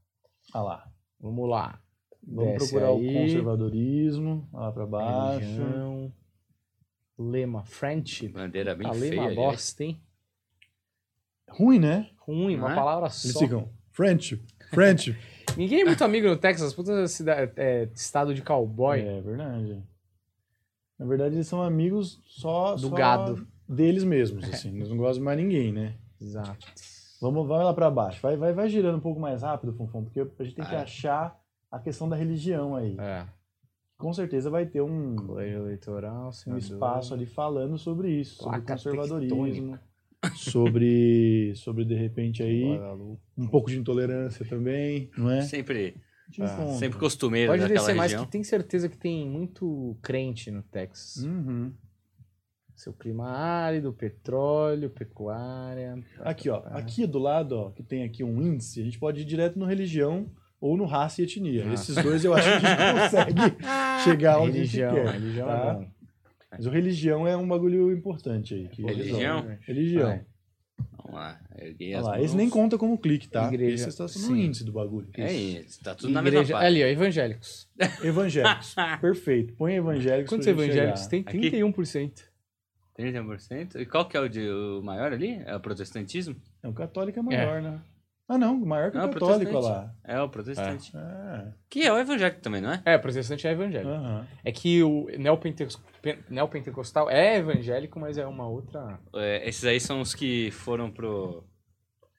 Speaker 2: Ah lá.
Speaker 1: Vamos lá.
Speaker 2: Vamos
Speaker 1: Desce
Speaker 2: procurar
Speaker 1: aí.
Speaker 2: o conservadorismo. Olha lá pra baixo.
Speaker 1: Religião. Lema Friendship.
Speaker 3: Bandeira bem
Speaker 1: A
Speaker 3: feia.
Speaker 1: lema
Speaker 3: aliás.
Speaker 1: bosta, hein?
Speaker 2: Ruim, né?
Speaker 1: Ruim,
Speaker 3: Não
Speaker 1: uma
Speaker 3: é?
Speaker 1: palavra
Speaker 2: Eles
Speaker 1: só.
Speaker 2: ficam. Friendship. Friendship.
Speaker 1: Ninguém é muito amigo no Texas, puta cidade, é, estado de cowboy.
Speaker 2: é verdade. Na verdade, eles são amigos só
Speaker 1: Do
Speaker 2: só
Speaker 1: gado.
Speaker 2: deles mesmos, assim. Eles não gostam de mais ninguém, né?
Speaker 1: Exato.
Speaker 2: Vamos, vai lá pra baixo. Vai, vai, vai girando um pouco mais rápido, Funfon, porque a gente tem que
Speaker 3: Ah, é.
Speaker 2: achar a questão da religião aí.
Speaker 1: É.
Speaker 2: Com certeza vai ter um,
Speaker 1: Colégio eleitoral,
Speaker 2: um
Speaker 1: senador.
Speaker 2: espaço ali falando sobre isso, sobre
Speaker 1: Placa
Speaker 2: conservadorismo, sobre, sobre de repente aí
Speaker 1: Guadalupe.
Speaker 2: um pouco de intolerância também, não é?
Speaker 3: Sempre,
Speaker 2: Te
Speaker 1: Ah,
Speaker 2: encontro.
Speaker 3: sempre costumeiro
Speaker 1: Pode
Speaker 3: daquela
Speaker 1: descer mais,
Speaker 3: região.
Speaker 1: que tem certeza que tem muito crente no Texas.
Speaker 2: Uhum.
Speaker 1: Seu clima árido, petróleo, pecuária.
Speaker 2: Aqui, ó.
Speaker 1: Ah.
Speaker 2: Aqui do lado, ó, que tem aqui um índice, a gente pode ir direto no religião ou no raça e etnia.
Speaker 1: Ah.
Speaker 2: Esses dois eu acho que a gente consegue chegar é onde
Speaker 1: religião,
Speaker 2: a gente quer.
Speaker 1: religião
Speaker 2: tá?
Speaker 1: é bom.
Speaker 2: Mas o religião é um bagulho importante aí. que-
Speaker 3: Religião?
Speaker 1: Ah, é.
Speaker 2: Religião.
Speaker 1: Vai.
Speaker 3: Vamos lá. Erguei
Speaker 2: Olha
Speaker 3: as
Speaker 2: lá,
Speaker 3: mãos.
Speaker 2: esse nem conta como clique, tá?
Speaker 1: Igreja,
Speaker 2: esse está no
Speaker 1: sim.
Speaker 2: índice do bagulho.
Speaker 3: É
Speaker 2: Isso.
Speaker 3: isso. Tá tudo na mesma
Speaker 1: Igreja, é
Speaker 3: parte. Ah,
Speaker 1: ali, ó, evangélicos.
Speaker 2: Evangélicos. Perfeito. Põe evangélicos.
Speaker 1: Quantos
Speaker 2: pra gente
Speaker 1: evangélicos
Speaker 2: chegar.
Speaker 1: tem?
Speaker 3: Aqui?
Speaker 1: 31%.
Speaker 3: 30%. E qual que é o, de, o maior ali? É o protestantismo?
Speaker 2: Não, o católico é maior, né? Ah, não. o Maior que
Speaker 3: Não,
Speaker 2: o
Speaker 3: o
Speaker 2: católico, olha
Speaker 3: protestante.
Speaker 2: lá.
Speaker 3: É o protestante.
Speaker 2: É.
Speaker 3: Que é o evangélico também, não é?
Speaker 1: É, protestante é evangélico.
Speaker 2: aham.
Speaker 1: É que o neopentecos- pen- neopentecostal é evangélico, mas é uma outra.
Speaker 3: É, Esses aí são os que foram pro.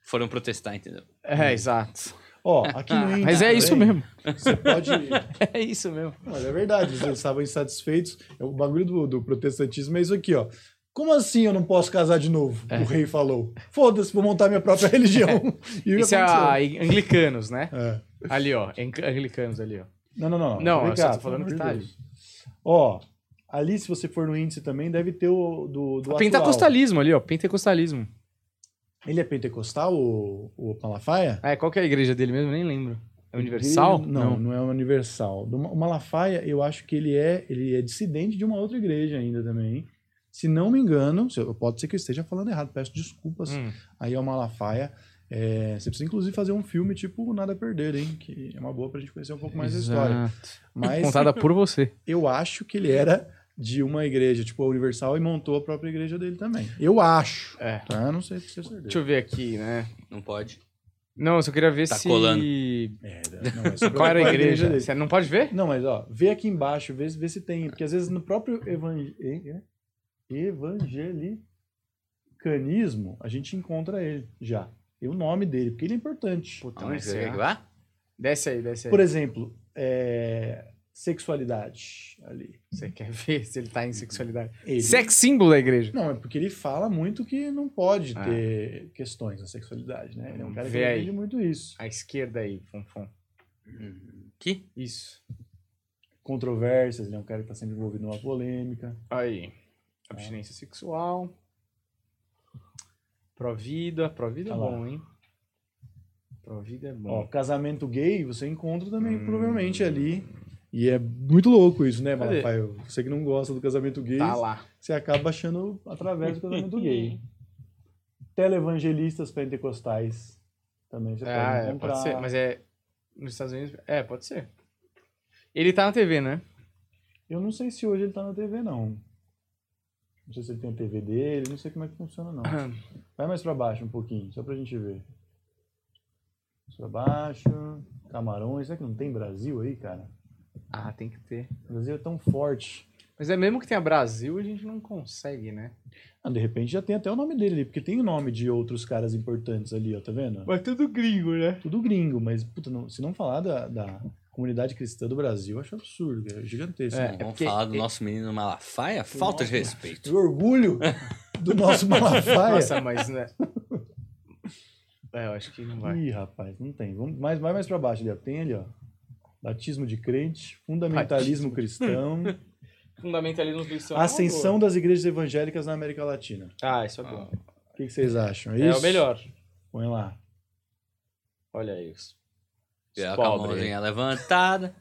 Speaker 3: Foram protestar, entendeu?
Speaker 1: É, exato.
Speaker 2: Ó, aqui no índice.
Speaker 1: Mas é isso
Speaker 2: também,
Speaker 1: mesmo.
Speaker 2: Você pode.
Speaker 1: É isso mesmo.
Speaker 2: Olha, é verdade, eles estavam insatisfeitos. O bagulho do, do protestantismo é isso aqui, ó. Como assim eu não posso casar de novo? O rei falou. Foda-se, vou montar minha própria religião. E
Speaker 1: Isso É. é
Speaker 2: aconteceu.
Speaker 1: a anglicanos, né?
Speaker 2: É.
Speaker 1: Ali, ó. ang- Anglicanos ali, ó.
Speaker 2: Não, não, não.
Speaker 1: Não,
Speaker 2: Vem
Speaker 1: eu
Speaker 2: cá,
Speaker 1: só tô falando
Speaker 2: pelo
Speaker 1: que
Speaker 2: amor
Speaker 1: tá
Speaker 2: de
Speaker 1: ali.
Speaker 2: Deus. Ó, ali se você for no índice também, deve ter o do, do atual.
Speaker 1: Pentecostalismo ali, ó. Pentecostalismo.
Speaker 2: Ele é pentecostal, o, o Malafaia?
Speaker 1: Ah, é, qual que é a igreja dele mesmo? Eu Nem lembro. É universal?
Speaker 2: Ele- não, não, é um universal. Do Ma- O Malafaia, eu acho que ele é, ele é dissidente de uma outra igreja ainda também. Se não me engano, se eu- pode ser que eu esteja falando errado, peço desculpas
Speaker 1: Hum.
Speaker 2: aí é o Malafaia. É, você precisa, inclusive, fazer um filme tipo Nada a Perder, hein? Que é uma boa pra gente conhecer um pouco
Speaker 1: é
Speaker 2: mais da história.
Speaker 1: Exato.
Speaker 2: Mas
Speaker 1: Ah, Contada por você.
Speaker 2: eu acho que ele era de uma igreja, tipo a Universal, e montou a própria igreja dele também. Eu acho.
Speaker 1: É.
Speaker 2: Tá? Não sei se você certeza.
Speaker 1: Deixa eu ver aqui, né?
Speaker 3: Não pode.
Speaker 1: Não, eu só queria ver
Speaker 3: Tá
Speaker 1: se.
Speaker 3: colando.
Speaker 2: É, não, é sobre
Speaker 1: Qual era a
Speaker 2: qual
Speaker 1: igreja?
Speaker 2: dele.
Speaker 1: Você não pode ver?
Speaker 2: Não, mas ó, vê aqui embaixo, vê, se- vê se tem. Porque às vezes no próprio evan- e- e- evangelicanismo a gente encontra ele já. E o nome dele, porque ele é importante.
Speaker 1: Puta,
Speaker 3: Aonde
Speaker 1: mas é.
Speaker 3: você quer que
Speaker 1: será?
Speaker 3: vá?
Speaker 1: Desce aí, desce aí.
Speaker 2: Por exemplo, é, sexualidade ali.
Speaker 1: Você quer ver se ele tá em sexualidade?
Speaker 2: Ele-
Speaker 1: Sex símbolo da igreja.
Speaker 2: Não, é porque ele fala muito que não pode
Speaker 1: Ah.
Speaker 2: ter questões na sexualidade, né? Ele é um cara que
Speaker 1: Vê aí.
Speaker 2: entende muito isso.
Speaker 1: À esquerda aí, Fonfon.
Speaker 3: Aqui?
Speaker 1: Isso.
Speaker 2: Controvérsias, ele é um cara que tá sempre envolvido numa polêmica.
Speaker 1: Aí. Abstinência sexual. Provida. Provida é
Speaker 2: Tá lá.
Speaker 1: bom, hein? Provida é
Speaker 2: Ó,
Speaker 1: bom.
Speaker 2: casamento gay, você encontra também,
Speaker 1: Hum.
Speaker 2: provavelmente, ali. E é muito louco isso, né,
Speaker 1: Cadê?
Speaker 2: Malafaia? Você que não gosta do casamento gay,
Speaker 1: tá lá. Uhum.
Speaker 2: você acaba achando através do casamento gay. Televangelistas pentecostais também você
Speaker 1: Ah,
Speaker 2: pode
Speaker 1: é,
Speaker 2: encontrar.
Speaker 1: pode ser. Mas é. Nos Estados Unidos. É, pode ser. Ele tá na TV, né?
Speaker 2: Eu não sei se hoje ele tá na TV, não. Não sei se ele tem a TV dele, não sei como é que funciona, não.
Speaker 1: Uhum.
Speaker 2: Vai mais pra baixo um pouquinho, só pra gente ver. Mais pra baixo. Camarões. Será que não tem Brasil aí, cara?
Speaker 1: Ah, tem que ter.
Speaker 2: O Brasil é tão forte.
Speaker 1: Mas é mesmo que tenha Brasil, a gente não consegue, né?
Speaker 2: Ah, de repente já tem até o nome dele ali, porque tem o nome de outros caras importantes ali, ó, tá vendo?
Speaker 1: Mas tudo gringo, né?
Speaker 2: é Tudo gringo, mas, puta, não- se não falar da, da comunidade cristã do Brasil, eu acho absurdo, cara, é gigantesco.
Speaker 1: É,
Speaker 3: Não, vamos
Speaker 1: porque-
Speaker 3: falar do nosso menino Malafaia? Falta de
Speaker 2: Nossa.
Speaker 3: respeito.
Speaker 2: O orgulho do nosso Malafaia.
Speaker 1: Nossa, mas. Né? É, eu acho que não vai.
Speaker 2: Ih, rapaz, não tem. Vamos mais, vai mais pra baixo ali, ó. Tem ali, ó. Batismo de crente, fundamentalismo cristão,
Speaker 1: Fundamentalismo
Speaker 2: Então,
Speaker 1: cristão. é uma
Speaker 2: ascensão das igrejas evangélicas na América Latina.
Speaker 1: boa. Ah, isso é bom.
Speaker 2: O que, que vocês acham?
Speaker 1: é
Speaker 2: isso?
Speaker 1: o melhor.
Speaker 2: Põe lá.
Speaker 1: Olha isso.
Speaker 3: Já com a
Speaker 1: Pobre.
Speaker 3: mãozinha levantada.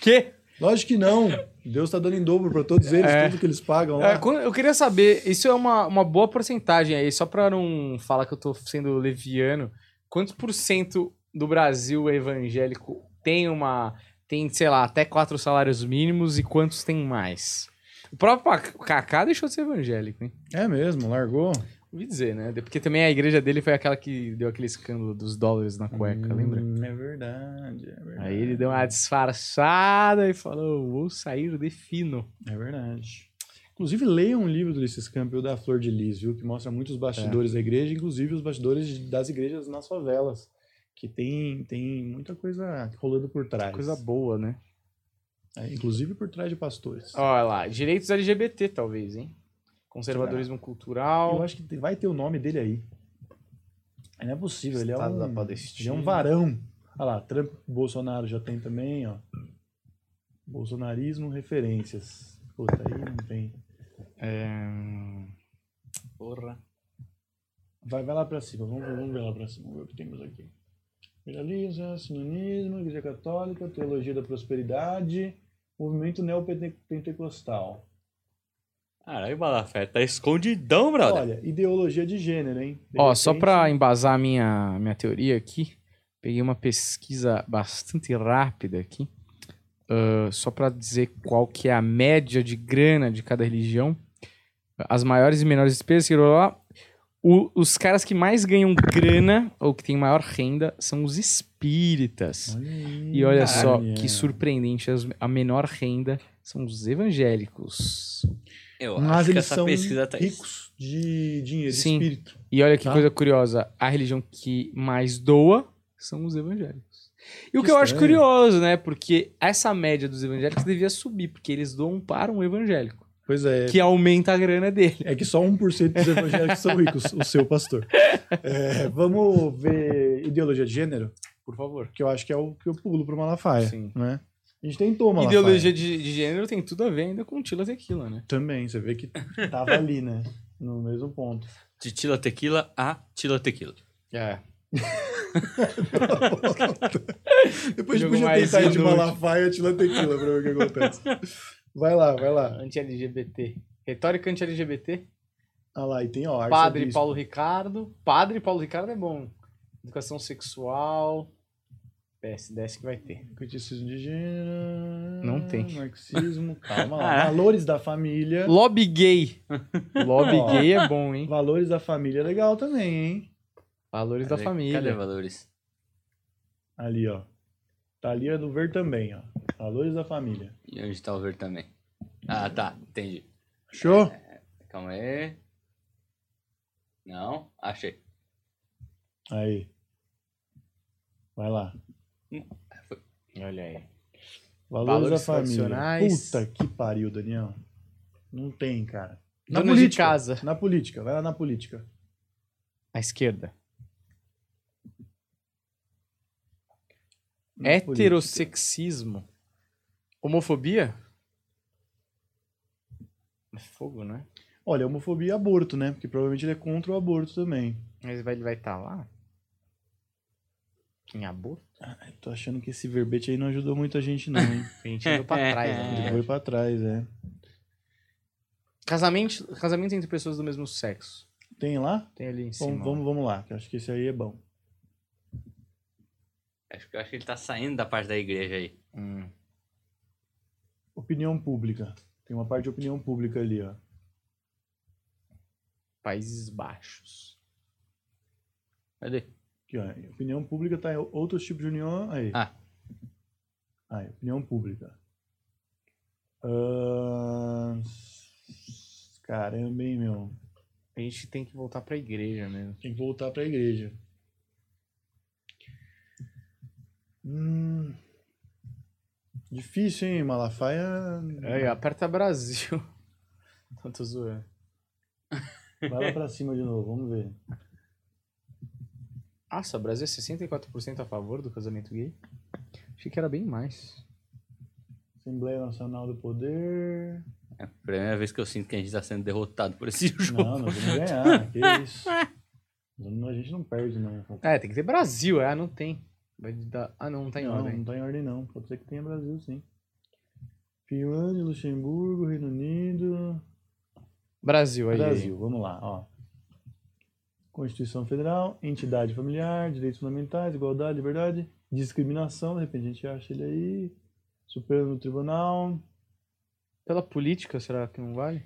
Speaker 1: Que?
Speaker 2: Lógico que não. Deus tá dando em dobro pra todos eles,
Speaker 1: É.
Speaker 2: tudo que eles pagam lá.
Speaker 1: É, quando- eu queria saber, isso é uma, uma boa porcentagem aí, só pra não falar que eu tô sendo leviano. Quantos por cento do Brasil evangélico tem uma. tem, sei lá, até quatro salários mínimos e quantos tem mais? O próprio Kaká deixou de ser evangélico, hein?
Speaker 2: É mesmo, largou.
Speaker 1: Ouvi dizer, né? Porque também a igreja dele foi aquela que deu aquele escândalo dos dólares na cueca,
Speaker 2: Hum,
Speaker 1: lembra?
Speaker 2: É verdade, é verdade.
Speaker 1: Aí ele deu uma disfarçada e falou: vou sair de fino.
Speaker 2: É verdade. Inclusive, leiam um livro do Ulisses Campbell da Flor de Lis, viu? Que mostra muitos bastidores
Speaker 1: É.
Speaker 2: da igreja, inclusive os bastidores de- das igrejas nas favelas. Que tem, tem muita coisa rolando por trás.
Speaker 1: Coisa boa, né?
Speaker 2: É, inclusive por trás de pastores.
Speaker 1: Olha lá, direitos LGBT, talvez, hein? Conservadorismo
Speaker 2: Eu
Speaker 1: cultural.
Speaker 2: acho que tem- vai ter o nome dele aí. Não é possível, ele é
Speaker 1: Estado
Speaker 2: um,
Speaker 1: da Palestina.
Speaker 2: ele é um varão. Olha lá, Trump Bolsonaro já tem também, ó. Bolsonarismo, referências. Puta, aí não tem.
Speaker 1: É...
Speaker 3: Porra.
Speaker 2: Vai, vai lá pra cima, vamos, ver- vamos ver lá pra cima, vamos ver o que temos aqui. Liberalismo, sinonismo, Igreja Católica, Teologia da Prosperidade, Movimento Neopentecostal.
Speaker 3: Caralho, Balafé, tá escondidão, brother.
Speaker 2: Olha, ideologia de gênero, hein? De
Speaker 1: Ó, só
Speaker 2: repente- né?
Speaker 1: pra embasar a minha, minha teoria aqui, peguei uma pesquisa bastante rápida aqui, ah, só pra dizer qual que é a média de grana de cada religião, as maiores e menores despesas, que lá, o, os caras que mais ganham grana ou que têm maior renda são os espíritas.
Speaker 2: Olha aí,
Speaker 1: E olha só
Speaker 2: Daniel.
Speaker 1: que surpreendente, as- a menor renda são os evangélicos.
Speaker 3: Eu
Speaker 2: Mas
Speaker 3: acho que
Speaker 2: eles
Speaker 3: essa
Speaker 2: são
Speaker 3: pesquisa tá
Speaker 2: ricos de dinheiro,
Speaker 1: Sim.
Speaker 2: de espírito.
Speaker 1: E olha que
Speaker 2: Tá.
Speaker 1: coisa curiosa, a religião que mais doa são os evangélicos. E o que,
Speaker 2: Que
Speaker 1: eu acho
Speaker 2: estranho.
Speaker 1: curioso, né? Porque essa média dos evangélicos devia subir, porque eles doam para um evangélico,
Speaker 2: Pois é.
Speaker 1: que aumenta a grana dele.
Speaker 2: É que só 1% dos evangélicos são ricos, o seu pastor. É, vamos ver ideologia de gênero,
Speaker 1: Por favor.
Speaker 2: que eu acho que é o que eu pulo pro Malafaia.
Speaker 1: Sim.
Speaker 2: Né? A gente tentou, Malafaia.
Speaker 1: Ideologia de, de gênero tem tudo a ver ainda com Tila Tequila, né?
Speaker 2: Também, você vê que tava ali, né? No mesmo ponto.
Speaker 3: De Tila Tequila a Tila Tequila.
Speaker 1: É.
Speaker 2: Depois
Speaker 1: Jogo
Speaker 2: podia
Speaker 1: mais
Speaker 2: tentar ir de
Speaker 1: inútil.
Speaker 2: Malafaia tira tequila pra ver o que acontece. Vai lá, vai lá.
Speaker 1: Anti-LGBT. Retórica anti-LGBT.
Speaker 2: Ah lá, e tem, ó,
Speaker 1: Padre
Speaker 2: arcebispo.
Speaker 1: Paulo Ricardo. Padre Paulo Ricardo é bom. Educação sexual. Desce, desce que vai ter.
Speaker 2: Criticismo de gênero.
Speaker 1: Não tem.
Speaker 2: Marxismo, calma lá.
Speaker 3: Ah.
Speaker 2: Valores da família.
Speaker 1: Lobby gay. Lobby
Speaker 2: Ó.
Speaker 1: gay é bom, hein?
Speaker 2: Valores da família é legal também, hein?
Speaker 1: Valores da
Speaker 3: Cadê-
Speaker 1: família.
Speaker 3: Cadê valores?
Speaker 2: Ali, ó. Tá ali é do ver também, ó. Valores da família.
Speaker 3: E onde tá o ver também? Ah, tá. Entendi.
Speaker 2: Show?
Speaker 3: Calma aí. Não, achei.
Speaker 2: Aí. Vai lá.
Speaker 1: Olha aí.
Speaker 2: Valores,
Speaker 1: Valores
Speaker 2: da família.
Speaker 1: tradicionais.
Speaker 2: Puta que pariu, Daniel. Não tem, cara. Na
Speaker 1: Dona de
Speaker 2: política.
Speaker 1: casa.
Speaker 2: Na política, vai lá na política.
Speaker 1: À esquerda.
Speaker 2: Na
Speaker 1: Hum.
Speaker 2: política.
Speaker 1: Heterossexismo. Homofobia? É fogo, né?
Speaker 2: Olha, homofobia e aborto, né? Porque provavelmente ele é contra o aborto também.
Speaker 1: Mas vai- ele vai estar lá? Em aborto?
Speaker 2: Ai, tô achando que esse verbete aí não ajudou muito a gente, não, hein?
Speaker 1: A gente andou pra trás,
Speaker 2: Ele
Speaker 1: né?
Speaker 2: foi pra trás, é.
Speaker 1: Casamento, casamento entre pessoas do mesmo sexo.
Speaker 2: Tem lá?
Speaker 1: Tem ali em cima.
Speaker 2: Vamos, vamos, vamos lá, que eu acho que esse aí é bom.
Speaker 3: Acho, que- acho que ele tá saindo da parte da igreja aí.
Speaker 1: ó. Hum.
Speaker 2: Opinião pública. Tem uma parte de opinião pública ali, ó.
Speaker 1: Países Baixos.
Speaker 3: Cadê? é
Speaker 2: Aqui, ó. Opinião pública tá em outros tipos de união. Aí.
Speaker 3: Ah.
Speaker 2: Aí, opinião pública. Ahn, Caramba, hein, meu.
Speaker 1: A gente tem que voltar pra igreja mesmo.
Speaker 2: Tem que voltar pra igreja. Hum. Difícil, hein? Malafaia. Hum.
Speaker 1: Aí, ó, aperta Brasil. Não, tô zoando.
Speaker 2: Vai lá pra cima de novo, vamos ver.
Speaker 1: Nossa, o Brasil é 64% a favor do casamento gay? Achei que era bem mais.
Speaker 2: Assembleia Nacional do Poder.
Speaker 3: É a primeira vez que eu sinto que a gente tá sendo derrotado por esse jogo.
Speaker 2: Não, nós vamos ganhar. né? Que isso. A gente não perde, não.
Speaker 1: É, tem que ter Brasil, é, ah, não tem. Vai dar... Ah, não, não tá em
Speaker 2: Não,
Speaker 1: ordem.
Speaker 2: não tá em ordem, não. Pode ser que tenha Brasil, sim. Finlândia, Luxemburgo, Reino Unido.
Speaker 1: Brasil aí.
Speaker 2: Brasil, vamos lá, ó. Constituição Federal, entidade familiar, direitos fundamentais, igualdade, liberdade, discriminação, de repente a gente acha ele aí, Supremo Tribunal.
Speaker 1: Pela política, será que não vale?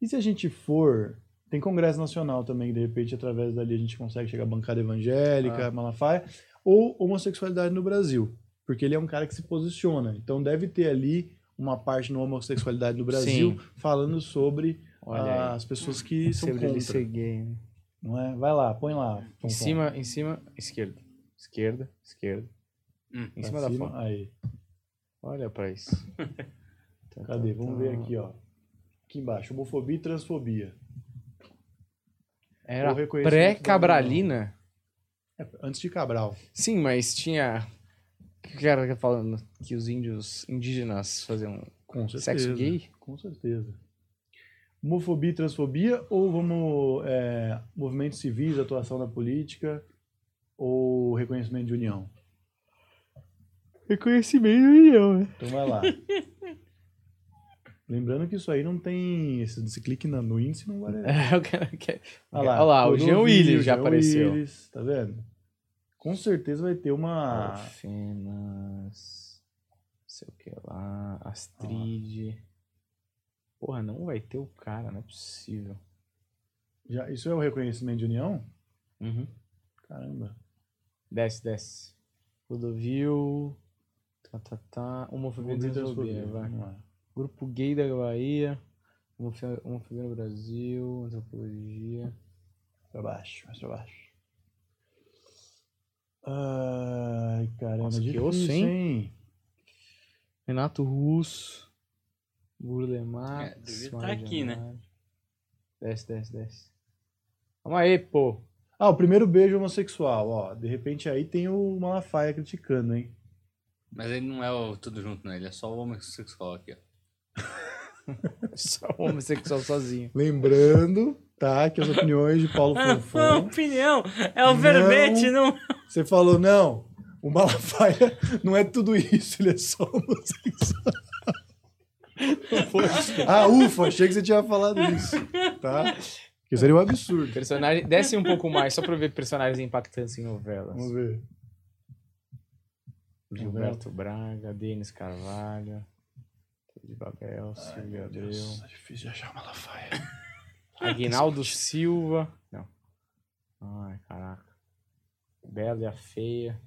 Speaker 2: E se a gente for, tem Congresso Nacional também, que de repente através dali a gente consegue chegar à bancada evangélica,
Speaker 1: Ah.
Speaker 2: Malafaia, ou homossexualidade no Brasil, porque ele é um cara que se posiciona, então deve ter ali uma parte no homossexualidade no Brasil falando sobre
Speaker 1: Olha aí.
Speaker 2: as pessoas que são
Speaker 1: Sobre ele
Speaker 2: contra.
Speaker 1: ser gay, né?
Speaker 2: Não é? Vai lá, põe lá. Pompom.
Speaker 1: Em cima, em cima, esquerda. Esquerda, esquerda.
Speaker 3: Hum.
Speaker 1: Em
Speaker 2: Pra
Speaker 1: cima da foto.
Speaker 2: Aí,
Speaker 1: Olha pra isso. Tá,
Speaker 2: cadê?
Speaker 1: tá,
Speaker 2: Vamos
Speaker 1: tá.
Speaker 2: ver aqui, ó. Aqui embaixo, homofobia e transfobia.
Speaker 1: Era
Speaker 2: O reconhecimento da
Speaker 1: pré-cabralina?
Speaker 2: É, antes de Cabral.
Speaker 1: Sim, mas tinha... O que era falando? Que os índios indígenas faziam
Speaker 2: Com certeza.
Speaker 1: sexo gay?
Speaker 2: Com certeza. Homofobia e transfobia ou vamos é, movimentos civis, atuação na política ou reconhecimento de união?
Speaker 1: Reconhecimento e eu, né?
Speaker 2: Então vai lá. Lembrando que isso aí não tem. Esse, esse clique na- no índice não vale. nada.
Speaker 1: É, o cara quer-
Speaker 2: Olha
Speaker 1: Olha lá, o
Speaker 2: Clodovil,
Speaker 1: Jean Willis já
Speaker 2: Jean
Speaker 1: apareceu.
Speaker 2: Willis, tá vendo? Com certeza vai ter uma.
Speaker 1: Alfenas. Não sei o que lá. Astrid. Porra, não vai ter o cara, não é possível.
Speaker 2: já- isso é o reconhecimento de união? Caramba.
Speaker 1: Uhum. Desce, desce. Rodovil. Tá, tá, tá. Homofobia e
Speaker 2: Vamos ver
Speaker 1: transfobia,
Speaker 2: transfobia,
Speaker 1: vai.
Speaker 2: vamos lá.
Speaker 1: Grupo gay da Bahia. Homofobia homofobia no Brasil. Antropologia.
Speaker 2: Pra baixo, mais pra baixo. Ai, caramba,
Speaker 1: Nossa, que
Speaker 2: difícil,
Speaker 1: osso, hein?
Speaker 2: hein?
Speaker 1: Renato Russo. Burle
Speaker 3: É,
Speaker 1: Marx.
Speaker 3: devia tá
Speaker 1: Mário
Speaker 3: aqui, né?
Speaker 1: Genaro. Desce, desce, desce. Calma aí, pô.
Speaker 2: Ah, o primeiro beijo homossexual, ó. De repente aí tem o Malafaia criticando, hein?
Speaker 3: Mas ele não é o tudo junto, né? Ele é só o homossexual aqui, ó.
Speaker 1: Só homossexual sozinho.
Speaker 2: Lembrando, tá, que as opiniões de Paulo Fonfon.
Speaker 3: Ah, opinião! É
Speaker 2: o um- Não. verbete,
Speaker 3: não.
Speaker 2: Você falou, não, o Malafaia não é tudo isso, ele é só homossexual. ah, ufa, achei que você tinha falado isso, tá? Que seria um absurdo.
Speaker 1: Personagem... Desce um pouco mais, só pra eu ver personagens impactantes em novelas.
Speaker 2: Vamos ver.
Speaker 1: Gilberto Braga, Denis Carvalho, de Babel, Silvio Abreu,
Speaker 2: tá difícil de achar o Malafaia.
Speaker 3: Ah,
Speaker 1: Aguinaldo Silva. Não. Ai, caraca. Bela e a Feia.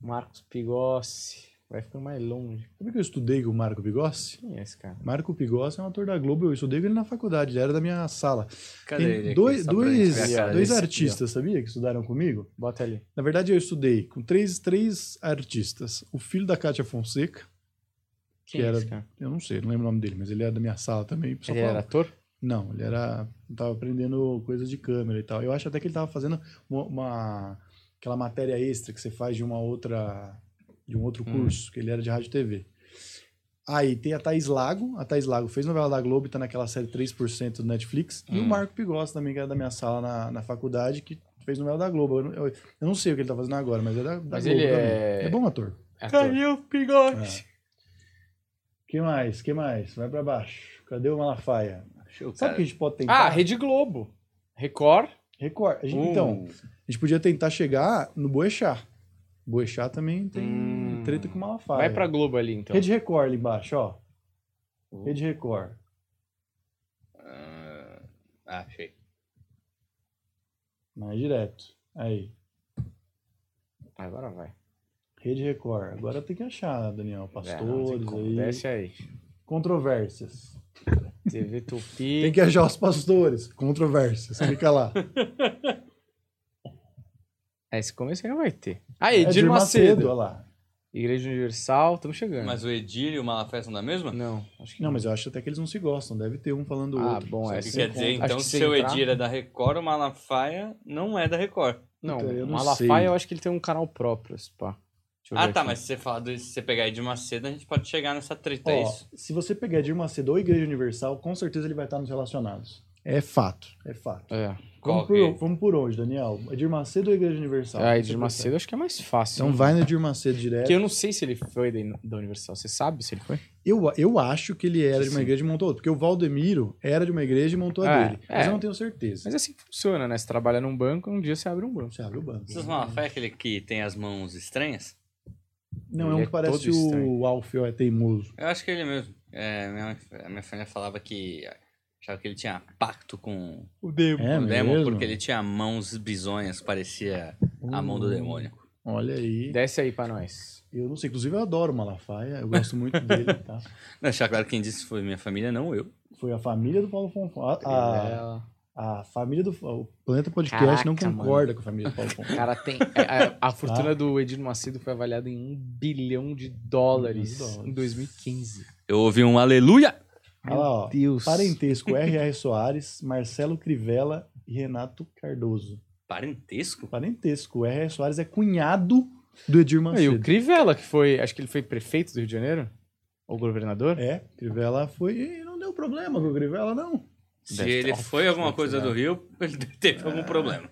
Speaker 1: Marcos Pigossi. Vai ficando mais longe.
Speaker 2: Sabe é que eu estudei com o Marco Bigossi?
Speaker 1: Quem é esse cara?
Speaker 2: Marco Bigossi é um ator da Globo, eu estudei com ele na faculdade, ele era da minha sala.
Speaker 3: Cadê
Speaker 2: Tem
Speaker 3: ele? aqui?
Speaker 2: dois,
Speaker 3: Só pra gente ver a
Speaker 2: dois,
Speaker 3: cara
Speaker 2: dois
Speaker 3: desse.
Speaker 2: artistas, sabia? Que estudaram comigo.
Speaker 1: Bota ali.
Speaker 2: Na verdade, eu estudei com três, três artistas. O filho da Cátia Fonseca,
Speaker 1: Quem
Speaker 2: Que
Speaker 1: é
Speaker 2: era-
Speaker 1: esse cara?
Speaker 2: eu não sei, não lembro o nome dele, mas ele era da minha sala também. só
Speaker 1: Ele era
Speaker 2: falava.
Speaker 1: ator?
Speaker 2: Não, ele era. Tava aprendendo coisas de câmera e tal. Eu acho até que ele tava fazendo uma, uma- aquela matéria extra que você faz de uma outra. de um outro
Speaker 1: Hum.
Speaker 2: curso, que ele era de rádio e TV. Aí tem a Thaís Lago. A Thaís Lago fez novela da Globo e tá naquela série 3% do Netflix. E o
Speaker 3: Hum.
Speaker 2: Marco Pigossi também, que era da minha sala na, na faculdade, que fez novela da Globo. Eu, não- eu- eu não sei o que ele tá fazendo agora, mas é da, da
Speaker 1: Mas
Speaker 2: Globo
Speaker 1: ele
Speaker 2: também.
Speaker 1: é-
Speaker 2: É bom ator. É.
Speaker 1: ator.
Speaker 3: Caiu o pigote.
Speaker 2: Que mais? Que mais? Vai pra baixo. Cadê o Malafaia?
Speaker 3: Achei o
Speaker 2: Sabe o
Speaker 3: cara.
Speaker 2: que a gente pode tentar?
Speaker 1: Ah, Rede Globo. Record.
Speaker 2: Record. A gente-
Speaker 3: Um.
Speaker 2: Então, A gente podia tentar chegar no Boechat. Boechat também tem
Speaker 1: Hum.
Speaker 2: treta com Malafaia.
Speaker 1: Vai pra Globo ali, então.
Speaker 2: Rede Record ali embaixo, ó.
Speaker 3: Hum.
Speaker 2: Rede Record.
Speaker 3: Ah, achei.
Speaker 2: Mais direto. Aí.
Speaker 1: Agora vai.
Speaker 2: Rede Record. Agora tem que achar, Daniel.
Speaker 1: É, Não, não
Speaker 2: Pastores
Speaker 1: tem como.
Speaker 2: aí.
Speaker 1: Desce aí.
Speaker 2: Controvérsias.
Speaker 1: TV Tupi.
Speaker 2: Tem que achar os pastores. Controvérsias. Clica lá.
Speaker 1: É, esse começo aí não vai ter. Ah, Edir
Speaker 2: É, Edir
Speaker 1: Macedo.
Speaker 2: olha lá.
Speaker 1: Igreja Universal, estamos chegando.
Speaker 3: Mas o Edílio e o Malafaia são da mesma?
Speaker 1: Não, acho que
Speaker 2: É. Não, mas eu acho até que eles não se gostam. Deve ter um falando do
Speaker 1: Ah,
Speaker 2: outro.
Speaker 1: bom,
Speaker 3: Sabe
Speaker 1: é.
Speaker 3: o que
Speaker 1: se
Speaker 3: quer
Speaker 1: encontra-
Speaker 3: dizer,
Speaker 1: acho
Speaker 3: então,
Speaker 1: que
Speaker 3: se
Speaker 1: se
Speaker 3: o
Speaker 1: entrar-
Speaker 3: Edir é da Record, o Malafaia não é da Record.
Speaker 1: Não,
Speaker 2: Puta, eu
Speaker 1: o
Speaker 2: não
Speaker 1: Malafaia
Speaker 2: sei.
Speaker 1: eu acho que ele tem um canal próprio, esse pá. Deixa eu
Speaker 3: Ah,
Speaker 1: ver
Speaker 3: tá,
Speaker 1: aqui.
Speaker 3: mas se você, falar do, se você pegar Edir Macedo, a gente pode chegar nessa treta, é
Speaker 2: Ó,
Speaker 3: isso?
Speaker 2: se você pegar Edir Macedo ou Igreja Universal, com certeza ele vai estar nos relacionados. É fato. É fato.
Speaker 1: É.
Speaker 3: Qual
Speaker 2: Vamos
Speaker 3: que-
Speaker 2: por, vamos por onde, Daniel? É Edir Macedo ou Igreja Universal?
Speaker 1: Ah,
Speaker 2: Você
Speaker 1: Edir
Speaker 2: prefere?
Speaker 1: Macedo acho que é mais fácil.
Speaker 2: Então vai no Edir Macedo direto.
Speaker 1: Porque eu não sei se ele foi da, da Universal. Você sabe se ele foi?
Speaker 2: Eu, eu acho que ele era de uma
Speaker 1: Sim.
Speaker 2: igreja e montou outra. Porque o Valdemiro era de uma igreja e montou a
Speaker 1: É,
Speaker 2: dele. Mas
Speaker 1: é.
Speaker 2: eu não tenho certeza.
Speaker 1: Mas assim que funciona, né? Você trabalha num banco, um dia você abre um banco.
Speaker 2: Você abre o banco.
Speaker 3: Vocês Malafaia é aquele que tem as mãos estranhas?
Speaker 2: Não, é
Speaker 1: Ele
Speaker 2: um
Speaker 1: é
Speaker 2: que parece
Speaker 1: todo estranho.
Speaker 2: o Alfio é teimoso.
Speaker 3: Eu acho que ele mesmo. É, minha, mãe- a minha família falava que achava que ele tinha pacto com
Speaker 1: O demo.
Speaker 2: É
Speaker 3: o demônio,
Speaker 2: mesmo?
Speaker 3: porque ele tinha mãos bizonhas, parecia a mão do demônio.
Speaker 2: Olha aí.
Speaker 1: Desce aí pra nós.
Speaker 2: Eu não sei. Inclusive eu adoro o Malafaia. Eu gosto muito dele, tá?
Speaker 3: Não, deixar claro que quem disse foi minha família, não eu.
Speaker 2: Foi a família do Paulo Fonfon. A, a,
Speaker 1: Ela-
Speaker 2: a família do... O Planeta Podcast não
Speaker 1: É. Caraca,
Speaker 2: concorda com a família do Paulo Fonfon.
Speaker 1: Cara, tem. é, A, a- a
Speaker 2: Ah.
Speaker 1: fortuna do Edir Macedo foi avaliada em um bilhão de dólares
Speaker 3: Um
Speaker 2: dólares.
Speaker 1: em 2015.
Speaker 3: Eu ouvi um aleluia!
Speaker 2: Olha lá, ó.
Speaker 1: Deus.
Speaker 2: Parentesco R.R. Soares, Marcelo Crivella e Renato Cardoso.
Speaker 3: Parentesco?
Speaker 2: Parentesco. O R.R. Soares é cunhado do Edir
Speaker 1: Ah, E o
Speaker 2: Macedo.
Speaker 1: Crivella, que foi. Acho que ele foi prefeito do Rio de Janeiro? Ou governador?
Speaker 2: É, Crivella foi. e não deu problema com o Crivella, não.
Speaker 3: Se
Speaker 1: Deve
Speaker 3: ele
Speaker 1: ter- né? Ah,
Speaker 3: foi alguma
Speaker 1: deve
Speaker 3: coisa
Speaker 1: ter
Speaker 3: do Rio, ele teve algum problema.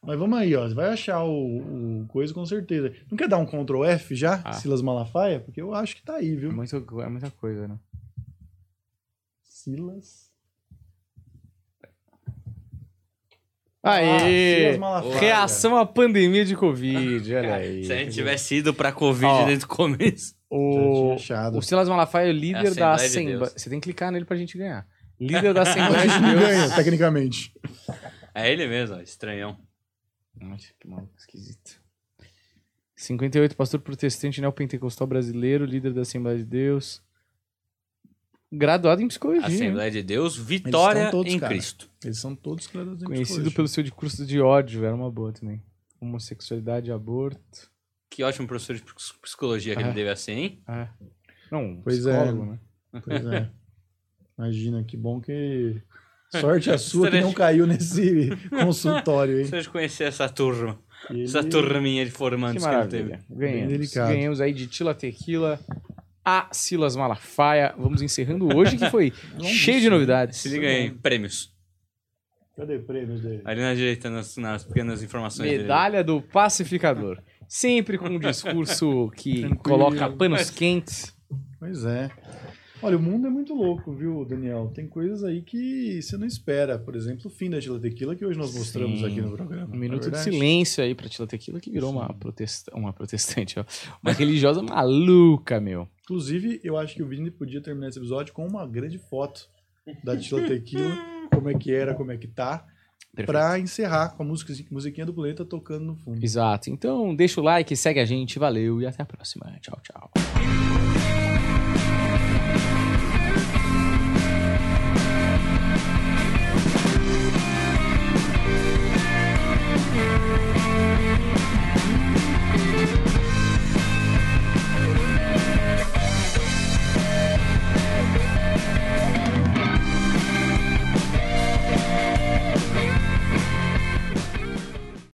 Speaker 2: Mas vamos aí, ó. Você vai achar o, o coisa com certeza. Não quer dar um Ctrl F já,
Speaker 1: Ah.
Speaker 2: Silas Malafaia? Porque eu acho que tá aí,
Speaker 1: É,
Speaker 2: viu?
Speaker 1: muito, é muita coisa, né?
Speaker 2: Silas. Ah,
Speaker 1: Aê!
Speaker 2: Silas Malafaia.
Speaker 1: Reação à pandemia de Covid, olha aí.
Speaker 3: Se a gente tivesse ido pra Covid
Speaker 1: Ó.
Speaker 3: desde o começo.
Speaker 1: O,
Speaker 2: Já tinha achado.
Speaker 1: o Silas Malafaia é o líder da
Speaker 3: Assembleia de
Speaker 1: Assembleia.
Speaker 3: Deus.
Speaker 1: Você tem que clicar nele pra gente ganhar. Líder da
Speaker 2: A
Speaker 1: Assembleia
Speaker 2: gente
Speaker 1: de
Speaker 2: não
Speaker 1: Deus.
Speaker 2: ganha, tecnicamente.
Speaker 3: É ele mesmo, ó, estranhão.
Speaker 1: Nossa, que maluco esquisito. 58, pastor protestante neopentecostal brasileiro, líder da Assembleia de Deus. Graduado em psicologia. né?
Speaker 3: Assembleia de Deus, vitória
Speaker 2: estão todos,
Speaker 3: em
Speaker 2: cara.
Speaker 3: Cristo.
Speaker 2: Eles são todos claros
Speaker 1: Conhecido pelo seu discurso de ódio, era uma boa também. Homossexualidade, aborto.
Speaker 3: Que ótimo professor de ps- psicologia que
Speaker 1: Ah.
Speaker 3: ele deve ser, hein?
Speaker 1: Ah. Não,
Speaker 2: Pois é.
Speaker 1: psicólogo, né?
Speaker 2: Pois é. Imagina, que bom que. Sorte a sua que
Speaker 3: Será-
Speaker 2: não caiu nesse consultório, hein?
Speaker 3: Precisa de conhecer essa turma.
Speaker 2: Ele-
Speaker 3: Essa turminha de formandos
Speaker 1: que
Speaker 3: que ele teve.
Speaker 1: maravilha. Ganhamos.
Speaker 2: delicado.
Speaker 1: Ganhamos aí de Tila Tequila a Silas Malafaia. Vamos encerrando hoje, que foi cheio de novidades.
Speaker 3: Se liga aí, prêmios.
Speaker 2: Cadê prêmios dele?
Speaker 3: Ali na direita, nas, nas pequenas informações dele.
Speaker 1: Medalha do pacificador. Sempre com um discurso que
Speaker 2: Tranquilo.
Speaker 1: coloca panos quentes.
Speaker 2: Pois é. Olha, o mundo é muito louco, viu, Daniel? Tem coisas aí que você não espera. Por exemplo, o fim da Gila Tequila, que hoje nós mostramos
Speaker 1: Sim.
Speaker 2: aqui no programa.
Speaker 1: Um minuto de
Speaker 2: Não é verdade?
Speaker 1: silêncio aí pra Tila Tequila, que virou uma, protesta... uma protestante, ó. Uma religiosa maluca, meu.
Speaker 2: Inclusive, eu acho que o Vini podia terminar esse episódio com uma grande foto da Tila Tequila, como é que era, como é que tá, pra encerrar com a música, musiquinha do planeta tocando no fundo.
Speaker 1: Exato. Então, deixa o like, segue a gente, valeu e até a próxima. Tchau, tchau.